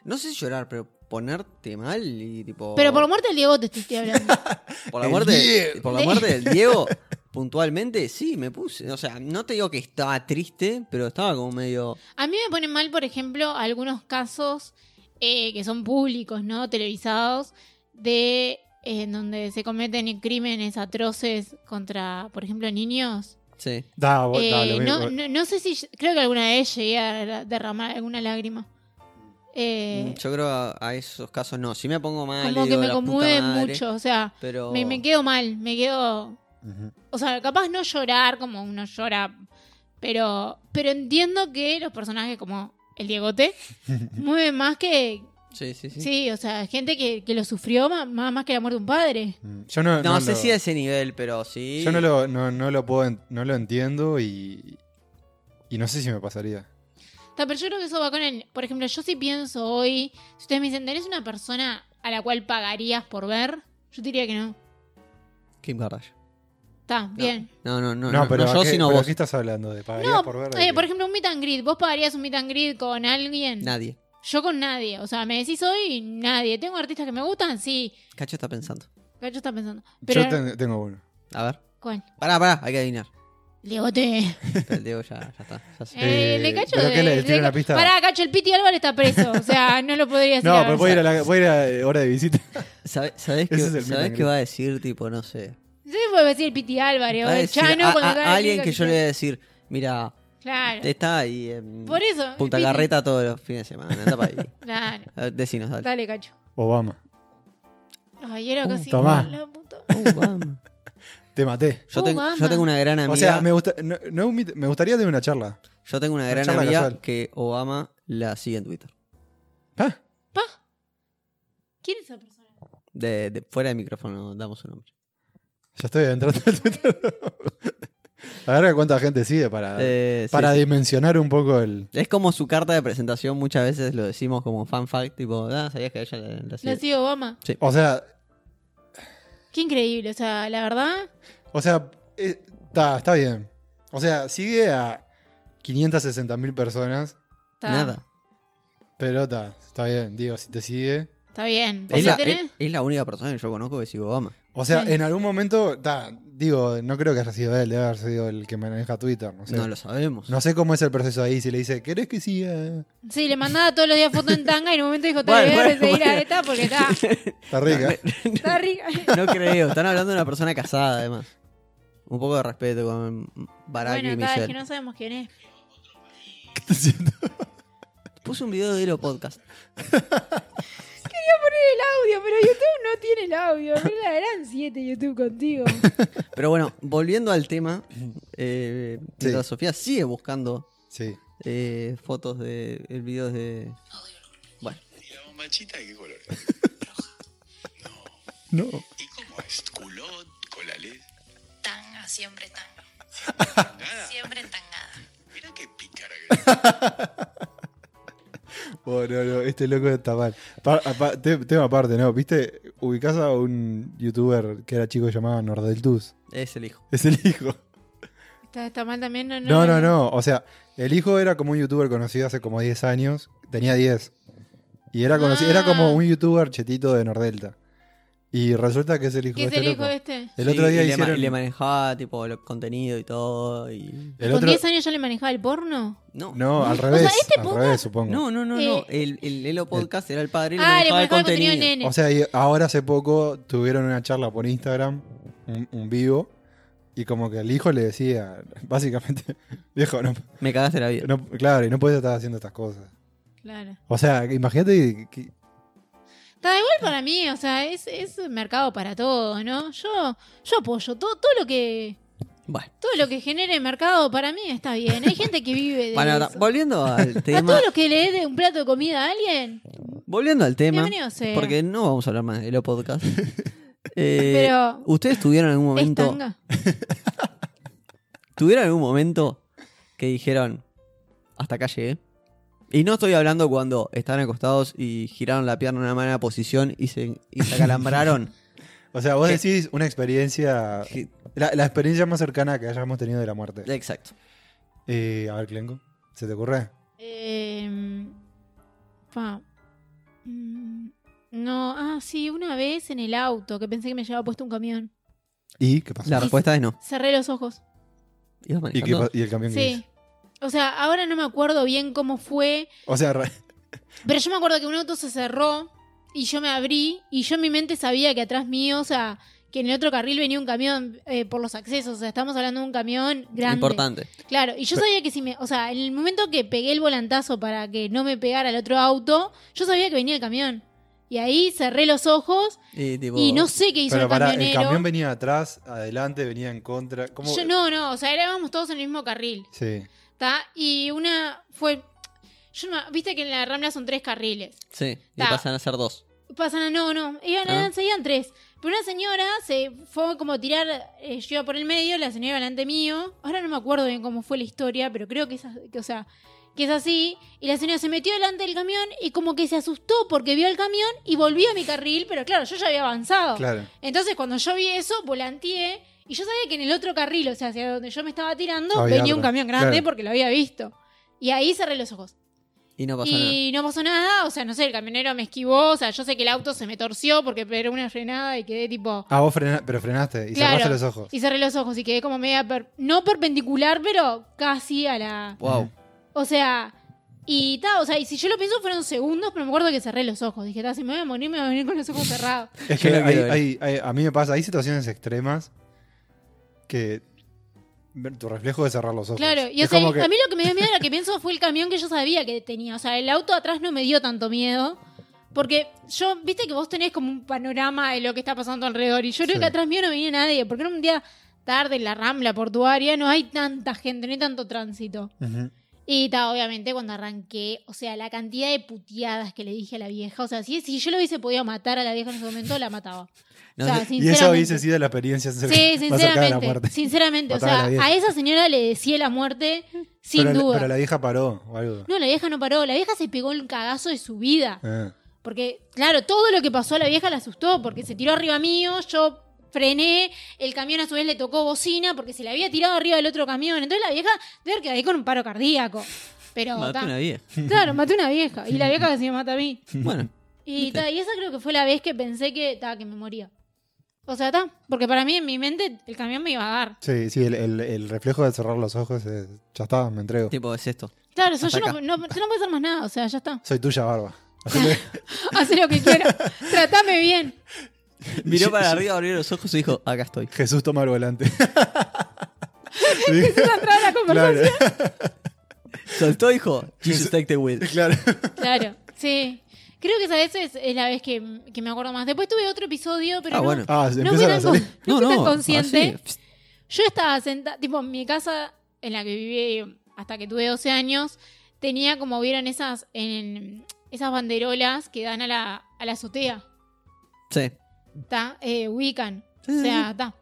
[SPEAKER 1] No sé si llorar, pero ponerte mal y tipo.
[SPEAKER 3] pero por la muerte del Diegote te estoy hablando.
[SPEAKER 1] Por la
[SPEAKER 2] El
[SPEAKER 1] muerte,
[SPEAKER 2] Diego.
[SPEAKER 1] por la muerte del Diego, puntualmente, sí, me puse. O sea, no te digo que estaba triste, pero estaba como medio.
[SPEAKER 3] A mí me ponen mal, por ejemplo, algunos casos eh, que son públicos, ¿no? Televisados, de eh, en donde se cometen crímenes atroces contra, por ejemplo, niños.
[SPEAKER 1] Sí.
[SPEAKER 2] Da, vos-
[SPEAKER 3] Eh,
[SPEAKER 2] da, lo mismo.
[SPEAKER 3] no, no- no sé si, creo que alguna vez llegué a derramar alguna lágrima. Eh,
[SPEAKER 1] Yo creo a, a esos casos no. Si me pongo mal.
[SPEAKER 3] como que
[SPEAKER 1] digo,
[SPEAKER 3] me
[SPEAKER 1] "La puta
[SPEAKER 3] conmueve
[SPEAKER 1] madre",
[SPEAKER 3] mucho, o sea,
[SPEAKER 1] Pero.
[SPEAKER 3] me, me quedo mal, me quedo
[SPEAKER 2] Ujú.
[SPEAKER 3] O sea, capaz no llorar como uno llora, pero, pero entiendo que los personajes como el Diegote mueven más que...
[SPEAKER 1] Sí, sí, sí.
[SPEAKER 3] Sí, o sea, gente que, que lo sufrió ma- ma- más, que la muerte de un padre.
[SPEAKER 2] Mm. Yo no,
[SPEAKER 1] No,
[SPEAKER 2] no
[SPEAKER 1] sé
[SPEAKER 2] lo-
[SPEAKER 1] si a ese nivel, pero sí.
[SPEAKER 2] Yo no lo, no, no lo puedo, en- no lo entiendo y, y no sé si me pasaría.
[SPEAKER 3] Ta, pero yo creo que eso va con el... Por ejemplo, yo sí pienso hoy, si ustedes me dicen, ¿tenés una persona a la cual pagarías por ver? Yo diría que no.
[SPEAKER 1] Kim Kardashian.
[SPEAKER 3] Está, bien.
[SPEAKER 1] No, no, no.
[SPEAKER 2] No,
[SPEAKER 1] No,
[SPEAKER 2] pero
[SPEAKER 1] no
[SPEAKER 2] ¿a
[SPEAKER 1] yo,
[SPEAKER 2] qué,
[SPEAKER 1] sino
[SPEAKER 2] pero
[SPEAKER 1] vos.
[SPEAKER 2] ¿qué estás hablando? ¿De pagarías
[SPEAKER 3] No,
[SPEAKER 2] por ver?
[SPEAKER 3] eh, por ejemplo, un meet and greet. ¿Vos pagarías un meet and greet con alguien?
[SPEAKER 1] Nadie.
[SPEAKER 3] Yo con nadie. O sea, me decís hoy, nadie. ¿Tengo artistas que me gustan? Sí.
[SPEAKER 1] Cacho está pensando.
[SPEAKER 3] Cacho está pensando. Pero,
[SPEAKER 2] Yo ten- tengo uno.
[SPEAKER 1] A ver.
[SPEAKER 3] ¿Cuál?
[SPEAKER 1] Pará, pará, hay que adivinar.
[SPEAKER 3] Diegote.
[SPEAKER 1] El Diego ya, ya está. ya sé.
[SPEAKER 3] Eh,
[SPEAKER 2] Eh,
[SPEAKER 3] le cacho.
[SPEAKER 2] ¿pero qué le-
[SPEAKER 3] le
[SPEAKER 2] tiene una
[SPEAKER 3] ca-
[SPEAKER 2] pista?
[SPEAKER 3] Pará, cacho, el Piti Álvarez está preso. O sea, no lo podría decir.
[SPEAKER 2] No,
[SPEAKER 3] ahora.
[SPEAKER 2] pero voy a ir a, la, voy a ir a, eh, hora de visita.
[SPEAKER 1] ¿Sabe- ¿Sabés,
[SPEAKER 2] Ese es
[SPEAKER 1] qué,
[SPEAKER 2] el
[SPEAKER 1] ¿sabés
[SPEAKER 2] Milan
[SPEAKER 1] qué va a decir? Tipo, no sé.
[SPEAKER 3] Sí, puede decir el Piti Álvarez o
[SPEAKER 1] Va a
[SPEAKER 3] el
[SPEAKER 1] decir
[SPEAKER 3] Chano
[SPEAKER 1] a-
[SPEAKER 3] cuando
[SPEAKER 1] a-
[SPEAKER 3] estaba en
[SPEAKER 1] a
[SPEAKER 3] la
[SPEAKER 1] alguien
[SPEAKER 3] liga,
[SPEAKER 1] que yo
[SPEAKER 3] sí.
[SPEAKER 1] le voy a decir, mira,
[SPEAKER 3] Claro.
[SPEAKER 1] está ahí en
[SPEAKER 3] Eh, Por eso. el
[SPEAKER 1] Punta
[SPEAKER 3] Piti.
[SPEAKER 1] Carreta todos los fines de semana. Anda para ahí.
[SPEAKER 3] Claro.
[SPEAKER 1] A ver, Decinos, dale.
[SPEAKER 3] Dale, cacho.
[SPEAKER 2] Obama.
[SPEAKER 3] Ay, era casi.
[SPEAKER 2] Tomá.
[SPEAKER 3] la puta.
[SPEAKER 1] Uh, vamos.
[SPEAKER 2] Te maté.
[SPEAKER 1] yo,
[SPEAKER 3] Uh,
[SPEAKER 1] tengo, yo
[SPEAKER 3] vamos.
[SPEAKER 1] tengo una gran amiga.
[SPEAKER 2] O sea, me, gusta, no- no un meet- me gustaría tener una charla.
[SPEAKER 1] yo tengo una gran
[SPEAKER 2] charla
[SPEAKER 1] amiga
[SPEAKER 2] casual.
[SPEAKER 1] que Obama la sigue en Twitter.
[SPEAKER 2] Ah,
[SPEAKER 3] Pa. ¿Quién es esa persona?
[SPEAKER 1] De, de- fuera de micrófono damos su nombre.
[SPEAKER 2] ya estoy entrando al Twitter. Agarra cuánta gente sigue para,
[SPEAKER 1] Eh, sí,
[SPEAKER 2] para
[SPEAKER 1] sí.
[SPEAKER 2] dimensionar un poco el.
[SPEAKER 1] Es como su carta de presentación, muchas veces lo decimos como fan fact, tipo, ah, sabías que ella la, la sigue.
[SPEAKER 3] La sigue Obama.
[SPEAKER 2] O sea,
[SPEAKER 3] Qué increíble. O sea, la verdad.
[SPEAKER 2] o sea, eh, está, está bien. O sea, sigue a 560 mil personas,
[SPEAKER 3] Está,
[SPEAKER 1] Nada.
[SPEAKER 2] pero está, está bien. Digo, si te sigue.
[SPEAKER 3] Está bien.
[SPEAKER 1] Es
[SPEAKER 3] Si
[SPEAKER 1] la,
[SPEAKER 3] tenés-
[SPEAKER 1] es- es la única persona que yo conozco que sigue Obama.
[SPEAKER 2] O sea,
[SPEAKER 3] Sí.
[SPEAKER 2] en algún momento, ta, digo, no creo que haya sido él, debe haber sido el que maneja Twitter. No sé,
[SPEAKER 1] No lo sabemos.
[SPEAKER 2] No sé cómo es el proceso ahí, si le dice, ¿querés que siga?
[SPEAKER 3] Sí, le mandaba todos los días foto en tanga y en un momento dijo, te
[SPEAKER 1] Bueno,
[SPEAKER 3] voy a
[SPEAKER 1] bueno,
[SPEAKER 3] seguir a
[SPEAKER 1] bueno.
[SPEAKER 3] esta porque está,
[SPEAKER 2] Está rica.
[SPEAKER 3] está rica.
[SPEAKER 1] No creo, están hablando de una persona casada además. Un poco de respeto con Baraki
[SPEAKER 3] Bueno,
[SPEAKER 1] y
[SPEAKER 3] está, es
[SPEAKER 1] Michelle.
[SPEAKER 3] que no sabemos quién es.
[SPEAKER 2] ¿Qué está haciendo?
[SPEAKER 1] Puse un video de Elo Podcast.
[SPEAKER 3] Quería poner el audio, pero YouTube no tiene el audio. No la gran 7 YouTube contigo.
[SPEAKER 1] Pero bueno, volviendo al tema, eh,
[SPEAKER 2] Sí.
[SPEAKER 1] mientras Sofía sigue buscando
[SPEAKER 2] Sí.
[SPEAKER 1] eh, fotos de el video de. Bueno,
[SPEAKER 4] ¿Y la bombachita de qué color es?
[SPEAKER 2] No.
[SPEAKER 4] ¿Y cómo es? ¿Culot? ¿Colales?
[SPEAKER 5] Tanga, ah, siempre tanga.
[SPEAKER 4] ¿Tangada?
[SPEAKER 5] Siempre tangada.
[SPEAKER 4] Mira qué pícara que es.
[SPEAKER 2] Oh, no, no, este loco está mal. Pa- apa- te- tema aparte, ¿no? ¿Viste? Ubicás a un youtuber que era chico llamado Nordeltus.
[SPEAKER 1] es el hijo.
[SPEAKER 2] Es el hijo.
[SPEAKER 3] Está, está mal también, no,
[SPEAKER 2] No, no, no. O sea, el hijo era como un youtuber conocido hace como 10 años. Tenía 10. Y era conocido, era como
[SPEAKER 3] Ah.
[SPEAKER 2] un youtuber chetito de Nordelta. Y resulta que es el hijo
[SPEAKER 3] ¿Qué
[SPEAKER 2] de
[SPEAKER 3] es
[SPEAKER 2] este
[SPEAKER 3] el hijo
[SPEAKER 2] loco.
[SPEAKER 3] de este?
[SPEAKER 2] El
[SPEAKER 1] Sí,
[SPEAKER 2] otro día
[SPEAKER 1] y le, ma-
[SPEAKER 2] hicieron.
[SPEAKER 1] y le manejaba tipo el contenido y todo. Y...
[SPEAKER 2] el
[SPEAKER 3] ¿Con
[SPEAKER 2] otro...
[SPEAKER 3] 10 años ya le manejaba el porno?
[SPEAKER 1] No, no,
[SPEAKER 2] No, al
[SPEAKER 3] sea,
[SPEAKER 2] revés.
[SPEAKER 3] este
[SPEAKER 2] al
[SPEAKER 3] poca-
[SPEAKER 2] revés, supongo.
[SPEAKER 1] no, no, no.
[SPEAKER 3] Eh,
[SPEAKER 1] El, el Elo Podcast era el padre y le
[SPEAKER 3] Ah, le
[SPEAKER 1] manejaba el
[SPEAKER 3] manejaba el contenido,
[SPEAKER 1] contenido.
[SPEAKER 3] de nene.
[SPEAKER 2] O sea, y ahora hace poco tuvieron una charla por Instagram, un, un vivo, y como que el hijo le decía, básicamente, viejo, no,
[SPEAKER 1] Me cagaste la vida.
[SPEAKER 2] no- claro, y no puedes estar haciendo estas cosas.
[SPEAKER 3] E Claro.
[SPEAKER 2] O sea, imagínate que-
[SPEAKER 3] Está igual para mí, o sea, es, es mercado para todo, ¿no? Yo, yo apoyo todo, todo lo que
[SPEAKER 1] Bueno,
[SPEAKER 3] todo lo que genere mercado para mí está bien. Hay gente que vive de
[SPEAKER 1] bueno, ahora,
[SPEAKER 3] eso.
[SPEAKER 1] volviendo al
[SPEAKER 3] A
[SPEAKER 1] tema.
[SPEAKER 3] todo lo que le dé de un plato de comida a alguien,
[SPEAKER 1] Volviendo al tema.
[SPEAKER 3] bienvenido sea.
[SPEAKER 1] Porque no vamos a hablar más de Elo Podcast. Eh,
[SPEAKER 3] Pero-
[SPEAKER 1] ¿Ustedes tuvieron algún
[SPEAKER 3] es
[SPEAKER 1] momento.
[SPEAKER 3] tanga.
[SPEAKER 1] ¿Tuvieron algún momento que dijeron. Hasta acá llegué? Y no estoy hablando cuando estaban acostados y giraron la pierna en una mala posición y se, y se acalambraron.
[SPEAKER 2] o sea, vos
[SPEAKER 1] ¿Qué?
[SPEAKER 2] decís una experiencia,
[SPEAKER 1] Que-
[SPEAKER 2] la, la experiencia más cercana que hayamos tenido de la muerte.
[SPEAKER 1] Exacto.
[SPEAKER 2] Eh, a ver, Clenco, ¿se te ocurre?
[SPEAKER 3] Eh, pa. Mm, No, ah, sí, una vez en el auto que pensé que me llevaba puesto un camión.
[SPEAKER 2] ¿Y qué pasó?
[SPEAKER 1] La respuesta es no.
[SPEAKER 3] Cerré los ojos.
[SPEAKER 1] Ibas
[SPEAKER 2] ¿Y, qué
[SPEAKER 1] manejando.
[SPEAKER 2] pa- y el camión que
[SPEAKER 3] Sí. O sea, ahora no me acuerdo bien cómo fue,
[SPEAKER 2] O sea, re-
[SPEAKER 3] pero yo me acuerdo que un auto se cerró y yo me abrí y yo en mi mente sabía que atrás mío, o sea, que en el otro carril venía un camión eh, por los accesos, o sea, estamos hablando de un camión grande.
[SPEAKER 1] Importante.
[SPEAKER 3] Claro, y yo sabía que si me, o sea, en el momento que pegué el volantazo para que no me pegara el otro auto, yo sabía que venía el camión. Y ahí cerré los ojos
[SPEAKER 1] Y, tipo,
[SPEAKER 3] y no sé qué hizo
[SPEAKER 2] pero
[SPEAKER 3] el
[SPEAKER 2] pará, el
[SPEAKER 3] camionero.
[SPEAKER 2] camión venía atrás, adelante, venía en contra. ¿Cómo?
[SPEAKER 3] Yo- no, no, o sea, éramos todos en el mismo carril.
[SPEAKER 2] Sí.
[SPEAKER 3] ¿tá? Y una fue. Yo no- Viste que en la Rambla son tres carriles.
[SPEAKER 1] Sí, y
[SPEAKER 3] Ta.
[SPEAKER 1] pasan a ser dos.
[SPEAKER 3] Pasan a no, no. Iban,
[SPEAKER 1] Ah.
[SPEAKER 3] eran, seguían tres. Pero una señora se fue como a tirar. eh, yo iba por el medio, la señora iba delante mío. Ahora no me acuerdo bien cómo fue la historia, pero creo que es, as- que, o sea, que es así. Y la señora se metió delante del camión y como que se asustó porque vio el camión y volvió a mi carril. Pero claro, yo ya había avanzado.
[SPEAKER 2] Claro.
[SPEAKER 3] Entonces, cuando yo vi eso, volanteé. Y yo sabía que en el otro carril, o sea, hacia donde yo me estaba tirando,
[SPEAKER 2] Había
[SPEAKER 3] venía un
[SPEAKER 2] otro.
[SPEAKER 3] camión grande
[SPEAKER 2] Claro.
[SPEAKER 3] porque lo había visto. Y ahí cerré los ojos.
[SPEAKER 1] Y no pasó nada.
[SPEAKER 3] Y no pasó nada, o sea, no sé, el camionero me esquivó, o sea, yo sé que el auto se me torció porque pegó una frenada y quedé tipo...
[SPEAKER 2] Ah, vos frena- pero frenaste y
[SPEAKER 3] Claro.
[SPEAKER 2] cerraste los ojos.
[SPEAKER 3] Y cerré los ojos y quedé como media... per- no perpendicular, pero casi a la...
[SPEAKER 1] Wow.
[SPEAKER 3] O sea, y ta, o sea, y si yo lo pienso fueron segundos, pero me acuerdo que cerré los ojos. Dije, ta, si me voy a morir, me voy a venir con los ojos cerrados.
[SPEAKER 2] Es
[SPEAKER 1] Yo
[SPEAKER 2] que
[SPEAKER 1] la
[SPEAKER 2] hay-
[SPEAKER 1] quiero ver.
[SPEAKER 2] hay- hay- a mí me pasa, hay situaciones extremas que ver, tu reflejo es cerrar los ojos.
[SPEAKER 3] Claro, y o
[SPEAKER 2] es
[SPEAKER 3] sea,
[SPEAKER 2] como que,
[SPEAKER 3] a mí lo que me dio miedo era que pienso fue el camión que yo sabía que tenía. O sea, el auto atrás no me dio tanto miedo. Porque yo, viste que vos tenés como un panorama de lo que está pasando alrededor. Y yo creo
[SPEAKER 2] Sí.
[SPEAKER 3] que atrás mío no venía nadie. Porque era un día tarde en la rambla portuaria, no hay tanta gente, no hay tanto tránsito.
[SPEAKER 2] Ujú.
[SPEAKER 3] Y ta, obviamente cuando arranqué, o sea, la cantidad de puteadas que le dije a la vieja. O sea, si, si yo lo hubiese podido matar a la vieja en ese momento, la mataba.
[SPEAKER 1] No,
[SPEAKER 3] o sea,
[SPEAKER 1] no-
[SPEAKER 2] Y eso
[SPEAKER 3] sinceramente.
[SPEAKER 2] hubiese sido la experiencia cer-
[SPEAKER 3] Sí,
[SPEAKER 2] más cercana de la
[SPEAKER 3] sinceramente.
[SPEAKER 2] muerte.
[SPEAKER 3] Sinceramente, o
[SPEAKER 2] Matar a
[SPEAKER 3] sea,
[SPEAKER 2] la vieja.
[SPEAKER 3] a esa señora le decía la muerte sin
[SPEAKER 2] pero, la-
[SPEAKER 3] duda.
[SPEAKER 2] pero la vieja paró o algo.
[SPEAKER 3] No, la vieja no paró. La vieja se pegó el cagazo de su vida.
[SPEAKER 2] Ah.
[SPEAKER 3] Porque, claro, todo lo que pasó a la vieja la asustó. Porque se tiró arriba mío, yo frené, el camión a su vez le tocó bocina porque se le había tirado arriba del otro camión. Entonces la vieja debe haber quedado ahí con un paro cardíaco. Pero,
[SPEAKER 1] mató
[SPEAKER 3] ta.
[SPEAKER 1] una vieja.
[SPEAKER 3] claro, maté una vieja. Y la vieja casi me mata a mí.
[SPEAKER 1] Bueno,
[SPEAKER 3] Y, ta, y esa creo que fue la vez que pensé que, ta, que me moría. O sea, está. Porque para mí en mi mente el camión me iba a dar.
[SPEAKER 2] Sí, sí, el, el- el reflejo de cerrar los ojos es, ya está, me entrego.
[SPEAKER 1] Tipo, es esto.
[SPEAKER 3] Claro, eso
[SPEAKER 1] Hasta
[SPEAKER 3] yo no,
[SPEAKER 1] acá.
[SPEAKER 3] no, yo no puedo hacer más nada, o sea, ya está.
[SPEAKER 2] Soy tuya, barba.
[SPEAKER 3] Hacé lo que quiera. Tratame bien.
[SPEAKER 1] Miró para arriba, abrió los ojos y dijo, acá estoy.
[SPEAKER 2] Jesús toma el volante.
[SPEAKER 3] Jesús entraba a la
[SPEAKER 2] claro,
[SPEAKER 3] conversación.
[SPEAKER 1] Soltó, dijo, Jesus take the wheel.
[SPEAKER 2] claro.
[SPEAKER 3] Claro, sí. Creo que esa vez es, es la vez que, que me acuerdo más. Después tuve otro episodio, pero
[SPEAKER 1] Ah,
[SPEAKER 3] no,
[SPEAKER 1] bueno.
[SPEAKER 2] Ah,
[SPEAKER 3] no fui
[SPEAKER 2] empiezan a
[SPEAKER 3] tan, con-
[SPEAKER 2] salir.
[SPEAKER 3] no
[SPEAKER 1] No,
[SPEAKER 3] fui tan
[SPEAKER 1] no.
[SPEAKER 3] consciente.
[SPEAKER 1] así, pst,
[SPEAKER 3] Yo estaba sentada, tipo, en mi casa en la que viví hasta que tuve 12 años, tenía como vieron esas, en, esas banderolas que dan a la, a la azotea.
[SPEAKER 1] sí.
[SPEAKER 3] ¿Está? Eh, Wiccan.
[SPEAKER 1] Sí,
[SPEAKER 3] O sea, está.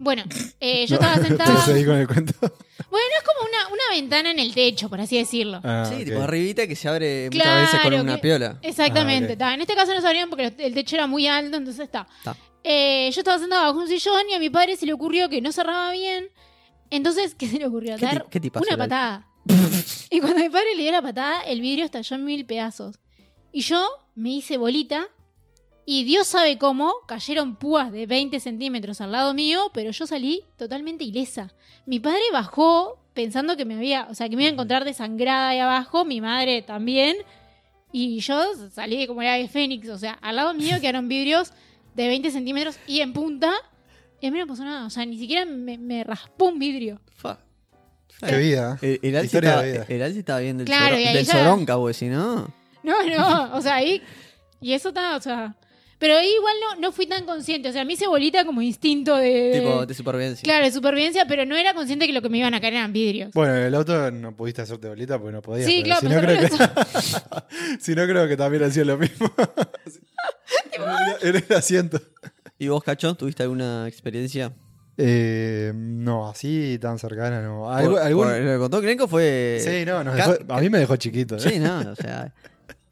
[SPEAKER 3] Bueno, eh, yo
[SPEAKER 2] No,
[SPEAKER 3] estaba sentada.
[SPEAKER 2] Procedí con el cuento.
[SPEAKER 3] Bueno, es como una, una ventana en el techo, por así decirlo.
[SPEAKER 2] Ah,
[SPEAKER 1] sí,
[SPEAKER 2] ok.
[SPEAKER 1] tipo arribita que se abre
[SPEAKER 3] Claro,
[SPEAKER 1] muchas veces con una
[SPEAKER 3] que-
[SPEAKER 1] piola.
[SPEAKER 3] Exactamente,
[SPEAKER 2] Ah, ok.
[SPEAKER 3] está. En este caso no sabían porque el techo era muy alto, entonces está.
[SPEAKER 1] Está.
[SPEAKER 3] Eh, yo estaba sentada bajo un sillón y a mi padre se le ocurrió que no cerraba bien. Entonces, ¿qué se le ocurrió?
[SPEAKER 1] ¿Qué ti-
[SPEAKER 3] Dar
[SPEAKER 1] qué tipazo
[SPEAKER 3] una
[SPEAKER 1] era él?
[SPEAKER 3] patada. y cuando mi padre le dio la patada, el vidrio estalló en mil pedazos. Y yo me hice bolita. Y Dios sabe cómo, cayeron púas de 20 centímetros al lado mío, pero yo salí totalmente ilesa. Mi padre bajó pensando que me había, o sea, que me iba a encontrar desangrada ahí abajo, mi madre también. Y yo salí como era de Fénix, o sea, al lado mío quedaron vidrios de 20 centímetros y en punta. Y a mí no pasó nada, o sea, ni siquiera me, me raspó un vidrio.
[SPEAKER 1] Fa.
[SPEAKER 2] Qué vida.
[SPEAKER 3] eh.
[SPEAKER 1] El, el, Alci
[SPEAKER 2] Historia
[SPEAKER 1] estaba,
[SPEAKER 2] de vida.
[SPEAKER 1] el Alci estaba viendo el,
[SPEAKER 3] Claro,
[SPEAKER 1] soro-
[SPEAKER 3] y ahí
[SPEAKER 1] del
[SPEAKER 3] ya-
[SPEAKER 1] soronca, güey, si no.
[SPEAKER 3] No, no, o sea, ahí. Y eso está, o sea. Pero ahí igual no, no fui tan consciente, o sea, a mí se bolita como instinto de.
[SPEAKER 1] Tipo, de supervivencia.
[SPEAKER 3] Claro, de supervivencia, pero no era consciente que lo que me iban a caer eran vidrios.
[SPEAKER 2] Bueno, en el auto no pudiste hacerte bolita porque no podías.
[SPEAKER 3] Sí,
[SPEAKER 2] pero
[SPEAKER 3] claro,
[SPEAKER 2] si no,
[SPEAKER 3] pero
[SPEAKER 2] creo que, si no, creo que también hacía lo mismo. en el asiento.
[SPEAKER 1] ¿Y vos, Cacho, tuviste alguna experiencia?
[SPEAKER 2] Eh, no, así tan cercana, no. Algo-
[SPEAKER 1] Por-
[SPEAKER 2] algún-
[SPEAKER 1] por- lo que contó Crenco fue...
[SPEAKER 2] sí, no,
[SPEAKER 3] eh,
[SPEAKER 2] nos
[SPEAKER 1] ca-
[SPEAKER 2] dejó- a mí me dejó chiquito. ¿eh?
[SPEAKER 1] Sí, no, o sea...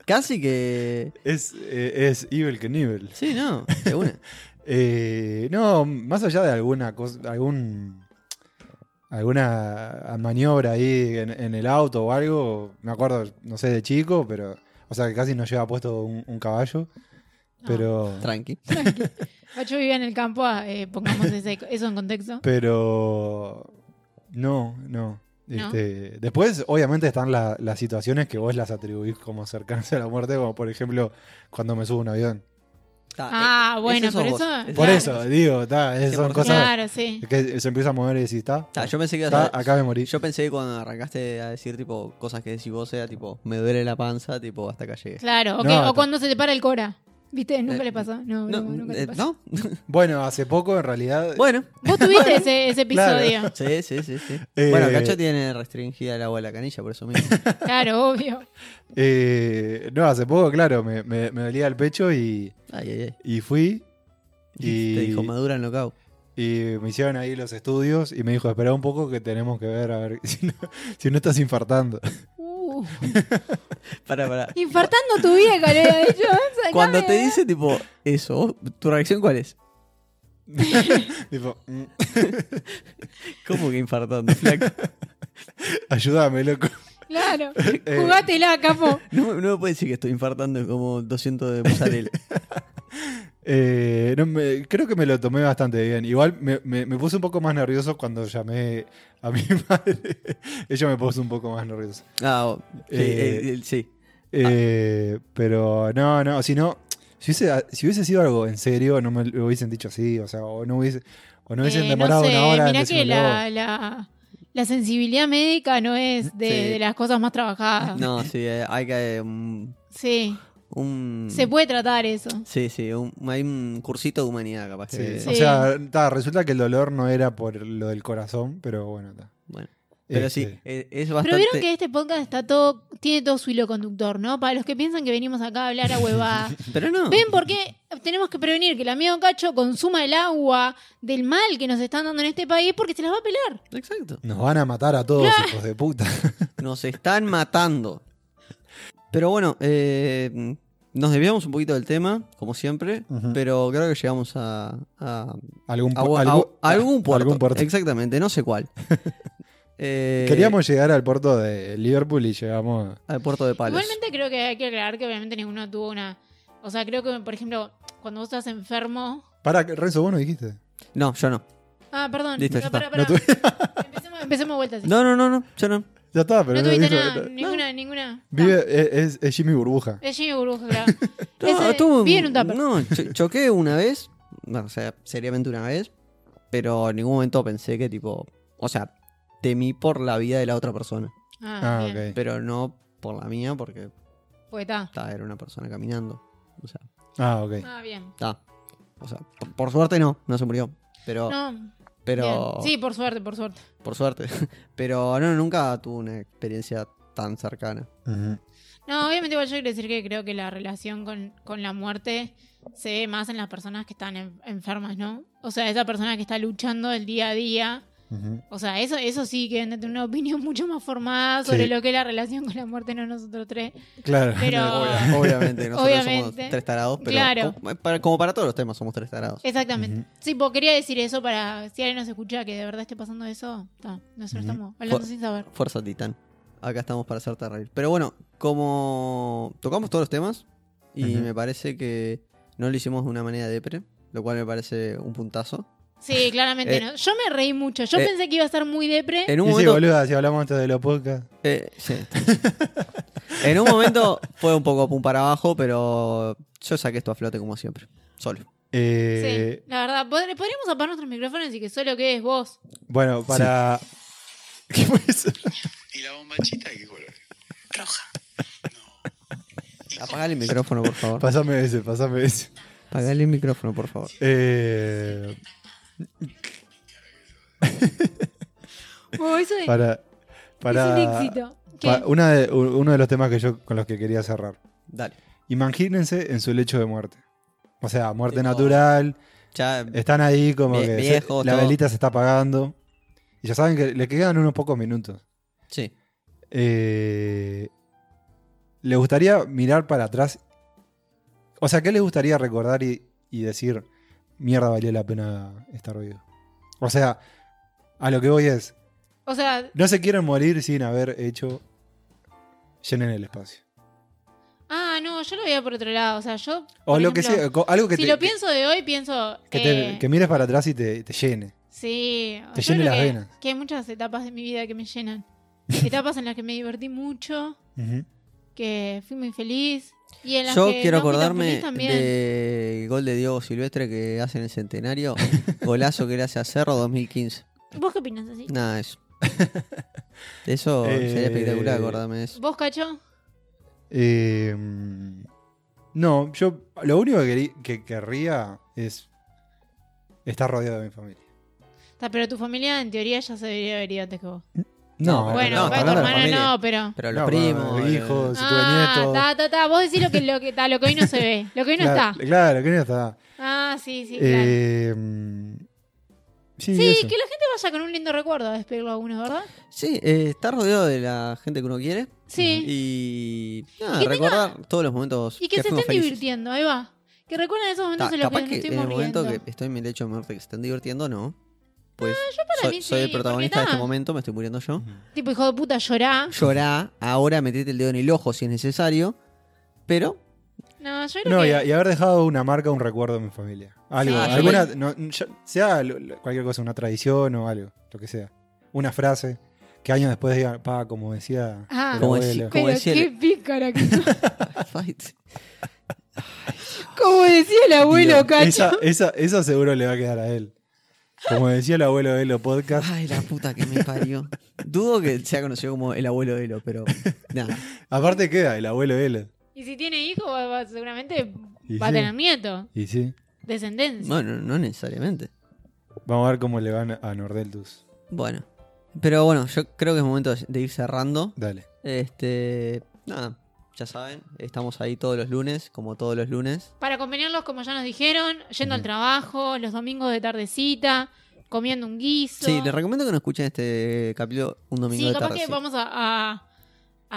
[SPEAKER 1] Casi que...
[SPEAKER 2] Es, eh, es Evil que Nivel.
[SPEAKER 1] Sí, no, de una.
[SPEAKER 2] Eh, no, más allá de alguna cosa, algún alguna maniobra ahí en, en el auto o algo, me acuerdo, no sé, de chico, pero, o sea, que casi no lleva puesto un, un caballo,
[SPEAKER 3] Ah.
[SPEAKER 2] pero,
[SPEAKER 1] Tranqui.
[SPEAKER 3] Yo vivía en el campo, ah, eh, pongamos ese- eso en contexto.
[SPEAKER 2] pero no, no.
[SPEAKER 3] No.
[SPEAKER 2] Este, Después, obviamente, están la- las situaciones que vos las atribuís como cercanas a la muerte, como por ejemplo, cuando me subo a un avión.
[SPEAKER 1] Ta,
[SPEAKER 3] Ah,
[SPEAKER 1] eh,
[SPEAKER 3] bueno,
[SPEAKER 1] ese sos
[SPEAKER 3] por
[SPEAKER 1] vos.
[SPEAKER 3] eso-
[SPEAKER 1] Ese
[SPEAKER 2] Por
[SPEAKER 1] sos
[SPEAKER 2] eso,
[SPEAKER 1] vos.
[SPEAKER 2] digo, ta, es-
[SPEAKER 1] Que
[SPEAKER 2] son
[SPEAKER 1] por-
[SPEAKER 2] cosas
[SPEAKER 3] Claro, sí.
[SPEAKER 2] que se empieza a mover y decís, está,
[SPEAKER 1] Ta, yo pensé que...
[SPEAKER 2] Ah, acá me morí.
[SPEAKER 1] Yo pensé que cuando arrancaste a decir tipo cosas que decís vos era tipo, me duele la panza, tipo, hasta acá llegué.
[SPEAKER 3] Claro, o,
[SPEAKER 2] No,
[SPEAKER 3] que- o
[SPEAKER 2] está-
[SPEAKER 3] cuando se te para el cora. ¿Viste? Nunca
[SPEAKER 1] Eh,
[SPEAKER 3] le pasó. No,
[SPEAKER 1] No,
[SPEAKER 3] no, nunca le
[SPEAKER 1] eh,
[SPEAKER 3] pasó.
[SPEAKER 1] ¿no?
[SPEAKER 2] Bueno, hace poco en realidad.
[SPEAKER 1] Bueno.
[SPEAKER 3] Vos tuviste ese, ese episodio. Claro.
[SPEAKER 1] Sí, sí, sí, sí.
[SPEAKER 2] Eh,
[SPEAKER 1] Bueno, Cacho tiene restringida el agua de la canilla, por eso mismo.
[SPEAKER 3] obvio.
[SPEAKER 2] eh, no, hace poco, claro, me, me- me dolía el pecho y,
[SPEAKER 1] Ay, ay, ay.
[SPEAKER 2] y fui.
[SPEAKER 1] Y... Te
[SPEAKER 2] Y,
[SPEAKER 1] dijo, madura en locao.
[SPEAKER 2] y me hicieron ahí los estudios y me dijo, espera un poco que tenemos que ver a ver si no, si no estás infartando.
[SPEAKER 3] Uh,
[SPEAKER 1] Para, para.
[SPEAKER 3] infartando tu vieja, le había dicho. Sacame.
[SPEAKER 1] Cuando te dice tipo eso, vos- ¿tu reacción cuál es?
[SPEAKER 2] Tipo, "Mm,
[SPEAKER 1] ¿Cómo que infartando, flaco?
[SPEAKER 2] ayúdame, loco.
[SPEAKER 3] Claro.
[SPEAKER 2] Eh,
[SPEAKER 3] Jugátela, capo.
[SPEAKER 1] No, me- no me puede decir que estoy infartando como 200 de mozzarella.
[SPEAKER 2] Eh, no, me- creo que me lo tomé bastante bien. Igual me, me- me puse un poco más nervioso cuando llamé a mi madre. Ella me puso un poco más nervioso.
[SPEAKER 1] Ah, o- sí,
[SPEAKER 2] Eh,
[SPEAKER 1] eh, eh, sí.
[SPEAKER 3] Ah.
[SPEAKER 2] Eh, Pero no, no, si no, si hubiese, si hubiese sido algo en serio, no me lo hubiesen dicho así, o sea, o no hubiese, o no hubiesen
[SPEAKER 3] Eh,
[SPEAKER 2] demorado
[SPEAKER 3] no sé,
[SPEAKER 2] una hora en
[SPEAKER 3] mirá que
[SPEAKER 2] decírmelo.
[SPEAKER 3] la, la, la sensibilidad médica no es de,
[SPEAKER 1] Sí.
[SPEAKER 3] de las cosas más trabajadas.
[SPEAKER 1] No, sí, eh, hay que. eh, un-
[SPEAKER 3] Sí,
[SPEAKER 1] un-
[SPEAKER 3] se puede tratar eso.
[SPEAKER 1] Sí, sí, un- hay un cursito de humanidad capaz.
[SPEAKER 2] Sí,
[SPEAKER 1] que-
[SPEAKER 2] Eh, O
[SPEAKER 3] Sí.
[SPEAKER 2] sea, ta, resulta que el dolor no era por lo del corazón, pero bueno, ta.
[SPEAKER 1] Bueno, pero sí,
[SPEAKER 2] Este,
[SPEAKER 1] eh, es
[SPEAKER 3] Pero
[SPEAKER 1] bastante.
[SPEAKER 3] vieron que este podcast está todo, tiene todo su hilo conductor, ¿no? Para los que piensan que venimos acá a hablar a huevada.
[SPEAKER 1] Pero no.
[SPEAKER 3] ¿Ven por qué tenemos que prevenir que el amigo Cacho consuma el agua del mal que nos están dando en este país? Porque se las va a pelar.
[SPEAKER 1] Exacto.
[SPEAKER 2] Nos van a matar a todos, hijos de puta.
[SPEAKER 1] Nos están matando. Pero bueno, eh, nos desviamos un poquito del tema, como siempre.
[SPEAKER 2] Ujú.
[SPEAKER 1] Pero creo que llegamos a- a
[SPEAKER 2] Algún,
[SPEAKER 1] A bu-
[SPEAKER 2] algún-
[SPEAKER 1] a- a algún puerto.
[SPEAKER 2] algún puerto.
[SPEAKER 1] Exactamente, no sé cuál. Eh,
[SPEAKER 2] Queríamos llegar al puerto de Liverpool y llegamos.
[SPEAKER 1] Al puerto de Palos.
[SPEAKER 3] Igualmente creo que hay que aclarar que obviamente ninguno tuvo una... O sea, creo que, por ejemplo, cuando vos estás enfermo,
[SPEAKER 2] Para, Renzo, vos no dijiste.
[SPEAKER 1] No, yo no.
[SPEAKER 3] Ah, perdón.
[SPEAKER 1] Listo, ya
[SPEAKER 3] Pará,
[SPEAKER 2] No
[SPEAKER 3] pará.
[SPEAKER 2] tuve-
[SPEAKER 3] Empecemos, empecemos de vuelta. sí.
[SPEAKER 1] No, no, no, no, yo no.
[SPEAKER 2] ya está, pero
[SPEAKER 3] No
[SPEAKER 2] no
[SPEAKER 3] tuviste
[SPEAKER 2] dijo-
[SPEAKER 3] nada,
[SPEAKER 2] no.
[SPEAKER 3] ninguna, ninguna.
[SPEAKER 2] Vive, es, es Jimmy Burbuja.
[SPEAKER 3] Ah, Es Jimmy Burbuja, claro.
[SPEAKER 1] No,
[SPEAKER 3] Ese-
[SPEAKER 1] tuve un-
[SPEAKER 3] vive en un tupper.
[SPEAKER 1] No, cho- choqué una vez, no, o sea, seriamente una vez, pero en ningún momento pensé que tipo, o sea, temí por la vida de la otra persona,
[SPEAKER 3] Ah,
[SPEAKER 2] Ah,
[SPEAKER 3] bien.
[SPEAKER 2] ok.
[SPEAKER 1] pero no por la mía porque
[SPEAKER 3] Pues está.
[SPEAKER 1] ta, era una persona caminando. O sea,
[SPEAKER 2] Ah, ok.
[SPEAKER 3] Ah, bien.
[SPEAKER 1] ta. O sea, por, por suerte no, no se murió,
[SPEAKER 2] Oh,
[SPEAKER 1] pero
[SPEAKER 3] No,
[SPEAKER 1] pero
[SPEAKER 3] bien. Sí, por suerte, por suerte.
[SPEAKER 1] por suerte, pero no nunca tuve una experiencia tan cercana.
[SPEAKER 2] Ujú.
[SPEAKER 3] No, obviamente igual yo quiero decir que creo que la relación con, con la muerte se ve más en las personas que están en- enfermas, ¿no? O sea, esa persona que está luchando el día a día.
[SPEAKER 2] Ujú.
[SPEAKER 3] O sea, eso, eso sí que deben de tener una opinión mucho más formada sobre
[SPEAKER 2] Sí.
[SPEAKER 3] lo que es la relación con la muerte, no nosotros tres.
[SPEAKER 2] Claro.
[SPEAKER 3] Pero-
[SPEAKER 1] Obvia- Obviamente, nosotros
[SPEAKER 3] Obviamente.
[SPEAKER 1] somos tres tarados, pero
[SPEAKER 3] Claro.
[SPEAKER 1] como, para, como para todos los temas somos tres tarados.
[SPEAKER 3] Exactamente.
[SPEAKER 2] Ujú.
[SPEAKER 3] Sí, porque quería decir eso para si alguien nos escucha que de verdad esté pasando eso. Está, nosotros
[SPEAKER 2] Ujú.
[SPEAKER 3] estamos hablando
[SPEAKER 1] Por-
[SPEAKER 3] sin saber.
[SPEAKER 1] Fuerza Titán. Acá estamos para hacerte reír. Pero bueno, como tocamos todos los temas y
[SPEAKER 2] Ujú.
[SPEAKER 1] me parece que no lo hicimos de una manera depre, lo cual me parece un puntazo.
[SPEAKER 3] Sí, claramente
[SPEAKER 1] Eh,
[SPEAKER 3] no. Yo me reí mucho. Yo
[SPEAKER 1] eh,
[SPEAKER 3] pensé que iba a estar muy depre.
[SPEAKER 1] En un
[SPEAKER 2] Y sí,
[SPEAKER 1] momento,
[SPEAKER 2] boluda, si hablamos antes de los podcasts.
[SPEAKER 1] eh, sí. en un momento fue un poco pum para abajo, pero yo saqué esto a flote como siempre, solo.
[SPEAKER 2] Eh,
[SPEAKER 3] sí, la verdad. Pod- Podríamos apagar nuestros micrófonos y que solo quedes vos.
[SPEAKER 2] Bueno, para. ¿Qué fue eso?
[SPEAKER 4] ¿Y la bombachita de qué color?
[SPEAKER 5] Roja.
[SPEAKER 1] Apagale el micrófono, por favor.
[SPEAKER 2] Pásame ese, pásame ese.
[SPEAKER 1] Apagale el micrófono, por favor.
[SPEAKER 2] Eh,
[SPEAKER 3] Oh, eso es,
[SPEAKER 2] para. para
[SPEAKER 3] es un éxito. ¿Qué?
[SPEAKER 2] pa- una de, u- uno de los temas que yo con los que quería cerrar.
[SPEAKER 1] Dale.
[SPEAKER 2] Imagínense en su lecho de muerte. O sea, muerte
[SPEAKER 1] Tipo,
[SPEAKER 2] natural.
[SPEAKER 1] Ya,
[SPEAKER 2] Están ahí como
[SPEAKER 1] Vie-
[SPEAKER 2] que se-
[SPEAKER 1] viejos,
[SPEAKER 2] la
[SPEAKER 1] todo.
[SPEAKER 2] velita se está apagando. Y ya saben que le quedan unos pocos minutos.
[SPEAKER 1] sí.
[SPEAKER 2] Eh, ¿Le gustaría mirar para atrás? O sea, ¿qué le gustaría recordar y, y decir, mierda, valió la pena estar vivo? O sea, a lo que voy es,
[SPEAKER 3] o sea,
[SPEAKER 2] no se quieren morir sin haber hecho llenen el espacio.
[SPEAKER 3] ah, no, yo lo veía por otro lado. O sea, yo.
[SPEAKER 2] O
[SPEAKER 3] por
[SPEAKER 2] lo que
[SPEAKER 3] ejemplo,
[SPEAKER 2] sea, co- algo que
[SPEAKER 3] Si
[SPEAKER 2] te-
[SPEAKER 3] lo pienso de hoy, pienso.
[SPEAKER 2] que, te-
[SPEAKER 3] eh,
[SPEAKER 2] que mires para atrás y te, te llene.
[SPEAKER 3] Sí.
[SPEAKER 2] Te
[SPEAKER 3] yo
[SPEAKER 2] llene
[SPEAKER 3] creo
[SPEAKER 2] las
[SPEAKER 3] que-
[SPEAKER 2] venas.
[SPEAKER 3] Que hay muchas etapas de mi vida que me llenan. Etapas en las que me divertí mucho,
[SPEAKER 2] Ujú.
[SPEAKER 3] que fui muy feliz. Y en las
[SPEAKER 1] Yo
[SPEAKER 3] que
[SPEAKER 1] quiero
[SPEAKER 3] no fui tan
[SPEAKER 1] acordarme
[SPEAKER 3] feliz también.
[SPEAKER 1] del gol de Diego Silvestre que hace en el centenario. golazo que le hace a Cerro 2015.
[SPEAKER 3] ¿Vos qué opinas así?
[SPEAKER 1] Nada, eso. Eso sería
[SPEAKER 2] Eh,
[SPEAKER 1] espectacular, acordarme de eso.
[SPEAKER 3] ¿Vos, cacho?
[SPEAKER 2] Eh, mm, no, yo lo único que, querí- que querría es estar rodeado de mi familia.
[SPEAKER 3] Ta, pero tu familia en teoría ya se debería haber ido antes que vos.
[SPEAKER 1] No,
[SPEAKER 2] No,
[SPEAKER 3] bueno,
[SPEAKER 1] no, hablando
[SPEAKER 3] capaz
[SPEAKER 1] de
[SPEAKER 3] tu
[SPEAKER 1] la
[SPEAKER 3] hermana
[SPEAKER 1] familia.
[SPEAKER 3] no, pero.
[SPEAKER 1] Pero los
[SPEAKER 2] No,
[SPEAKER 1] primos.
[SPEAKER 2] bueno,
[SPEAKER 1] eh,
[SPEAKER 2] hijos. si tuve
[SPEAKER 3] Ah,
[SPEAKER 2] nietos.
[SPEAKER 3] ta, ta, ta. Vos decís lo que, lo que, ta, lo que hoy no se ve. Lo que hoy no
[SPEAKER 2] claro,
[SPEAKER 3] está.
[SPEAKER 2] Claro, que no está.
[SPEAKER 3] Ah, sí, sí, claro.
[SPEAKER 2] Eh, mm, sí,
[SPEAKER 3] Sí,
[SPEAKER 2] eso.
[SPEAKER 3] que la gente vaya con un lindo recuerdo a despedirlo a uno, ¿verdad?
[SPEAKER 1] Sí, eh, estar rodeado de la gente que uno quiere.
[SPEAKER 3] Sí.
[SPEAKER 1] Y nada,
[SPEAKER 3] Y que
[SPEAKER 1] recordar todos los momentos.
[SPEAKER 3] Y, que, se
[SPEAKER 1] fuimos
[SPEAKER 3] estén
[SPEAKER 1] felices.
[SPEAKER 3] divirtiendo, ahí va. Que recuerden esos
[SPEAKER 1] Ta,
[SPEAKER 3] momentos en los que
[SPEAKER 1] capaz
[SPEAKER 3] nos
[SPEAKER 1] que en
[SPEAKER 3] estuvimos
[SPEAKER 1] el momento
[SPEAKER 3] riendo.
[SPEAKER 1] que estoy en mi lecho de muerte que se estén divirtiendo, no. Pues
[SPEAKER 3] Ah, para
[SPEAKER 1] soy,
[SPEAKER 3] mí
[SPEAKER 1] soy
[SPEAKER 3] sí,
[SPEAKER 1] el protagonista de
[SPEAKER 3] porque
[SPEAKER 1] este
[SPEAKER 3] ta.
[SPEAKER 1] momento, me estoy muriendo yo.
[SPEAKER 3] Tipo, hijo de puta, llorá.
[SPEAKER 1] Llorá, ahora metete el dedo en el ojo si es necesario. Pero
[SPEAKER 3] No, yo creo
[SPEAKER 2] No,
[SPEAKER 3] que...
[SPEAKER 2] y, a- y haber dejado una marca, un recuerdo en mi familia. Algo,
[SPEAKER 3] Sí,
[SPEAKER 2] alguna, no, ya- sea lo- lo- cualquier cosa, una tradición o algo, lo que sea. Una frase que años después digan, pa, como decía
[SPEAKER 3] Ah.
[SPEAKER 2] el
[SPEAKER 1] Como
[SPEAKER 2] abuelo".
[SPEAKER 1] decía-
[SPEAKER 3] Pero
[SPEAKER 1] decía el-
[SPEAKER 3] qué pícara que sos.
[SPEAKER 1] Fight.
[SPEAKER 3] Como decía el abuelo,
[SPEAKER 2] Dios,
[SPEAKER 3] cacho.
[SPEAKER 2] Esa, esa, esa seguro le va a quedar a él. Como decía el abuelo de los podcast,
[SPEAKER 1] Ay, la puta que me parió. Dudo que sea conocido como el abuelo de Elo, pero nada.
[SPEAKER 2] aparte queda el abuelo de él.
[SPEAKER 3] Y si tiene hijo, va- va- seguramente
[SPEAKER 2] Y
[SPEAKER 3] va a
[SPEAKER 2] sí.
[SPEAKER 3] tener nieto.
[SPEAKER 2] Y sí,
[SPEAKER 3] Descendencia.
[SPEAKER 1] Bueno, no necesariamente.
[SPEAKER 2] vamos a ver cómo le van a Nordeltus.
[SPEAKER 1] Bueno. Pero bueno, yo creo que es momento de ir cerrando.
[SPEAKER 2] Dale.
[SPEAKER 1] Este. Nada, ya saben, estamos ahí todos los lunes, como todos los lunes.
[SPEAKER 3] Para acompañarlos, como ya nos dijeron, yendo al
[SPEAKER 2] Ujú.
[SPEAKER 3] trabajo, los domingos de tardecita, comiendo un guiso.
[SPEAKER 1] Sí, les recomiendo que no escuchen este capítulo un domingo
[SPEAKER 3] Sí,
[SPEAKER 1] de
[SPEAKER 3] capaz
[SPEAKER 1] tarde.
[SPEAKER 3] que
[SPEAKER 1] sí.
[SPEAKER 3] vamos a, a-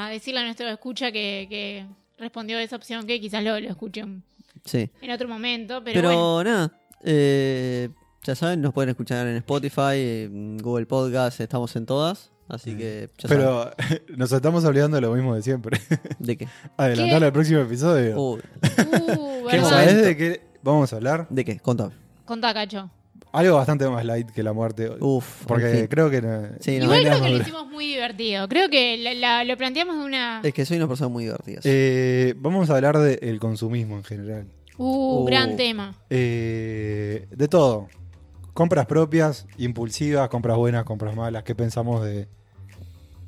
[SPEAKER 3] a decirle a nuestro escucha que, que respondió a esa opción, que quizás lo, lo escuche en
[SPEAKER 1] Sí.
[SPEAKER 3] en otro momento, pero,
[SPEAKER 1] Pero,
[SPEAKER 3] bueno.
[SPEAKER 1] nada, eh, ya saben, nos pueden escuchar en Spotify, en Google Podcast, estamos en todas. Así que ya saben.
[SPEAKER 2] Pero nos estamos olvidando de lo mismo de siempre.
[SPEAKER 1] ¿De qué?
[SPEAKER 2] Adelantar el próximo episodio.
[SPEAKER 1] Uy,
[SPEAKER 3] Uh,
[SPEAKER 1] ¿Qué momento?
[SPEAKER 3] ¿verdad?
[SPEAKER 2] ¿Sabes de qué vamos a hablar?
[SPEAKER 1] ¿De qué? Contame.
[SPEAKER 3] Contá, Cacho.
[SPEAKER 2] Algo bastante más light que la muerte.
[SPEAKER 1] Uf,
[SPEAKER 2] porque
[SPEAKER 1] Uh, en fin.
[SPEAKER 2] creo que. no-
[SPEAKER 1] Sí, no,
[SPEAKER 2] no,
[SPEAKER 3] Igual creo
[SPEAKER 2] no,
[SPEAKER 3] que lo
[SPEAKER 2] no.
[SPEAKER 3] hicimos muy divertido. Creo que la- la- lo planteamos de una...
[SPEAKER 1] Es que soy una persona muy divertida. sí.
[SPEAKER 2] Eh, vamos a hablar del consumismo en general.
[SPEAKER 3] Uh,
[SPEAKER 1] Uh.
[SPEAKER 3] gran tema.
[SPEAKER 2] Eh, de todo. Compras propias, impulsivas, compras buenas, compras malas. ¿Qué pensamos de,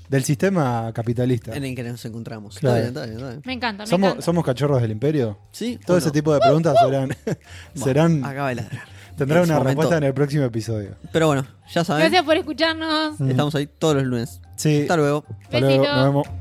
[SPEAKER 2] del sistema capitalista?
[SPEAKER 1] en el que nos encontramos.
[SPEAKER 2] Claro.
[SPEAKER 1] Está bien, está bien, está bien.
[SPEAKER 3] Me encanta, me
[SPEAKER 2] ¿Somos,
[SPEAKER 3] encanta.
[SPEAKER 2] ¿Somos cachorros del imperio?
[SPEAKER 1] Sí,
[SPEAKER 2] Todo
[SPEAKER 1] ¿o
[SPEAKER 2] ese
[SPEAKER 1] Oh, no?
[SPEAKER 2] tipo de preguntas serán, serán,
[SPEAKER 1] Acaba de ladrar.
[SPEAKER 2] tendrán
[SPEAKER 1] en su
[SPEAKER 2] una
[SPEAKER 1] momento.
[SPEAKER 2] respuesta en el próximo episodio.
[SPEAKER 1] Pero bueno, ya saben,
[SPEAKER 3] Gracias por escucharnos.
[SPEAKER 1] estamos ahí todos los lunes.
[SPEAKER 2] Sí,
[SPEAKER 1] Hasta luego.
[SPEAKER 2] hasta luego,
[SPEAKER 3] Besito.
[SPEAKER 2] nos vemos.